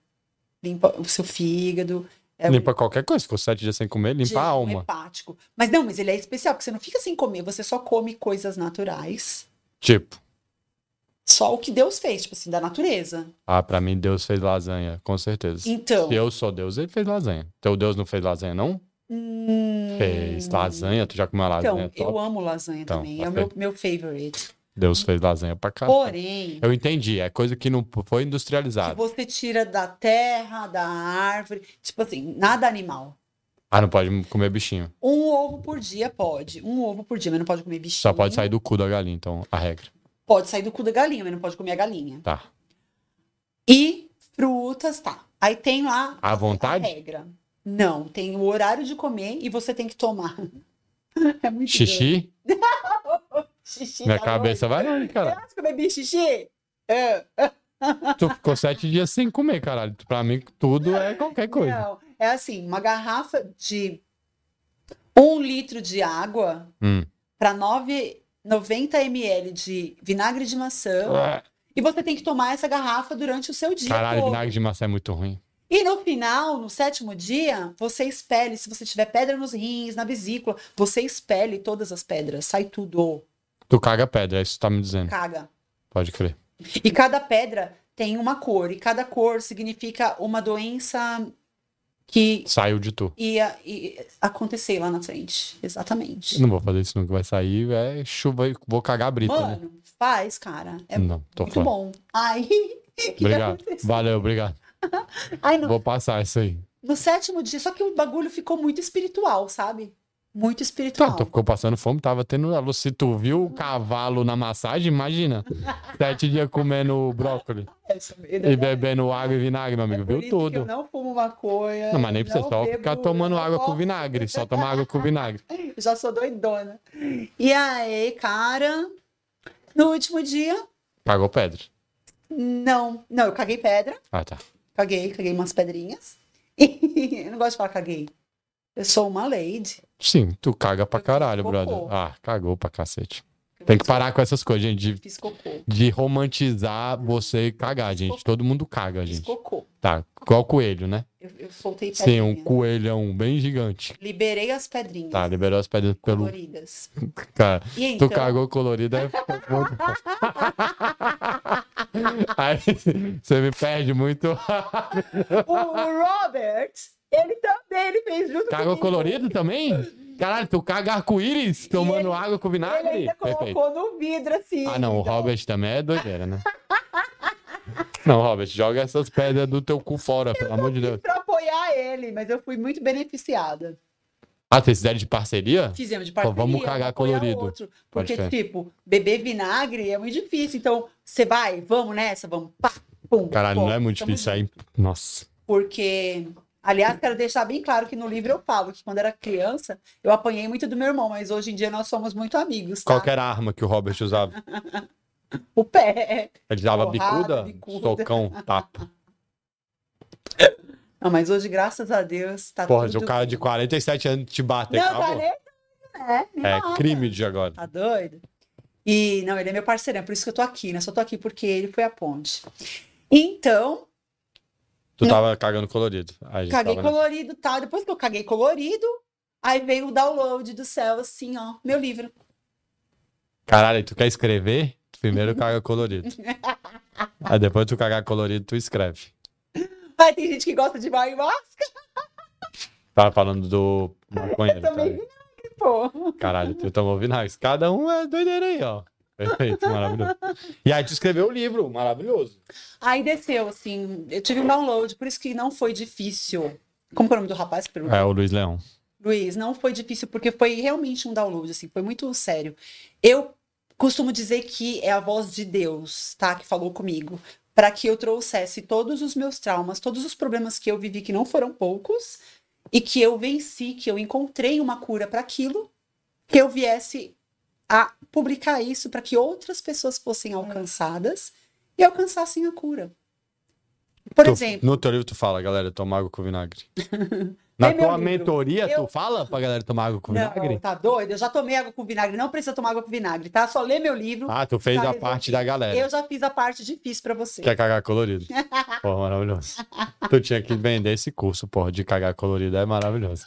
Limpa o seu fígado. É Tipo, um Limpa qualquer coisa. Ficou sete dias sem comer, limpa a jejum alma. hepático. Mas não, mas ele é especial, porque você não fica sem comer, você só come coisas naturais. Tipo, Só o que Deus fez, tipo assim, da natureza. ah, pra mim Deus fez lasanha, com certeza. Então. Se eu sou Deus, ele fez lasanha. Teu Deus não fez lasanha, não? hum, Fez lasanha, tu já comeu lasanha Então, top? eu amo lasanha Então, Tá também. É o ok. meu, meu favorite. Deus fez lasanha pra caralho. Porém, Eu entendi, é coisa que não foi que industrializada. você tira da terra, da árvore, tipo assim, nada animal. Ah, não pode comer bichinho. Um ovo por dia pode. Um ovo por dia, mas não pode comer bichinho. Só pode sair do cu da galinha, então, a regra. Pode sair do cu da galinha, mas não pode comer a galinha. Tá. E frutas, tá. Aí tem lá À a vontade? regra. Não, tem o horário de comer e você tem que tomar. [laughs] É muito Xixi? doido. Xixi Minha tá cabeça vai longe, doido. cara. Você acha que eu bebi xixi? É. Tu ficou sete dias sem comer, caralho. Pra mim, tudo é qualquer coisa. Não, é assim, uma garrafa de um litro de água Hum. para 90 ml de vinagre de maçã. Ah, E você tem que tomar essa garrafa durante o seu dia. Caralho, todo. vinagre de maçã é muito ruim. E no final, no sétimo dia, você expele. Se você tiver pedra nos rins, na vesícula, você expele todas as pedras. Sai tudo. Tu caga pedra, é isso que tu tá me dizendo. Caga. Pode crer. E cada pedra tem uma cor. E cada cor significa uma doença que Saiu de tu. ia, ia acontecer lá na frente. Exatamente. Não vou fazer isso nunca, vai sair, é chuva e vou cagar a brita, né? Mano, faz, cara. É Não, tô muito fora. bom. Ai, [laughs] que que Obrigado. aconteceu? Valeu, obrigado. Ai, no, Vou passar isso aí. no sétimo dia, só que o bagulho ficou muito espiritual, sabe? Muito Tá, espiritual. tu ficou passando fome, tava tendo a luz. Se tu viu o cavalo na massagem, [laughs] imagina. Sete dias comendo brócolis É isso mesmo. e bebendo água e vinagre, meu amigo. É Por Viu isso que eu tudo. não fumo maconha. Não, mas nem precisa não só bebo, ficar tomando não água com tomo, vinagre. Só tomar água com vinagre. [laughs] Já sou doidona. E aí, cara, no último dia, Cagou pedra. não. Não, eu caguei pedra. Ah, tá. Caguei, caguei umas pedrinhas. [laughs] eu não gosto de falar caguei. Eu sou uma lady. Sim, tu caga pra caralho, Cocô. brother. Ah, cagou pra cacete. Tem que parar com essas coisas, gente, de, Fiz cocô. de romantizar você cagar, gente. Todo mundo caga, Fiz gente. cocô. Tá, qual coelho, né? Eu, eu soltei Sim, pedrinha. um coelhão bem gigante. Liberei as pedrinhas Tá, liberou as pedras pelo coloridas. [laughs] cara. E Tu então, cagou colorido, é aí ficou [laughs] muito fofo. [laughs] Aí você me perde muito. o Robert, ele também ele fez junto Cagou comigo. colorido também? Caralho, tu caga arco-íris tomando ele- água com Ele vinagre? ainda colocou Perfeito. no vidro, assim. Ah, não, o então. Robert também é doideira, né? Não, Robert, joga essas pedras do teu cu fora, pelo amor de Deus. Pra apoiar ele, mas eu fui muito beneficiada. Ah, vocês fizeram de parceria? Fizemos de Pô, parceria. vamos cagar pra apoiar colorido. outro, porque, crer. tipo, beber vinagre é muito difícil. Então, você vai, vamos nessa, vamos. Pá, pum, Caralho, pô, não é muito tamo difícil aí. Nossa. porque aliás quero deixar bem claro que no livro eu falo que quando era criança eu apanhei muito do meu irmão mas hoje em dia nós somos muito amigos tá? Qual que é? era a arma que o Robert usava? o pé Ele dava bicuda? Porrada, bicuda. Socão, tapa. não mas hoje graças a Deus tá Porra, se tudo o cara de 47 anos te bater, não tá acabou. nem né? Me É mata. crime de agora. tá doido e não ele é meu parceirão por isso que eu tô aqui né só tô aqui porque ele foi a ponte então Tu tava cagando colorido. Aí a gente Caguei tava, né? colorido, tá? Depois que eu caguei colorido, aí veio o download do céu, assim, ó, meu livro. Caralho, tu quer escrever? Primeiro [laughs] caga colorido. Aí depois tu cagar colorido, tu escreve. Aí tem gente que gosta de marihuana, Tava falando do maconheiro. também Cara. pô. Caralho, tu tomou vinagre. Cada um é doideira aí, ó. Perfeito, maravilhoso. E aí tu escreveu o livro, maravilhoso. Aí desceu, assim, eu tive um download, por isso que não foi difícil. Como que é o nome do rapaz que perguntou? É, o Luiz Leão. Luiz, não foi difícil, porque foi realmente um download, assim, foi muito sério. Eu costumo dizer que é a voz de Deus, tá? Que falou comigo, para que eu trouxesse todos os meus traumas, todos os problemas que eu vivi, que não foram poucos, e que eu venci, que eu encontrei uma cura para aquilo, que eu viesse a publicar isso para que outras pessoas fossem alcançadas e alcançassem a cura. Por Tu- exemplo, No teu livro tu fala, galera, toma água com [laughs] vinagre. Na meu tua livro. mentoria, Eu- tu fala pra galera tomar água com vinagre? Não, tá doido? Eu já tomei água com vinagre, não precisa tomar água com vinagre, tá? Só lê meu livro. Ah, é. tu fez Tá a resolvido. parte da galera. Eu já fiz a parte difícil pra você. Quer cagar [laughs] colorido? Pô, maravilhoso. Tu tinha que vender esse curso, porra, de cagar colorido. É maravilhoso.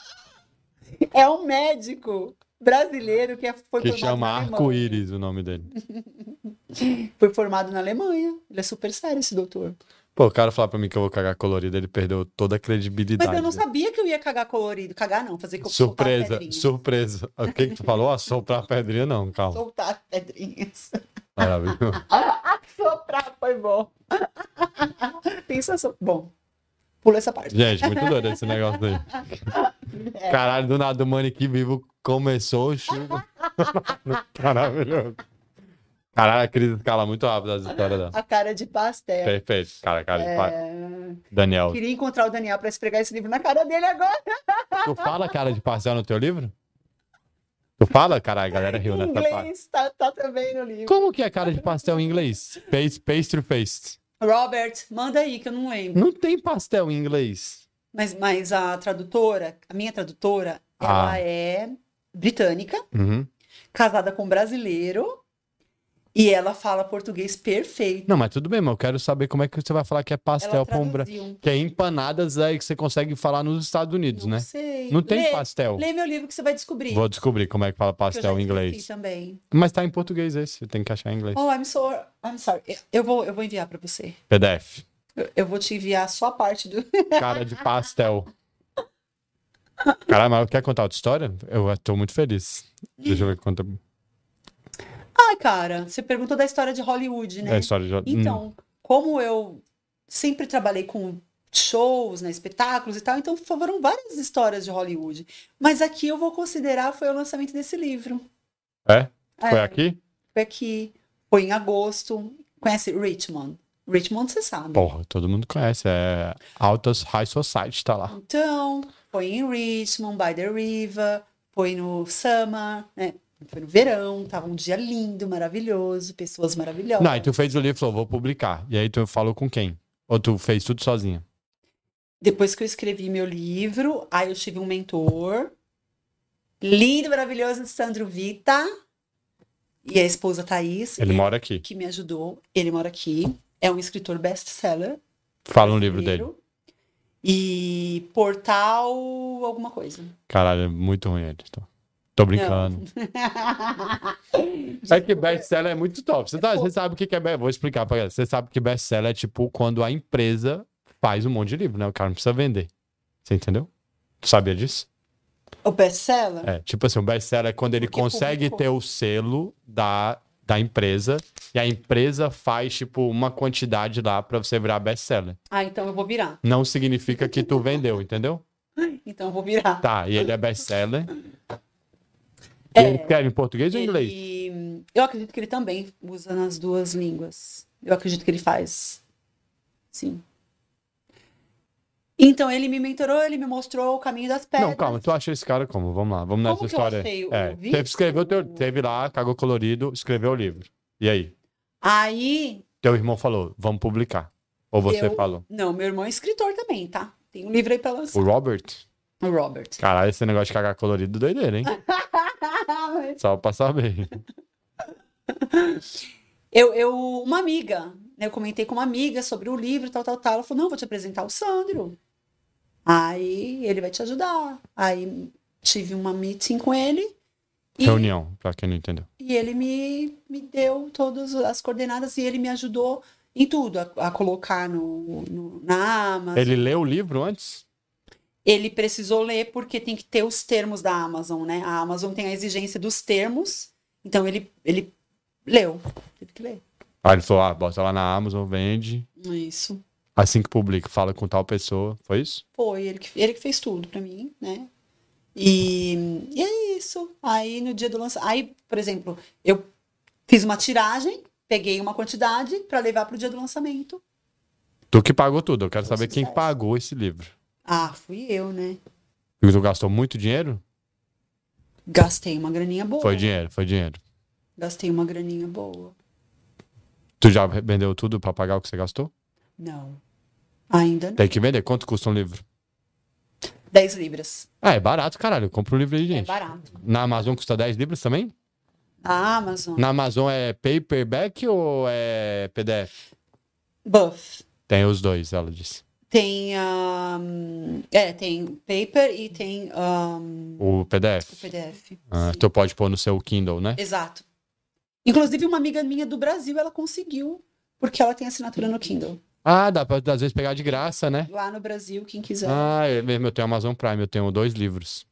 É um médico brasileiro que é- foi Que formado chama na Alemanha. Arco-Íris o nome dele. Foi formado na Alemanha. Ele é super sério, esse doutor. Pô, o cara falar pra mim que eu vou cagar colorido, ele perdeu toda a Mas credibilidade. eu não sabia que eu ia cagar colorido. Cagar não, fazer co- soltar Surpresa, pedrinhas. surpresa. O que que tu falou? Ah, soprar a pedrinha? Não, calma. Soltar pedrinhas. [laughs] Maravilhoso. Soprar foi bom. [laughs] Pensa so... Bom, pula essa parte. Gente, muito doido esse negócio [laughs] aí. É. Caralho, do nada o manequim vivo começou. [laughs] chuva. Maravilhoso. Caralho, a Cris escala muito rápido as histórias dela. A cara de pastel. Perfeito. Cara, cara, pa- É, Daniel, Queria encontrar o Daniel pra esfregar esse livro na cara dele agora. tu fala cara de parcel no teu livro? Tu fala? Caralho, a galera riu Em nessa parte. inglês tá, tá também no livro. Como que é cara de pastel em inglês? Face, face to face. Robert, manda aí que eu não lembro. Não tem pastel em inglês. Mas, mas a tradutora, a minha tradutora, ela Ah. é britânica, Uhum. casada com um brasileiro, e ela fala português perfeito. Não, mas tudo bem, mas eu quero saber como é que você vai falar que é pastel ela pra um bra... traduziu. Que é empanadas aí que você consegue falar nos Estados Unidos, Não né? sei. Não tem lê, pastel. Lê meu livro que você vai descobrir. Vou descobrir como é que fala que eu já pastel em descobri inglês. também. Mas tá em português esse, tem que achar em inglês. Oh, I'm sorry. I'm sorry. Eu vou, eu vou enviar pra você. PDF. Eu- Eu vou te enviar só a parte do. [laughs] Cara de pastel. Caralho, mas quer contar outra história? Eu tô muito feliz. Deixa eu ver quanto Né? Ai, cara, você perguntou da história de Hollywood, é a né? história de... Hum. Então, como eu sempre trabalhei com shows, né, espetáculos e tal, então foram várias histórias de Hollywood. Mas aqui eu vou considerar foi o lançamento desse livro. É? É, Foi aqui? foi aqui, foi em agosto. Conhece Richmond? Richmond você sabe. Porra, todo mundo conhece. É Altas High Society, tá lá. Então, foi em Richmond, by the river, foi no summer, né? Foi no verão, tava um dia lindo, maravilhoso, pessoas maravilhosas. Não, e tu fez o livro e falou, vou publicar. E aí tu falou com quem? Ou tu fez tudo sozinha? Depois que eu escrevi meu livro, aí eu tive um mentor. Lindo, maravilhoso, Sandro Vita. E a esposa Thaís, Ele mora aqui. que me ajudou. Ele mora aqui. É um escritor best-seller. Fala um livro dele. primeiro. E portal alguma coisa. Caralho, é muito ruim ele. Tô, tô brincando. [laughs] É que best-seller é muito top. Você, tá- você sabe o que que é... be- Vou explicar pra galera. Você sabe que best-seller é tipo quando a empresa faz um monte de livro, né? O cara não precisa vender. Você entendeu? Tu sabia disso? o best-seller? É, tipo assim, o best-seller é quando ele Porque consegue publicou. ter o selo da, da empresa e a empresa faz, tipo, uma quantidade lá pra você virar best-seller. Ah, então eu vou virar. Não significa que tu vendeu, entendeu? Então eu vou virar. Tá, e ele é best-seller. É. E ele escreve em português ou em inglês? Ele- Eu acredito que ele também usa nas duas línguas. Eu acredito que ele faz. Sim. Então, ele me mentorou, ele me mostrou o caminho das pedras. Não, calma, tu acha esse cara como? Vamos lá, vamos nessa Como que eu história. achei? Eu é, vi? teve, escreveu teu, teve lá, cagou colorido, escreveu o livro. E aí? Aí, Teu irmão falou, vamos publicar. Ou você Eu- falou? não, meu irmão é escritor também, tá? Tem um livro aí pra O lançar. Robert? O Robert. Caralho, esse negócio de cagar colorido doideira, hein? Ah. Só pra saber. Eu, eu, uma amiga, né, eu comentei com uma amiga sobre o livro, tal, tal, tal. Ela falou: não, vou te apresentar o Sandro. Aí ele vai te ajudar. Aí tive uma meeting com ele. E, Reunião, pra quem não entendeu. e ele me, me deu todas as coordenadas e ele me ajudou em tudo, a, a colocar no, no- na Amazon. Ele... Ele leu o livro antes? precisou ler porque tem que ter os termos da Amazon, né? A Amazon tem a exigência dos termos, então ele, ele leu. Teve que ler. Aí ele falou, ah, bota lá na Amazon, vende. Isso. Assim que publica, fala com tal pessoa. Foi isso? Foi, ele que, ele que fez tudo pra mim, né? E, e é isso. Aí no dia do lançamento. Aí, por exemplo, eu fiz uma tiragem, peguei uma quantidade pra levar pro dia do lançamento. Tu que pagou tudo. Eu quero Foi saber quem sucesso. pagou esse livro. Ah, fui eu, né? E tu gastou muito dinheiro? Gastei uma graninha boa. Foi dinheiro, foi dinheiro. Gastei uma graninha boa. Tu já vendeu tudo pra pagar o que você gastou? Não. Ainda não. Tem que vender. Quanto custa um livro? 10 libras. Ah, é barato, caralho. Compra o livro aí, gente. É barato. Na Amazon custa 10 libras também? A Amazon. Na Amazon é paperback ou é PDF? Buff. Tem os dois, ela disse. Tem. ahn, é, tem paper e tem ahn, O o PDF. PDF. Ah, Sim. tu pode pôr no seu Kindle, né? Exato. Inclusive, uma amiga minha do Brasil, ela conseguiu, porque ela tem assinatura no Kindle. Ah, dá pra às vezes pegar de graça, né? Lá no Brasil, quem quiser. é Ah, eu mesmo, eu tenho Amazon Prime, eu tenho dois livros.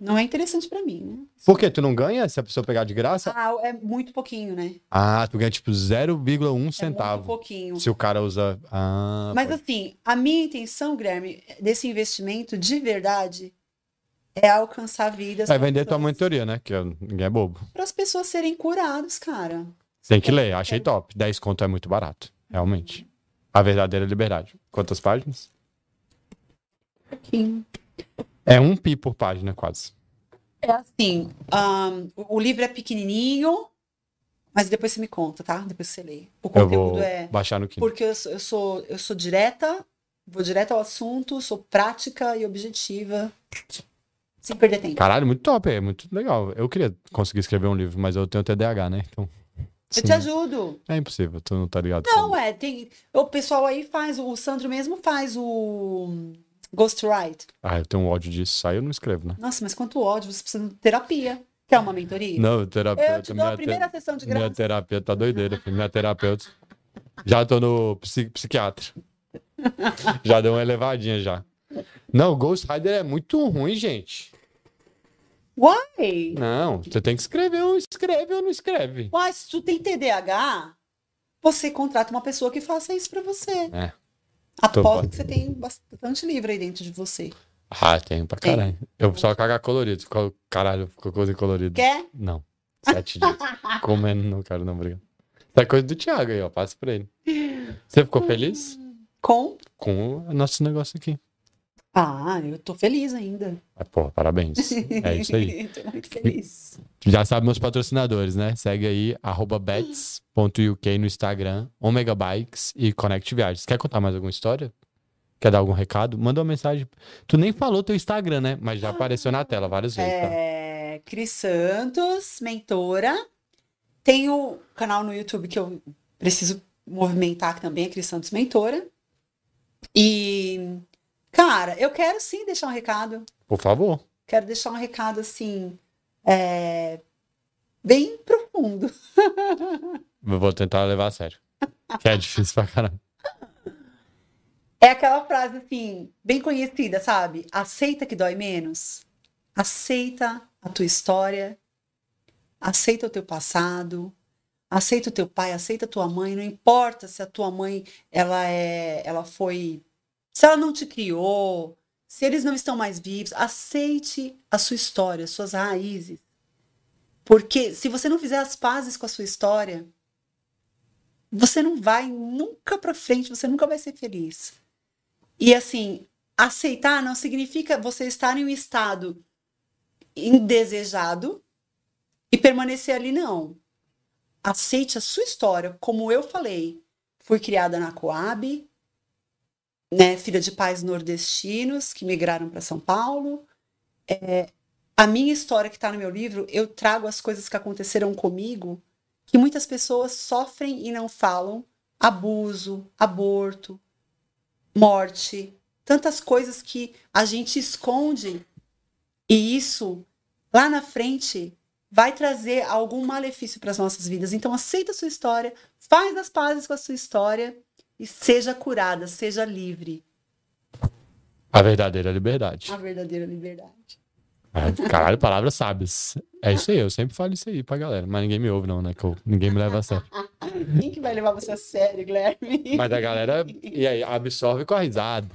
Não é interessante pra mim, né? Por quê? Tu não ganha se a pessoa pegar de graça? Ah, é muito pouquinho, né? Ah, tu ganha tipo 0,1 É muito centavo. pouquinho. Se o cara usa. Ah, Mas pode- assim, a minha intenção, Guilherme, desse investimento de verdade é alcançar vidas vai vender tua monitoria, né? Que eu- ninguém é bobo. para as pessoas serem curadas, cara. Tem É. que ler, achei top. 10 conto é muito barato, realmente. A verdadeira liberdade. Quantas páginas? Pouquinho. É um pi por página, quase. É assim, ahn, o- o livro é pequenininho, mas depois você me conta, tá? Depois você lê. O Eu conteúdo vou é baixar no Kindle. porque eu sou, eu sou eu sou direta, vou direto ao assunto, sou prática e objetiva, sem perder tempo. Caralho, muito top, é muito legal. Eu queria conseguir escrever um livro, mas eu tenho TDAH, né? Então. Eu sim, te ajudo. É impossível, tu não tá ligado. Não, é, tem. O pessoal aí faz, o Sandro mesmo faz o Ghostwrite. Ah, eu tenho um ódio disso, aí eu não escrevo, né? Nossa, mas quanto ódio, você precisa de terapia. Quer uma mentoria? Não, terapeuta. Eu te dou a minha primeira sessão te- de minha graça. terapeuta tá doideira, filho. Minha terapeuta. Já tô no psi- psiquiatra. Já deu uma elevadinha já. Não, Ghost Rider é muito ruim, gente. Uai! Não, você tem que escrever ou escreve ou não escreve. Uai, se tu tem TDAH, você contrata uma pessoa que faça isso pra você. É. Tô Aposto fora. que você tem bastante livro aí dentro de você. Ah, tem pra caralho. Eu só cagar colorido. Col- Caralho, ficou coisa colorida. Quer? Não. Sete dias. Comendo, não, cara, não, obrigado. Isso é coisa do Thiago aí, ó. Passa pra ele. Você ficou feliz Com? com o nosso negócio aqui? Ah, eu tô feliz ainda. Ah, Porra, parabéns. É isso aí. [laughs] tô muito feliz. Já sabe meus patrocinadores, né? Segue aí, arroba bets.uk no Instagram, Omega Bikes e Connect Viagens. Quer contar mais alguma história? Quer dar algum recado? Manda uma mensagem. Tu nem falou teu Instagram, né? Mas já apareceu na tela várias vezes, tá? É, Cris Santos, mentora. Tem o canal no YouTube que eu preciso movimentar que também, é Cris Santos Mentora. E, cara, eu quero sim deixar um recado. Por favor. Quero deixar um recado assim, é, bem profundo. Eu vou tentar levar a sério. Que é difícil pra caralho. É aquela frase assim, bem conhecida, sabe? Aceita que dói menos. Aceita a tua história. Aceita o teu passado. Aceita o teu pai, aceita a tua mãe, não importa se a tua mãe ela é, ela foi, se ela não te criou, se eles não estão mais vivos, aceite a sua história, as suas raízes. Porque se você não fizer as pazes com a sua história, você não vai nunca pra frente, você nunca vai ser feliz. E assim, aceitar não significa você estar em um estado indesejado e permanecer ali, não. Aceite a sua história, como eu falei. Fui criada na Coab, né, filha de pais nordestinos que migraram para São Paulo. É, a minha história que está no meu livro, eu trago as coisas que aconteceram comigo, que muitas pessoas sofrem e não falam: abuso, aborto, morte, tantas coisas que a gente esconde. E isso, lá na frente, vai trazer algum malefício para as nossas vidas. Então, aceita a sua história, faz as pazes com a sua história e seja curada, seja livre. A verdadeira liberdade. A verdadeira liberdade. Ah, Caralho, palavras sábias. É isso aí, eu sempre falo isso aí pra galera. Mas ninguém me ouve, não, né? Que eu- ninguém me leva a sério. Quem que vai levar você a sério, Guilherme? Mas a galera e aí, absorve com a risada.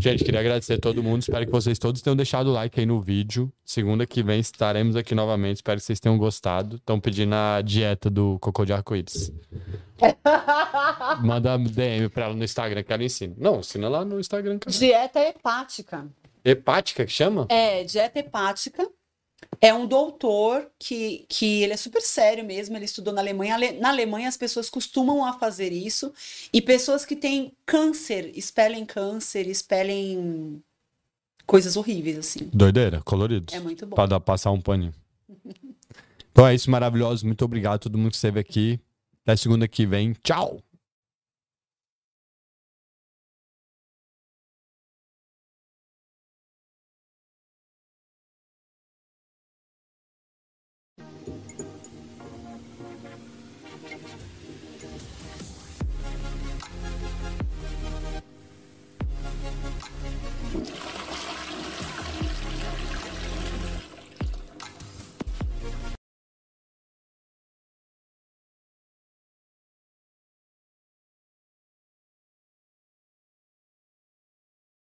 Gente, queria agradecer a todo mundo. Espero que vocês todos tenham deixado o like aí no vídeo. Segunda que vem estaremos aqui novamente. Espero que vocês tenham gostado. Estão pedindo a dieta do cocô de [laughs] arco-íris. Manda DM pra ela no Instagram que ela ensina. Não, ensina lá no Instagram. Cara. Dieta é hepática. Hepática que chama? É, dieta hepática. É um doutor que, que ele é super sério mesmo, ele estudou na Alemanha. Ale- Na Alemanha as pessoas costumam a fazer isso. E pessoas que têm câncer, expelem câncer, expelem coisas horríveis, assim. Doideira, colorido. É muito bom. Pra dar, passar um paninho. então é isso, maravilhoso. Muito obrigado a todo mundo que esteve aqui. Até segunda que vem. Tchau!